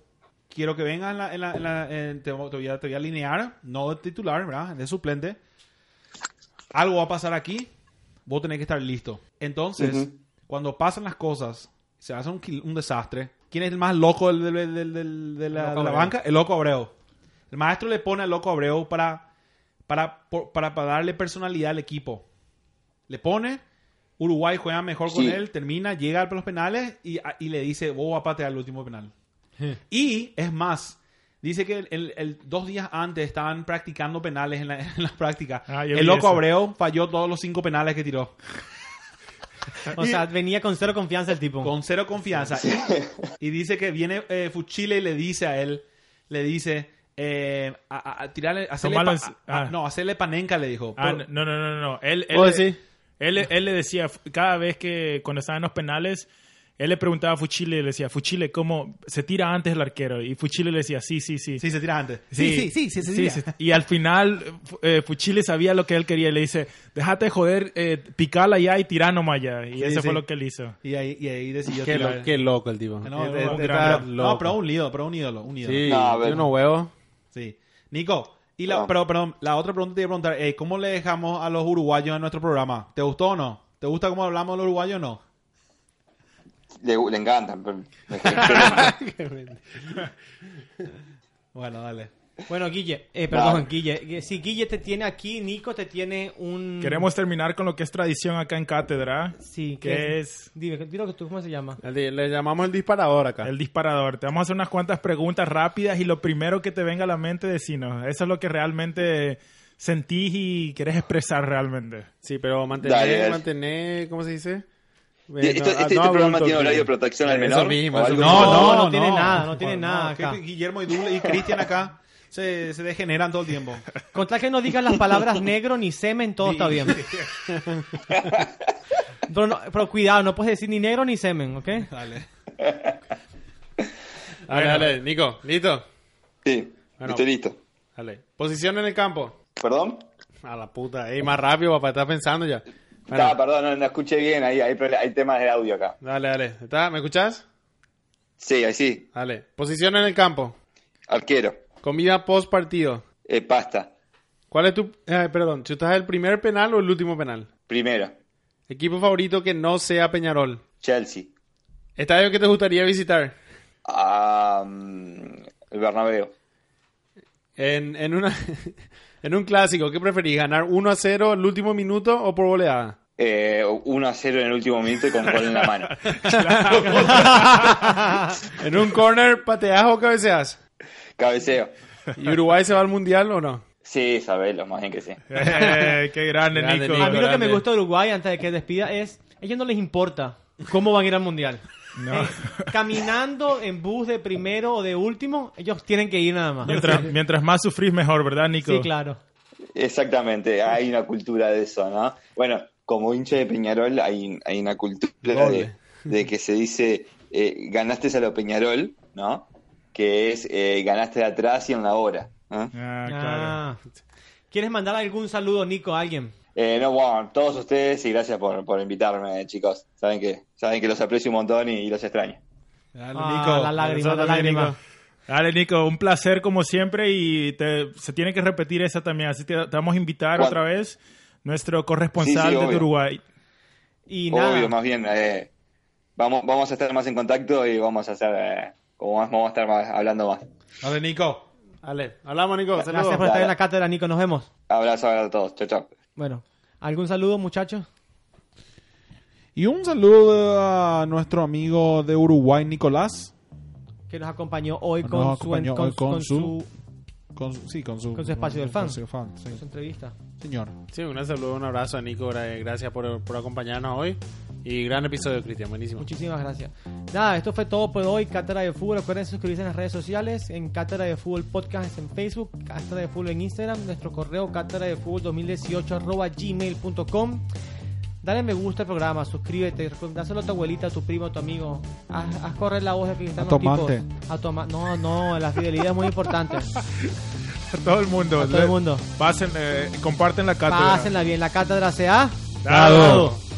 Speaker 2: quiero que venga en la- en la- en la- en- te, voy a, te voy a alinear, no de titular, ¿verdad? De suplente. Algo va a pasar aquí, vos tenés que estar listo. Entonces,
Speaker 6: Ujú.
Speaker 2: cuando pasan las cosas, se hace un, quil- un desastre. ¿Quién es el más loco del- del- del- del- de la,
Speaker 1: El loco
Speaker 2: de la
Speaker 1: Abreu.
Speaker 2: banca? El loco Abreu. El maestro le pone al loco Abreu para, para, por- para, para darle personalidad al equipo. Le pone, Uruguay juega mejor con
Speaker 6: Sí.
Speaker 2: él, termina, llega a los penales y, y le dice, vos vas a patear el último penal. Y es más, dice que el, el- el- dos días antes estaban practicando penales en la, en la práctica.
Speaker 4: Ah, yo
Speaker 2: el
Speaker 4: vi
Speaker 2: loco
Speaker 4: eso.
Speaker 2: Abreu falló todos los cinco penales que tiró.
Speaker 1: O sea, venía con cero confianza el tipo.
Speaker 2: Con cero confianza. Y, y dice que viene eh, Fuchile y le dice a él, le dice, eh, a, a- a tirarle, hacerle,
Speaker 4: Tomalo
Speaker 2: pa-
Speaker 4: en-
Speaker 2: a-
Speaker 4: ah.
Speaker 2: no, hacerle panenca le dijo.
Speaker 4: Ah,
Speaker 2: Pero-
Speaker 4: no, no, no, no. Él, él,
Speaker 3: ¿Vos decís?
Speaker 4: él, él le decía, cada vez que cuando estaban en los penales, Él le preguntaba a Fuchile y le decía, Fuchile, ¿cómo se tira antes el arquero? Y Fuchile le decía, sí, sí, sí.
Speaker 2: Sí, se tira antes.
Speaker 4: Sí, sí. Y al final, eh, Fuchile sabía lo que él quería y le dice, déjate de joder, eh, picala ya y tirá nomás ya. Y
Speaker 2: Sí,
Speaker 4: eso
Speaker 2: sí.
Speaker 4: fue lo que él hizo.
Speaker 2: Y ahí, y ahí decidió
Speaker 3: Qué,
Speaker 2: tirar.
Speaker 3: lo- qué loco el tipo.
Speaker 2: No,
Speaker 4: Eh,
Speaker 2: no,
Speaker 4: eh,
Speaker 2: no,
Speaker 4: eh,
Speaker 2: está-
Speaker 4: eh,
Speaker 2: no, pero un ídolo, pero un ídolo, un ídolo.
Speaker 3: Sí,
Speaker 6: No, a ver.
Speaker 3: tiene unos huevos.
Speaker 2: Sí. Nico, y la,
Speaker 6: Perdón.
Speaker 2: pero, perdón, la otra pregunta te iba a preguntar, eh, ¿cómo le dejamos a los uruguayos en nuestro programa? ¿Te gustó o no? ¿Te gusta cómo hablamos los uruguayos o no?
Speaker 6: Le, le encantan. pero-
Speaker 2: Bueno, dale.
Speaker 1: Bueno, Guille, eh, perdón,
Speaker 6: Vale.
Speaker 1: Guille. Si Guille te tiene aquí, Nico te tiene un...
Speaker 4: Queremos terminar con lo que es tradición acá en Cátedra,
Speaker 1: Sí,
Speaker 4: que es
Speaker 1: Dime, dilo que tú, ¿cómo se llama?
Speaker 3: El di- Le llamamos el disparador acá.
Speaker 4: el disparador. Te vamos a hacer unas cuantas preguntas rápidas y lo primero que te venga a la mente, decinos. Eso es lo que realmente sentís y querés expresar realmente.
Speaker 3: Sí, pero mantener,
Speaker 6: Dale, dale.
Speaker 3: mantener, ¿cómo se dice? Eh,
Speaker 6: este
Speaker 3: no,
Speaker 6: este-
Speaker 3: ah,
Speaker 6: este
Speaker 3: no
Speaker 6: programa
Speaker 3: adulto,
Speaker 6: tiene horario
Speaker 3: sí.
Speaker 6: de protección
Speaker 3: Eso
Speaker 6: al menor.
Speaker 3: mismo,
Speaker 6: o
Speaker 3: eso
Speaker 6: algo
Speaker 3: mismo.
Speaker 6: así.
Speaker 1: No, no tiene nada, no tiene
Speaker 2: Bueno,
Speaker 1: nada
Speaker 2: que
Speaker 1: acá.
Speaker 2: Guillermo y, Dul- y Cristian acá se, se degeneran todo el tiempo.
Speaker 1: Con tal que no digas las palabras negro ni semen, todo está bien. Pero, no- pero cuidado, no puedes decir ni negro ni semen, ¿ok?
Speaker 2: Dale.
Speaker 3: Dale, dale, Nico, listo.
Speaker 6: Sí,
Speaker 3: Bueno.
Speaker 6: estoy listo.
Speaker 3: Dale. Posición en el campo.
Speaker 6: ¿Perdón?
Speaker 3: A la puta, ey, más rápido, papá, estás pensando ya. Bueno,
Speaker 6: Ah, perdón, no, no escuché bien. Ahí, ahí hay, temas de audio acá.
Speaker 3: dale, dale. ¿Está? ¿Me escuchás?
Speaker 6: Sí, ahí sí.
Speaker 3: Dale. Posición en el campo.
Speaker 6: Arquero.
Speaker 3: Comida post partido.
Speaker 6: Eh, pasta.
Speaker 3: ¿Cuál es tu. eh, perdón, ¿chutas el primer penal o el último penal?
Speaker 6: Primero.
Speaker 3: Equipo favorito que no sea Peñarol.
Speaker 6: Chelsea.
Speaker 3: Estadio que te gustaría visitar.
Speaker 6: Ah, mm, el Bernabéu.
Speaker 3: En, en, una, en un clásico, ¿qué preferís? ¿Ganar 1 a 0 el último minuto o por goleada?
Speaker 6: Eh, 1 a 0 en el último minuto y con gol en la mano.
Speaker 3: ¿En un corner pateás o cabeceás?
Speaker 6: Cabeceo.
Speaker 3: ¿Y Uruguay se va al mundial o no?
Speaker 6: Sí, sabelo, más bien que sí.
Speaker 4: Eh, qué grande,
Speaker 3: Grande,
Speaker 4: Nico.
Speaker 3: Nico.
Speaker 1: A mí lo que
Speaker 3: grande.
Speaker 1: me gusta de Uruguay, antes de que despida, es... A ellos no les importa cómo van a ir al Mundial.
Speaker 4: No.
Speaker 1: Eh, caminando en bus de primero o de último, ellos tienen que ir nada más.
Speaker 4: Mientras, mientras más sufrís, mejor, ¿verdad, Nico?
Speaker 1: Sí, claro.
Speaker 6: Exactamente, hay una cultura de eso, ¿no? Bueno, como hincha de Peñarol hay, hay una cultura de,
Speaker 3: Doble.
Speaker 6: de que se dice eh, ganaste a lo Peñarol, ¿no? Que es eh, ganaste de atrás y en la hora. ¿no?
Speaker 4: Ah, claro.
Speaker 1: Ah. ¿Quieres mandar algún saludo, Nico, a alguien?
Speaker 6: Eh, no, bueno, todos ustedes y gracias por, por invitarme, chicos. Saben que saben que los aprecio un montón y, y los extraño.
Speaker 2: Dale,
Speaker 1: Ah,
Speaker 2: Nico.
Speaker 1: la lágrima, la
Speaker 3: Nosotros también,
Speaker 1: lágrima.
Speaker 3: Nico.
Speaker 4: Dale, Nico, un placer como siempre y te- se tiene que repetir esa también. Así te, te vamos a invitar
Speaker 6: Bueno.
Speaker 4: otra vez, nuestro corresponsal
Speaker 6: Sí, sí,
Speaker 4: desde
Speaker 6: obvio.
Speaker 4: Uruguay.
Speaker 1: Y nada.
Speaker 6: Obvio, más bien, eh, vamos, vamos a estar más en contacto y vamos a hacer, eh, como más, vamos a estar más, hablando más.
Speaker 2: Dale, Nico.
Speaker 3: Dale, hablamos, Nico.
Speaker 1: Gracias
Speaker 3: Saludos.
Speaker 1: por estar en la cátedra, Nico. Nos vemos.
Speaker 6: Abrazo, abrazo a todos, chao, chao.
Speaker 1: Bueno, ¿algún saludo, muchachos?
Speaker 2: Y un saludo a nuestro amigo de Uruguay, Nicolás.
Speaker 1: Que nos acompañó hoy
Speaker 2: Nos
Speaker 1: con,
Speaker 2: acompañó
Speaker 1: su, con,
Speaker 2: hoy con
Speaker 1: con
Speaker 2: su-
Speaker 1: su-
Speaker 2: Con su, sí, con su,
Speaker 1: Con su espacio del fan.
Speaker 2: Con su fan, sí.
Speaker 1: con su entrevista.
Speaker 2: Señor.
Speaker 3: Sí, un saludo, un abrazo a Nico. gra- eh, Gracias por, por acompañarnos hoy. Y gran episodio, Cristian. Buenísimo.
Speaker 1: Muchísimas gracias. Nada, esto fue todo por hoy. Cátedra de Fútbol. Recuerden suscribirse en las redes sociales. En Cátedra de Fútbol Podcast en Facebook. Cátedra de Fútbol en Instagram. Nuestro correo cátedra de fútbol 2018 arroba gmail.com. Dale me gusta al programa, suscríbete, recomendáselo a tu abuelita, a tu primo, a tu amigo. Haz, haz correr la voz de Cristiano
Speaker 2: A tu amante.
Speaker 1: Tipos. A tu ama- No, no, la fidelidad es muy importante.
Speaker 4: A todo el mundo.
Speaker 1: A todo el mundo.
Speaker 4: Pásenle, comparten la cátedra.
Speaker 1: Pásenla bien, la cátedra se ha
Speaker 4: Dado.